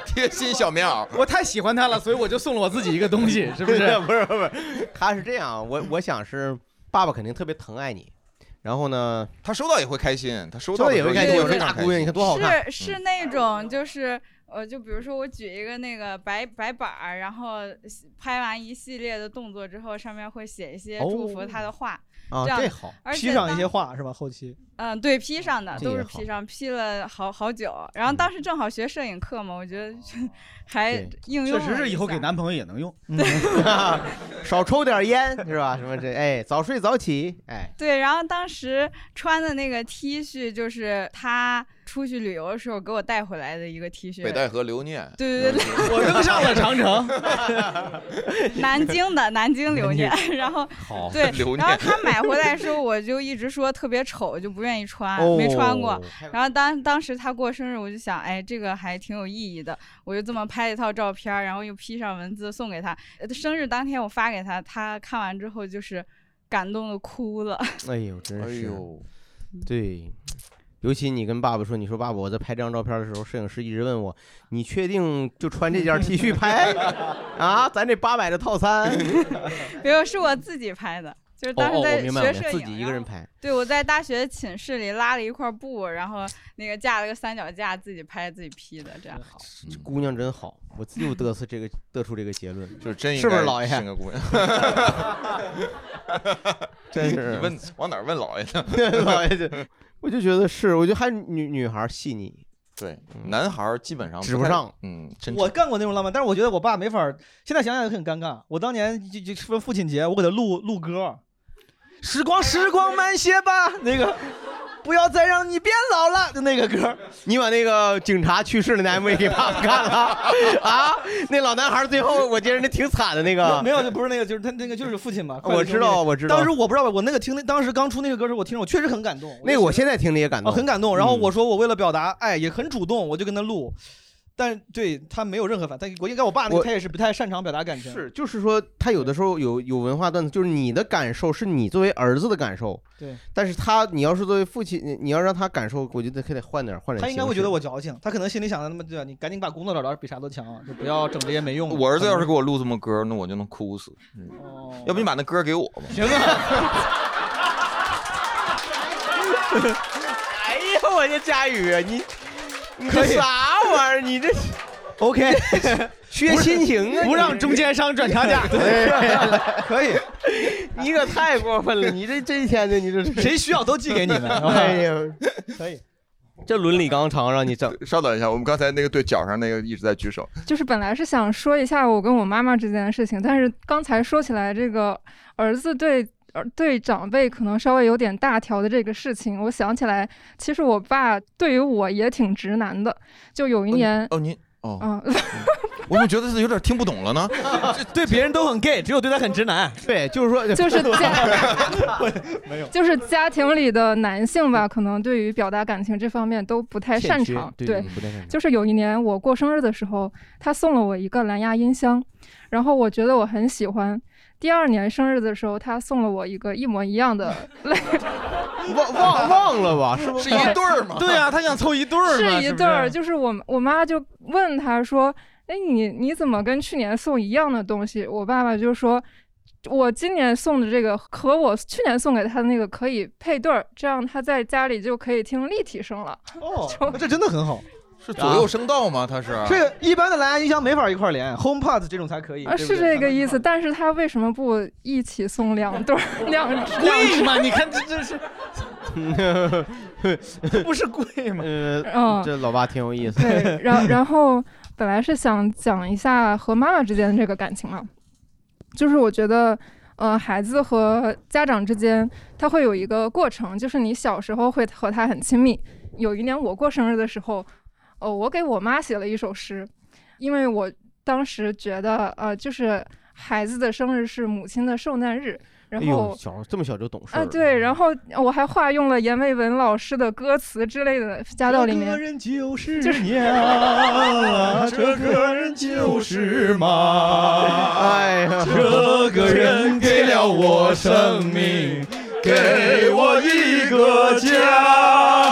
S3: 贴心小棉袄，
S4: 我太喜欢她了，所以我就送了我自己一个东西，
S8: 是不是
S4: 不是不是，她是这样，我我想是爸爸肯定特别疼爱你，然后呢，
S3: 他收到也会开心，他收
S4: 收
S3: 到
S4: 到也会开心
S3: 也
S4: 我这大姑娘你看多好看
S5: 嗯
S22: 是是那种就是。呃，就比如说我举一个那个白白板儿，然后拍完一系列的动作之后，上面会写一些祝福他的话，
S5: 啊，
S22: 样
S5: 这好，
S22: 而
S5: 披
S22: 且
S5: 上一
S22: 当
S5: 些画是吧？后期
S22: 嗯，对，披上的
S5: 这
S22: 都
S5: 也
S22: 是
S5: 好
S22: 披上，披了好好久。然后
S8: 嗯
S22: 当时正好学摄影课嘛，我觉得还呃应用
S8: 哦确实
S22: 了
S8: 是
S22: 一
S8: 以后
S22: 下
S8: 给男朋友也能 用。
S4: 少抽点烟是吧？什么这哎，早睡早起哎，
S22: 对，然后当时穿的那个 T 恤就是他出去旅游的时候给我带回来的一个 T 恤，
S3: 北戴河留念，
S22: 对对对对
S3: 我扔上了长 城，
S22: 南京的南京留念，然后
S3: 好
S22: 对
S3: 留，
S22: 然后
S3: 念
S22: 他买回来的时候，我就一直说特别丑，就不愿意穿，
S23: 哦
S22: 没穿过。然后当当时他过生日，我就想，哎，这个还挺有意义的，我就这么拍了一套照片儿，然后又 P 上文字送给他。呃生日当天我发给他，他看完之后就是。感动的哭了。
S4: 哎呦，真
S3: 哎
S4: 是，
S3: 呦
S4: 对，尤其你跟爸爸说，你说爸爸，我在拍这张照片的时候，摄影师一直问我，你确定就穿这件 T 恤拍 啊？咱这八百的套 餐，
S22: 没有，是我自己拍的，就是当
S4: 哦
S22: 时
S4: 哦我
S22: 在
S4: 明白了，
S22: 学
S4: 我
S22: 摄
S4: 自
S22: 影。
S4: 己一个人拍。
S22: 对，我在大学寝室里拉了一块布，然后那个架了个三脚架，自己拍自己 P 的，这样好。
S4: 这姑娘真好，我又得出这个 得出这个结论，
S3: 就是真应
S4: 是不是
S3: 该
S4: 老爷？
S3: 生个姑娘
S4: 真是？
S3: 你问往哪儿问老爷呢
S4: 老爷 就，我就觉得是，我觉得还是女女孩细腻，
S3: 对，男孩儿基本上
S4: 嗯指
S3: 不
S4: 不
S3: 太
S4: 上
S3: 嗯，真
S5: 我干过那种浪漫，但是我觉得我爸没法儿，现在想想也很尴尬。我当年就就说父亲节，我给他录录歌，《时光时光慢些吧》那个，不要再让你变老了就那个歌。
S4: 你把那个警察去世的那 MV 给爸爸看了啊？那老男孩最后我记得那挺惨的那个，哦
S5: 没有，就不是那个，就是他那个就是父亲嘛。
S4: 我知道我知道
S5: 当时我不知道，我那个听那当时刚出那个歌的时候，我听着我确实很感动，
S4: 那个我现在听着也感
S5: 啊
S4: 动，
S5: 很感动。然后
S4: 嗯
S5: 我说我为了表达爱也很主动，我就跟他录，但对他没有任何反，但我应该我爸那个
S4: 我
S5: 他也是不太擅长表达感情。
S4: 是，就是说，他有的时候有有文化段子，就是你的感受是你作为儿子的感受，
S5: 对。
S4: 但是他你要是作为父亲，你你要让他感受，我觉得可得换点换点。
S5: 他应该会觉得我，矫情，他可能心里想的那么对吧？啊你赶紧把工作找着，比啥都强啊，就不要整 这些没用的。
S3: 我儿子要是给我录这么歌，那我就能哭死。嗯要不你把那歌给我吧？
S5: 哦行啊。
S4: 哎呀，我这佳宇，你你
S5: 可
S4: 这
S5: 以
S4: 啥玩意儿？你这
S5: OK，
S4: 缺心情啊！
S5: 不让中间商赚差 价 可以。
S4: 你可太过分了！你这这一天的，你这是
S5: 谁需要都寄给你 们
S4: 哎呀，
S5: 可以。
S4: 这伦理纲常让你整。
S3: 稍等一下，我们刚才那个对脚上那个一直在举手。
S24: 就是本来是想说一下我跟我妈妈之间的事情，但是刚才说起来这个儿子对儿对长辈可能稍微有点大条的这个事情，我想起来，其实我爸对于我也挺直男的。就有一
S5: 哎
S24: 年，
S3: 哦，您哦，
S24: 嗯，
S3: 我怎么觉得是有点听不懂了 呢？
S5: 对别人都很 gay，只有哎对他很直男。
S4: 对，就是说，
S24: 就是家，
S5: 没有，
S24: 就是家庭里的男性吧，可能对于表达感情这方面都不太擅
S25: 欠缺
S24: 长。
S25: 对不太擅长
S24: 就是有一年我过生日的时候，他送了我一个蓝牙音箱，然后我觉得我很喜欢。第二年生日的时候，他送了我一个一模一样的
S4: 忘忘忘了吧？是不
S24: 是一对儿
S5: 吗？ 对啊，他想凑一对儿嘛，
S24: 是一对儿，
S5: 不
S24: 就是我我妈就问他说：“哎，你你怎么跟去年送一样的东西？”我爸爸就说：“我今年送的这个和我去年送给他的那个可以配对儿，这样他在家里就可以听立体声了。”
S5: 哦，这真的很好。啊
S3: 是左右声道吗？他是
S5: 这个一般的蓝牙音箱没法一块儿连，HomePod 这种才可以。
S24: 啊，
S5: 对
S24: 是
S5: 不对
S24: 这个意思，但是他为什么不一起送两对儿两只？
S5: 贵吗？你看这这是
S4: 不
S5: 是贵吗？
S4: 呃
S24: 嗯，
S4: 这老爸挺有 意思。
S24: 对，然然后本来是想讲一下和妈妈之间的这个感情嘛，就是我觉得，呃，孩子和家长之间，他会有一个过程，就是你小时候会和他很亲密。有一年我过生日的时候，呃，我给我妈写了一首诗，因为我当时觉得，呃，就是孩子的生日是母亲的受难日，然
S4: 哎
S24: 后
S4: 呦，小这么小就懂事
S24: 啊，
S4: 儿，
S24: 对，然后我还化用了阎维文老师的歌词之类的加到里面。
S5: 就是
S24: 就是
S5: 娘，这个人就是妈，哎呀，这个人给了我生命，给我一个家。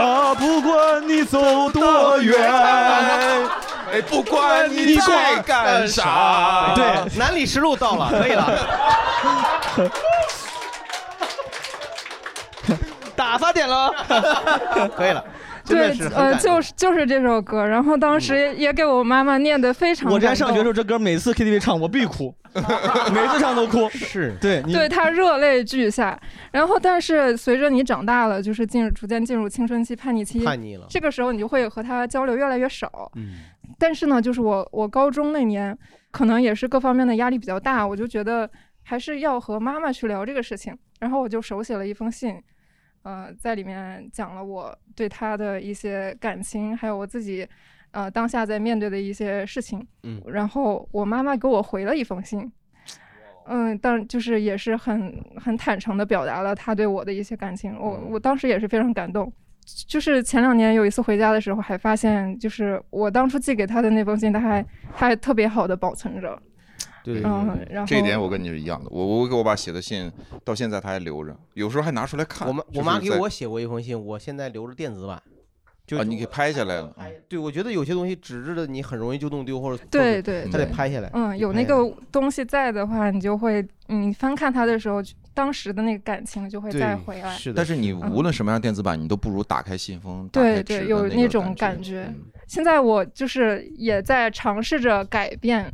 S5: 啊，不管你走多远，
S3: 哎，不管你在干啥，啊
S4: 对，南礼士路到了，可 以了。
S5: 打发点 了，
S4: 可以了。真
S24: 对
S4: 的是，很
S24: 呃，
S4: 感动
S24: 就是就是这首歌，然后当时也也给我妈妈念得非常感
S5: 嗯
S24: 动。
S5: 我之前上学的时候，这歌每次 KTV 唱我必 哭，每次唱都哭。
S4: 是，
S5: 对你
S24: 对他热泪俱下。然后，但是随着你长大了，就是进入逐渐进入青春期、叛逆期，
S4: 叛逆了
S24: 这个时候你就会和他交流越来越少。
S5: 嗯
S24: 但是呢，就是我我高中那年，可能也是各方面的压力比较大，我就觉得还是要和妈妈去聊这个事情。然后我就手写了一封信，呃，在里面讲了我对他的一些感情，还有我自己，呃，当下在面对的一些事情。
S4: 嗯
S24: 然后我妈妈给我回了一封信，嗯，但就是也是很很坦诚的表达了她对我的一些感情，我我当时也是非常感动。就是前两年有一次回家的时候，还发现就是我当初寄给她的那封信，她还她还特别好的保存着。
S4: 对
S24: 嗯然后
S3: 这一点我跟你是一样的。我我给我爸写的信到现在他还留着，有时候还拿出来看。
S4: 我妈
S3: 就是
S4: 我妈给
S3: 在
S4: 我写过一封信，我现在留着电子版。就
S3: 啊
S4: 是
S3: 你给拍下来了。嗯
S4: 对，我觉得有些东西纸质的你很容易就弄丢，或者
S24: 对对，
S4: 它得
S24: 对
S4: 拍下来。
S24: 嗯，有那个东西在的话，你就会，嗯你翻看它的时候，当时的那个感情就会再回来。
S3: 但是你
S4: 嗯
S3: 无论什么样的电子版，你都不如打开信封。打开
S24: 对
S3: 纸
S24: 对，
S3: 的
S24: 有
S3: 那个
S24: 种感觉。现在我就是也在尝试着改变，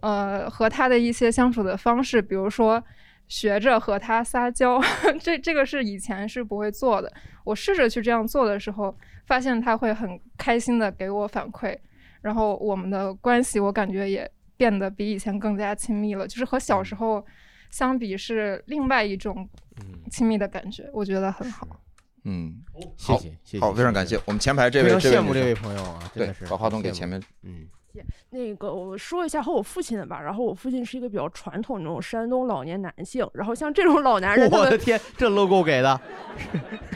S24: 呃，和他的一些相处的方式，比如说学着和他撒娇， 这这个是以前是不会做的。我试着去这样做的时候，发现他会很开心的给我反馈，然后我们的关系我感觉也变得比以前更加亲密了，就是和小时候相比是另外一种亲密的感觉，我觉得很好。
S3: 嗯，
S4: 谢
S3: 好
S4: 谢谢谢
S3: 好，非常感谢我们前排这位，
S4: 非常
S3: 位
S4: 羡
S3: 女
S4: 慕这
S3: 生
S4: 位朋友啊真
S3: 对
S4: 的是，
S3: 把话筒给
S4: 羡慕
S3: 前面，
S4: 嗯，
S25: 那个我说一下和我父亲的吧，然后我父亲是一个比较传统那种山东老年男性，然后像这种老男人，他
S4: 我的
S25: 们
S4: 天，这 logo 给的，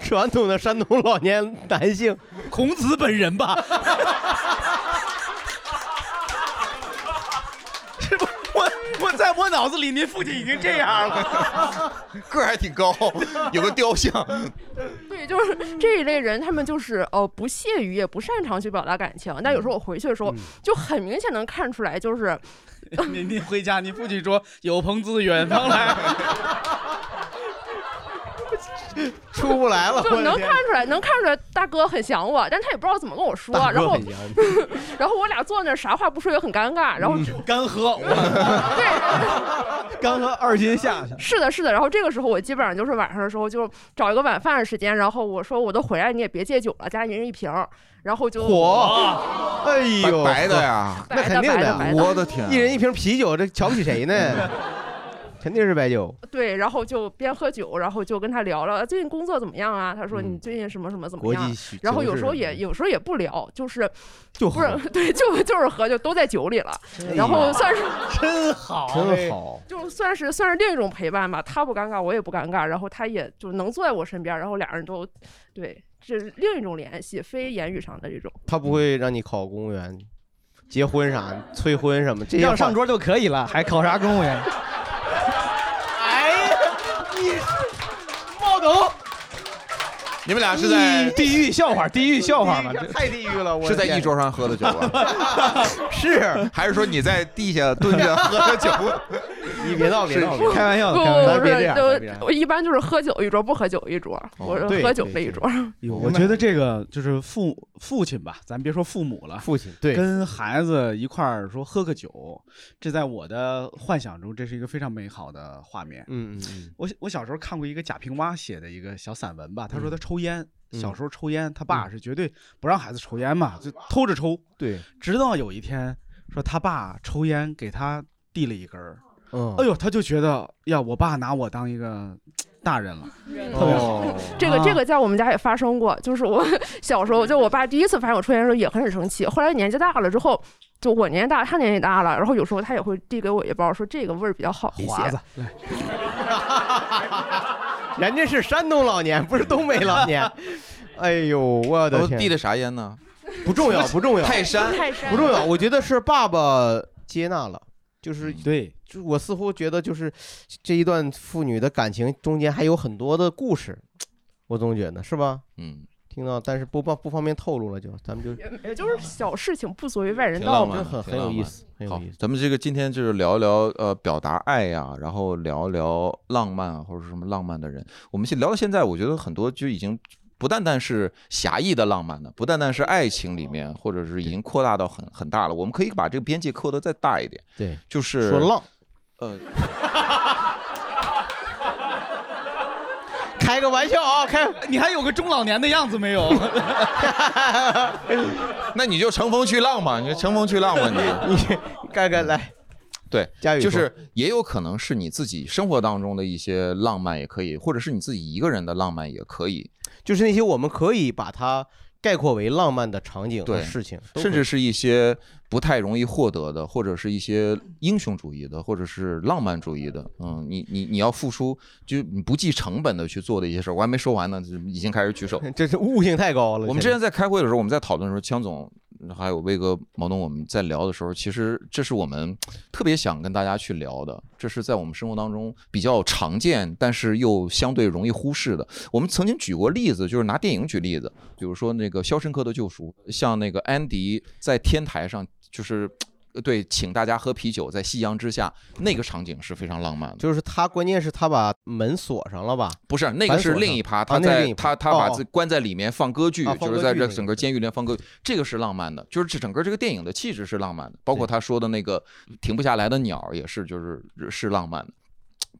S4: 传统的山东老年男性，孔子本人 吧？
S8: 是不？我我在我脑子里，您父亲已经这样了。
S3: 个儿还挺高，有个雕像。
S25: 对，就是这一类人，他们就是呃不屑于也不擅长去表达感情，但有时候我回去的时
S4: 嗯
S25: 候，就很明显能看出来，就是
S8: 你你回家，你父亲说有朋自远方来，
S4: 出不来了。
S25: 就能看出来，能看出来大哥很想我，但他也不知道怎么跟我说，
S4: 大
S25: 然
S4: 哥
S25: 后
S4: 很洋
S25: 然后我俩坐那儿啥话不说也很尴尬，然后
S8: 嗯干喝，
S4: 干喝二斤下去。
S25: 是的，是的。然后这个时候我基本上就是晚上的时候就找一个晚饭的时间，然后我说我都回来，你也别戒酒了，家里一人一瓶儿，然后就
S4: 火，哎呦，
S3: 白白的呀
S4: 那肯定
S25: 白的白的白的
S3: 我的天啊
S4: 一人一瓶啤酒，这瞧不起谁呢？ 肯定是白酒。
S25: 对，然后就边喝酒，然后就跟他聊了最近工作怎么样啊？他说你最近什么什么怎么
S4: 嗯国
S25: 样啊
S4: 际喜？
S25: 然后
S4: 形
S25: 有
S4: 势
S25: 时候
S4: 什么
S25: 也有时候也不聊，就是
S4: 就
S25: 不是对，就 就是喝，就都在酒里了。然
S4: 哎
S25: 后
S4: 呀
S25: 算是
S4: 真好哎真好。
S25: 就算是算是另一种陪伴吧，他不尴尬，我也不尴尬，然后他也就能坐在我身边，然后俩人都对，这是另一种联系，非言语上的这种。
S4: 他不会让你考公务员、结婚啥、催婚什么，这些
S5: 让
S4: 话
S5: 上桌就可以了，还考啥公务员？
S4: 哎呀，你是冒头，
S3: 你们俩是
S4: 嗯
S3: 在
S5: 地狱笑话，地狱笑话嘛，
S4: 太地狱了，我
S3: 是在
S4: 一
S3: 一桌上喝的酒吧？
S4: 是
S3: 还是说你在地下蹲着喝的酒？
S4: 你别闹别闹别闹开玩笑
S25: 不不
S4: 开玩笑
S25: 不
S4: 别这
S25: 是，
S4: 样别这样哦
S25: 就我一般就是喝酒一桌，不喝酒一桌，我是
S8: 对
S25: 喝酒
S8: 对
S25: 这一桌。
S8: 我觉得这个就是父父亲吧，咱别说父母了，
S4: 父亲对
S8: 跟孩子一块儿说喝个酒，这在我的幻想中，这是一个非常美好的画面。
S4: 嗯嗯
S8: 我我小时候看过一个贾平凹写的一个小散文吧，他说
S4: 嗯
S8: 他抽烟，
S4: 嗯
S8: 小时候抽烟，他爸是绝对不让孩子抽烟嘛，就偷着抽。
S4: 对，
S8: 直到有一天说他爸抽烟给他递了一根儿，
S4: 嗯
S8: 哎呦，他就觉得呀，我爸拿我当一个大人了，特别好。
S4: 哦
S25: 这个
S8: 啊
S25: 这个在我们家也发生过，就是我 小时候，就我爸第一次发现我抽烟的时候也很生气，后来年纪大了之后，就我年纪大，他年纪大了，然后有时候他也会递给我一包，说这个味儿比较好一
S4: 华
S25: 些
S4: 子。 人家是山东老年，不是东北老 年。哎呦，我的
S3: 都
S4: 天！
S3: 递的啥烟呢？
S4: 不重 要，不重要。
S3: 泰山泰山
S4: 不重要。我觉得是爸爸接纳了，
S8: 嗯
S4: 就是对，就我似乎觉得就是这一段父女的感情中间还有很多的故事，我总觉得是吧？
S3: 嗯，
S4: 听到，但是不方不方便透露了就，咱们就
S25: 也就是小事情不足为外人
S3: 挺
S25: 道
S3: 浪
S25: 嘛，
S3: 漫的，
S4: 哦很
S3: 挺
S4: 很有
S3: 浪
S4: 意
S3: 漫
S4: 思很有
S3: 好
S4: 意思，
S3: 咱们这个今天就是聊一聊呃表达爱呀、然后聊一聊浪漫啊，或者是什么浪漫的人。我们现聊到现在，我觉得很多就已经不单单是狭义的浪漫了，不单单是爱情里面，或者是已经扩大到很很大了。我们可以把这个边界扩得再大一点，
S4: 对，
S3: 就是
S4: 说浪，
S3: 呃，
S4: 开个玩笑啊，开，
S8: 你还有个中老年的样子 没有？
S3: 那你就乘风去浪嘛，你就乘风去浪嘛，你
S4: 你干干来。
S3: 对，
S4: 佳宇
S3: 就
S4: 说
S3: 是也有可能是你自己生活当中的一些浪漫也可以，或者是你自己一个人的浪漫也可以，
S4: 就是那些我们可以把它啊概括为浪漫的场景和
S3: 对
S4: 事情，
S3: 甚至是一些不太容易获得的，或者是一些英雄主义的，或者是浪漫主义的。嗯，你你你要付出，就你不计成本的去做的一些事儿。我还没说完呢，就已经开始举手，
S4: 这是悟性太高了。
S3: 我们之前在开会的时候，我们在讨论的时候，江总还有魏哥、毛东，我们在聊的时候，其实这是我们特别想跟大家去聊的，这是在我们生活当中比较常见，但是又相对容易忽视的。我们曾经举过例子，就是拿电影举例子，比如说那个《肖申克的救赎》，像那个安迪在天台上，就是呃对，请大家喝啤酒，在夕阳之下，那个场景是非常浪漫的。
S4: 就是他，关键是他把门锁上了吧？
S3: 不是，那个是另一趴，他在、他他
S4: 哦
S3: 把自己关在里面放歌剧，
S4: 啊放
S3: 就是
S4: 歌
S3: 在
S4: 剧
S3: 这
S4: 那个
S3: 整个监狱里面放歌剧，这个是浪漫的，就是这整个这个电影的气质是浪漫的，包括他说的那个停不下来的鸟儿也是，就是是浪漫的。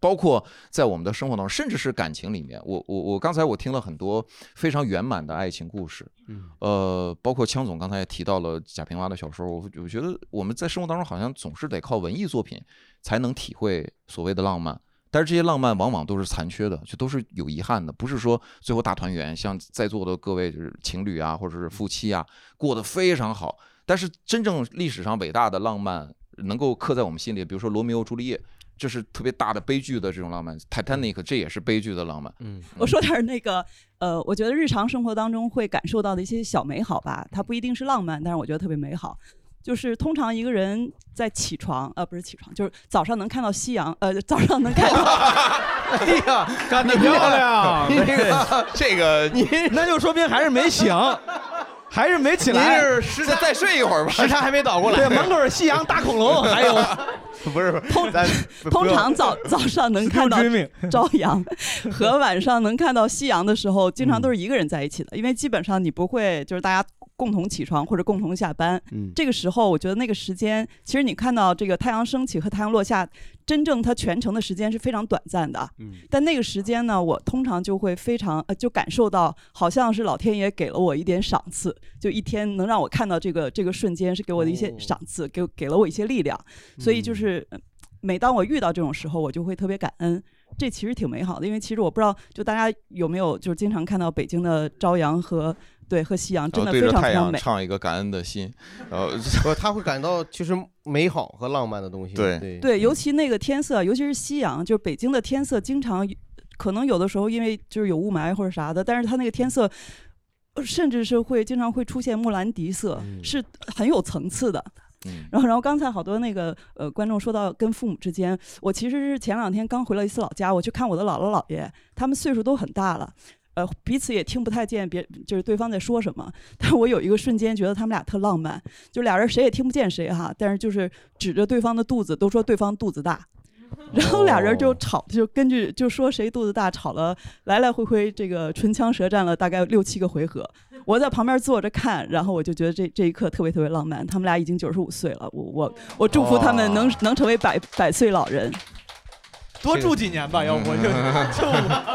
S3: 包括在我们的生活当中，甚至是感情里面，我我我刚才我听了很多非常圆满的爱情故事，
S4: 嗯
S3: 呃，包括枪总刚才也提到了贾平凹的小说，我我觉得我们在生活当中好像总是得靠文艺作品才能体会所谓的浪漫，但是这些浪漫往往都是残缺的，就都是有遗憾的，不是说最后大团圆，像在座的各位就是情侣啊，或者是夫妻啊，过得非常好，但是真正历史上伟大的浪漫能够刻在我们心里，比如说罗密欧朱丽叶。这是特别大的悲剧的这种浪漫，Titanic 这也是悲剧的浪漫。
S4: 嗯，
S26: 我说点儿那个，呃，我觉得日常生活当中会感受到的一些小美好吧，它不一定是浪漫，但是我觉得特别美好。就是通常一个人在起床，呃，不是起床，就是早上能看到夕阳，呃，早上能看 到
S4: 哎呀，干
S5: 得漂亮
S4: 你这个
S3: 这个
S5: 你那就说明还是没醒，还是没起来。
S4: 您是时差再睡一会儿吧时差还没倒过来
S5: 对，门口是夕阳大恐龙，还有
S4: 不是
S26: 通通常 早早上能看到朝阳，和晚上能看到夕阳的时候，经常
S3: 嗯
S26: 都是一个人在一起的，因为基本上你不会就是大家共同起床或者共同下班。
S10: 嗯
S26: 这个时候我觉得那个时间，其实你看到这个太阳升起和太阳落下，真正它全程的时间是非常短暂的。
S10: 嗯
S26: 但那个时间呢，我通常就会非常呃，就感受到好像是老天爷给了我一点赏赐，就一天能让我看到这个这个瞬间是给我的一
S3: 哦
S26: 些赏赐，给我给了我一些力量，所
S3: 嗯
S26: 以就是。呃每当我遇到这种时候，我就会特别感恩，这其实挺美好的。因为其实我不知道，就大家有没有就是经常看到北京的朝阳和对和夕阳，真
S3: 然后
S26: 的
S3: 哦对
S26: 非
S3: 着
S26: 常
S3: 太
S26: 非常
S3: 阳
S26: 美。
S3: 唱一个感恩的 心，呃，
S4: 不，他会感到其实美好和浪漫的东西。
S3: 对
S4: 对
S26: 对，尤其那个天色，尤其是夕阳，就是北京的天色，经常可能有的时候因为就是有雾霾或者啥的，但是它那个天色，呃甚至是会经常会出现木兰笛色，是很有层次的。然后，然后刚才好多那个呃观众说到跟父母之间，我其实是前两天刚回了一次老家，我去看我的姥姥姥爷，他们岁数都很大了。呃，彼此也听不太见别就是对方在说什么， 但我有一个瞬间觉得他们俩特浪漫，就俩人谁也听不见谁哈，但是就是指着对方的肚子都说对方肚子大，然后俩人就吵，就根据就说谁肚子大吵了，来来回回这个唇枪舌战了大概六七个回合。我在旁边坐着看，然后我就觉得这这一刻特别特别浪漫。他们俩已经九十五岁了，我我我祝福他们能、能成为百百岁老人。
S5: 多住几年吧，要不 就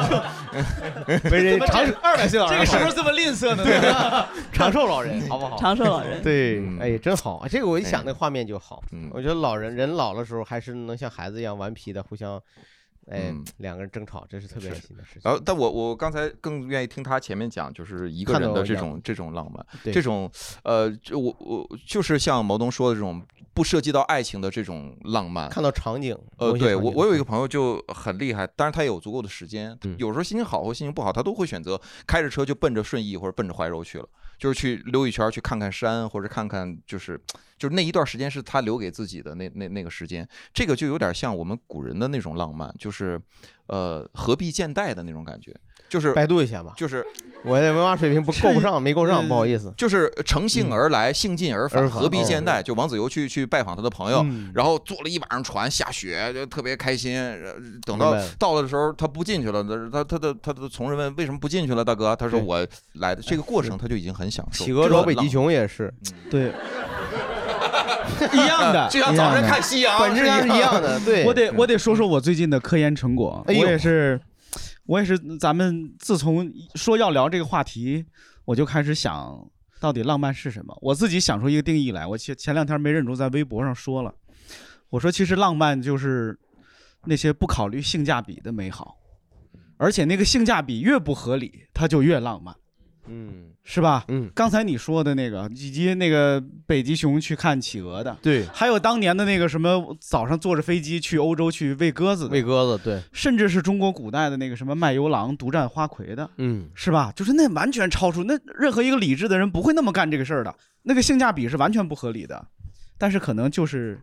S5: 就就
S4: 为人 长
S5: 二百岁老人，
S4: 这个时候
S5: 这么吝啬呢
S4: 啊 对， 长寿老人好不好？
S26: 长寿老人
S4: 对，
S3: 嗯
S4: 哎，真好，这个我一想
S5: 哎
S4: 那画面就好。我觉得老人人老的时候还是能像孩子一样顽皮的互相，哎
S3: 嗯，
S4: 两个人争吵，这是特别开心的事情。
S3: 然后，但我我刚才更愿意听他前面讲，就是一个
S4: 看到
S3: 人的
S4: 我
S3: 这
S4: 讲
S3: 种这种浪漫，
S4: 对
S3: 这种呃，这我我就是像毛东说的这种不涉及到爱情的这种浪漫，
S4: 看到场景，
S3: 呃，
S4: 某些
S3: 对
S4: 场
S3: 我，
S4: 景
S3: 我有一个朋友就很厉害，当然他也有足够的时间，
S4: 嗯
S3: 有时候心情好或心情不好，他都会选择开着车就奔着顺义或者奔着怀柔去了，就是去溜一圈儿，去看看山，或者看看就是就是那一段时间是他留给自己的那那那个时间，这个就有点像我们古人的那种浪漫，就是呃何必见代的那种感觉，就是
S4: 百度一下吧，
S3: 就是
S4: 我的文化水平不够不上，没够
S8: 嗯
S4: 上，不好意思。嗯
S3: 就是乘兴而来，兴尽而返，
S4: 而返
S3: 何必
S4: 哦
S3: 见代？就王子猷去去拜访他的朋友
S4: 嗯，
S3: 然后坐了一晚上船，下雪，就特别开心。呃等
S4: 明
S3: 到
S4: 白了
S3: 到了的时候，他不进去了，他他的他的从人问为什么不进去了，大哥？他说
S4: 对
S3: 我来的这个过程他就已经很享受。嗯
S4: 企鹅
S3: 这
S4: 找北极
S3: 浪
S4: 熊也是，
S5: 对，一样的，
S3: 就像早上看夕阳
S4: 本质上是一样 的对
S8: 我得我得说说我最近的科研成果，我
S4: 哎呦
S8: 也是，我也是，咱们自从说要聊这个话题，我就开始想到底浪漫是什么。我自己想出一个定义来，我前前两天没忍住在微博上说了，我说其实浪漫就是那些不考虑性价比的美好，而且那个性价比越不合理，它就越浪漫。
S4: 嗯，
S8: 是吧？嗯，刚才你说的那个，以及那个北极熊去看企鹅的，
S4: 对，
S8: 还有当年的那个什么，早上坐着飞机去欧洲去喂鸽子的，
S4: 喂鸽子，对，
S8: 甚至是中国古代的那个什么卖油郎独占花魁的，
S4: 嗯，
S8: 是吧？就是那完全超出那任何一个理智的人不会那么干这个事儿的，那个性价比是完全不合理的。但是可能就是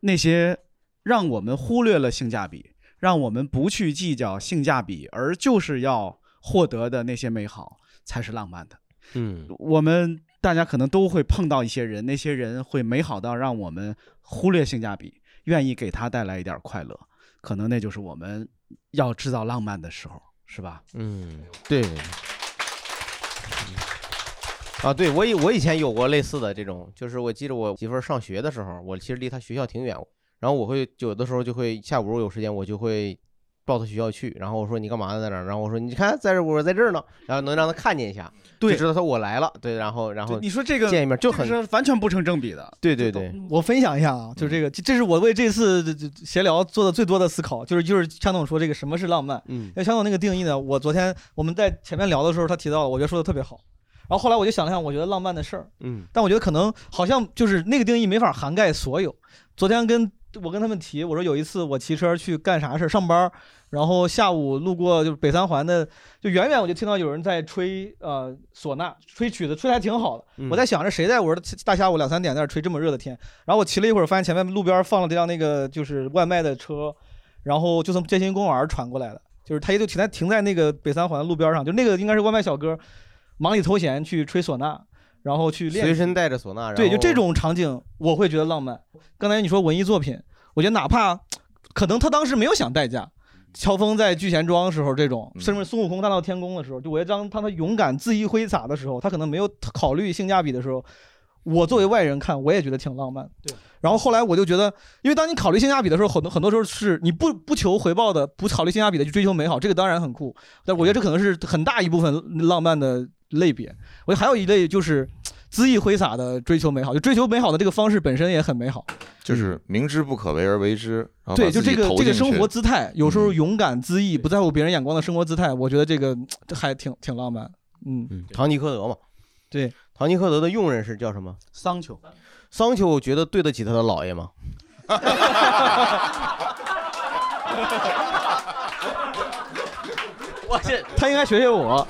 S8: 那些让我们忽略了性价比，让我们不去计较性价比，而就是要获得的那些美好才是浪漫的。
S4: 嗯，
S8: 我们大家可能都会碰到一些人，那些人会美好到让我们忽略性价比，愿意给他带来一点快乐，可能那就是我们要制造浪漫的时候，是吧？
S4: 嗯，对。啊，对我以我以前有过类似的这种，就是我记得我媳妇儿上学的时候，我其实离她学校挺远，然后我会就有的时候就会下午有时间我就会抱她学校去，然后我说你干嘛呢在那儿？然后我说你看在这儿我在这儿呢，然后能让她看见一下，
S8: 对
S4: 就知道她我来了，对，然后然后
S8: 对你说这个
S4: 见一面就
S8: 这个
S4: 很
S8: 是完全不成正比的。
S4: 对对对，
S5: 我分享一下啊，就是这个，这这是我为这次这这闲聊做的最多的思考，就是就是强总说这个什么是浪漫，
S4: 嗯，
S5: 因为强总那个定义呢，我昨天我们在前面聊的时候他提到了，我觉得说的特别好，然后后来我就想了想，我觉得浪漫的事儿，
S4: 嗯，
S5: 但我觉得可能好像就是那个定义没法涵盖所有。昨天跟我跟他们提，我说有一次我骑车去干啥事儿，上班儿，然后下午路过就是北三环的，就远远我就听到有人在吹呃唢呐，吹曲子，吹的还挺好的。我在想着谁在我说大下午两三点在那儿吹这么热的天，然后我骑了一会儿，发现前面路边放了这辆那个就是外卖的车，然后就从建新公园儿传过来的，就是他也就停在停在那个北三环路边上，就那个应该是外卖小哥忙里偷闲去吹唢呐。然后去练习，
S4: 随身带着唢呐，然
S5: 对，就这
S4: 后
S5: 种场景，我会觉得浪漫。刚才你说文艺作品，我觉得哪怕可能他当时没有想代价，
S4: 嗯
S5: 乔峰在聚贤庄时候这种，甚至孙悟空大闹天宫的时候，就我要当他他勇敢恣意挥洒的时候，他可能没有考虑性价比的时候，我作为外人看，我也觉得挺浪漫。对。然后后来我就觉得，因为当你考虑性价比的时候，很多很多时候是你不不求回报的，不考虑性价比的去追求美好，这个当然很酷。但我觉得这可能是很大一部分浪漫的类别。我觉得还有一类就是恣意挥洒的追求美好，就追求美好的这个方式本身也很美好。
S3: 就是明知不可为而为之，然后
S5: 对，
S3: 啊把
S5: 就
S3: 自己
S5: 这个
S3: 投
S5: 这个
S3: 进
S5: 生
S3: 去嗯
S5: 活姿态，有时候勇敢恣意，不在乎别人眼光的生活姿态，我觉得这个这还挺挺浪漫。嗯
S4: 嗯，唐吉诃德嘛，
S5: 对，
S4: 唐吉诃德的佣人是叫什么？
S5: 桑丘，
S4: 桑丘觉得对得起他的姥爷吗？ 我是
S5: 他应该学学我，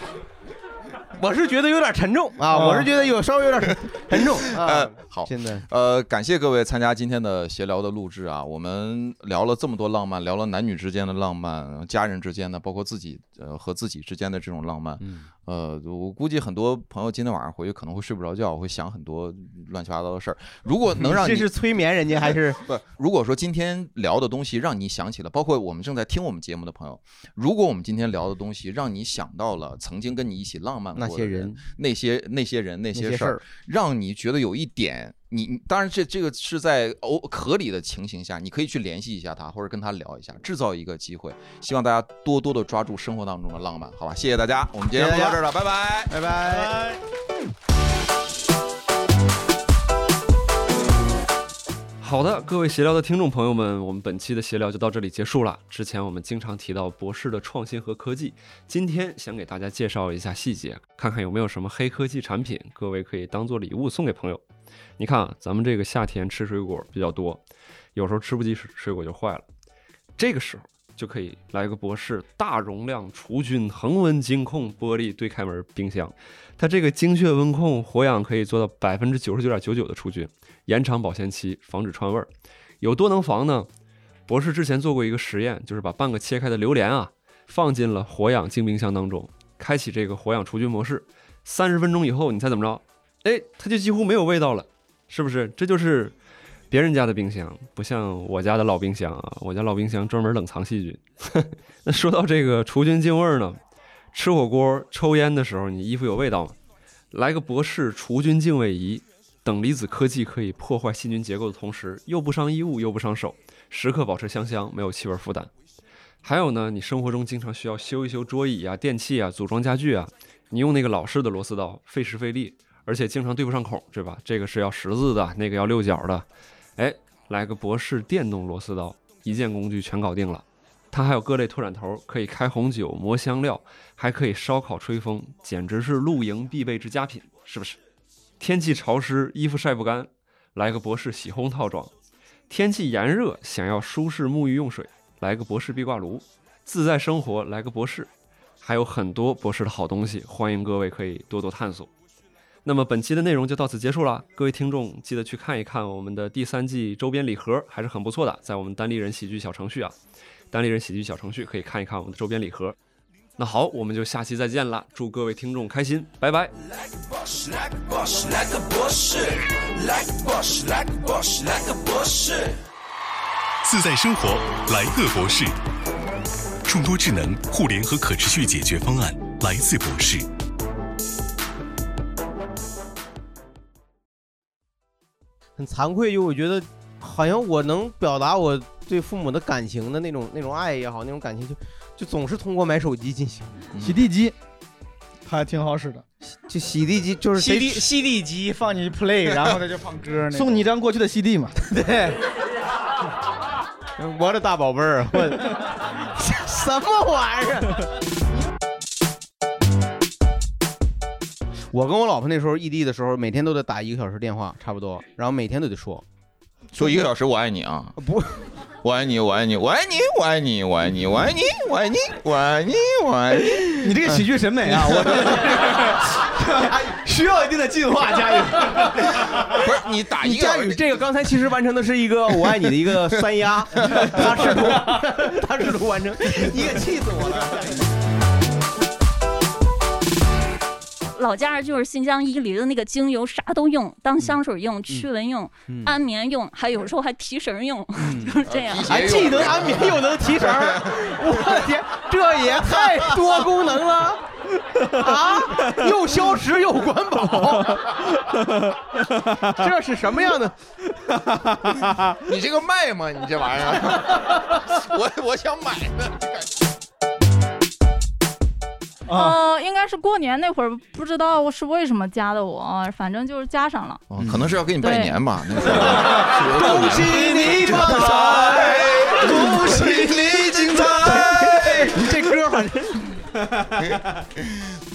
S4: 我是觉得有点沉重啊，我是觉得有稍微有点 沉沉 重啊。
S3: 呃好，
S4: 现在
S3: 呃，感谢各位参加今天的闲聊的录制啊，我们聊了这么多浪漫，聊了男女之间的浪漫，呃家人之间的，包括自己呃和自己之间的这种浪漫。
S4: 嗯，
S3: 呃，我估计很多朋友今天晚上回去可能会睡不着觉，会想很多乱七八糟的事儿。如果呃能 让你
S4: 这是催眠人家 还是
S3: 不？如果说今天聊的东西让你想起了，包括我们正在听我们节目的朋友，如果我们今天聊的东西让你想到了曾经跟你一起浪漫过
S4: 那些
S3: 的
S4: 人、
S3: 那些那些人、那
S4: 那些
S3: 些事
S4: 事
S3: 儿
S4: 儿，
S3: 让你觉得有一点，你你当然这这个是在偶合理的情形下，你可以去联系一下他，或者跟他聊一下，制造一个机会。希望大家多多的抓住生活当中的浪漫，好吧？谢谢大家，我们今天就
S4: 谢谢大
S3: 到这
S4: 家
S3: 儿了， 拜拜，
S4: 拜拜。
S1: 好的，各位闲聊的听众朋友们，我们本期的闲聊就到这里结束了。之前我们经常提到博士的创新和科技，今天想给大家介绍一下细节，看看有没有什么黑科技产品，各位可以当做礼物送给朋友。你看啊，咱们这个夏天吃水果比较多，有时候吃不及水水果就坏了，这个时候就可以来个博士大容量除菌恒温精控玻璃对开门冰箱，它这个精确温控活氧可以做到百分之九十九点九九的除菌，延长保鲜期，防止串味儿。有多能防呢？博士之前做过一个实验，就是把半个切开的榴莲啊放进了活氧净冰箱当中，开启这个活氧除菌模式，三十分钟以后，你猜怎么着？哎，它就几乎没有味道了，是不是？这就是别人家的冰箱，不像我家的老冰箱啊，我家老冰箱专门冷藏细菌。 那说到这个除菌净味儿呢，吃火锅、抽烟的时候，你衣服有味道吗？来个博士除菌净味仪，等离子科技可以破坏细菌结构的同时，又不伤衣物，又不伤手，时刻保持香香，没有气味负担。还有呢，你生活中经常需要修一修桌椅啊、电器啊、组装家具啊，你用那个老式的螺丝刀，费时费力，而且经常对不上孔，对吧？这个是要十字的，那个要六角的，哎，来个博士电动螺丝刀，一键工具全搞定了。它还有各类拓展头，可以开红酒、磨香料，还可以烧烤吹风，简直是露营必备之佳品，是不是？天气潮湿，衣服晒不干，来个博士洗烘套装；天气炎热，想要舒适沐浴用水，来个博士壁挂炉；自在生活，来个博士。还有很多博士的好东西，欢迎各位可以多多探索。那么本期的内容就到此结束了，各位听众记得去看一看我们的第三季周边礼盒，还是很不错的，在我们单立人喜剧小程序啊，单立人喜剧小程序可以看一看我们的周边礼盒。那好，我们就下期再见啦，祝各位听众开心，拜拜。
S2: boss, like a boss, like a boss, like a boss, like a boss, like a boss.
S9: 自在生活来个博士，众多智能互联和可持续解决方案来自博士。
S4: 很惭愧，就我觉得好像我能表达我对父母的感情的那种那种爱也好，那种感情就就总是通过买手机进行。
S3: 嗯
S8: 洗地机还挺好使的，
S4: 就洗地机 就是
S8: 洗
S4: 谁
S8: 地
S4: 洗地机放进去 play，
S8: 然后它就放
S4: 歌
S8: 送你一张过去的 CD 嘛。
S4: 对，我的大宝贝儿， 我什么玩意儿？
S3: 啊
S4: 我跟我老婆那时候异地的时候，每天都得打一个小时电话，差不多，然后每天都得说，
S3: 说一个小时我爱你啊！
S4: 不，
S3: 我爱你，我爱你，我爱你，我爱你，我爱你，我爱你，我爱你，我爱你，我爱你。
S8: 你这个喜剧审美啊，
S3: 嗯
S4: 我需要一定的进化，佳宇。
S3: 不是你打一个
S4: 佳宇这个刚才其实完成的是一个我爱你的一个三 压，他试图他试图完成，你也气死我了。
S21: 老家儿就是新疆伊犁的那个精油，啥都用，当香水用、驱蚊用、
S4: 嗯
S21: 安眠用，还有时候还提神用， 就是这样。
S4: 还既能安眠又能提神儿，我的天，这也太多功能了啊！又消食又管饱， 这是什么样的？
S3: 你这个卖吗？你这玩意儿， 我我想买呢。
S20: 呃，应该是过年那会儿，不知道是为什么加的我，反正就是加上了。
S3: 哦可能是要给你拜年吧？那
S4: 恭喜你发 财，恭喜你精彩。你这歌反正。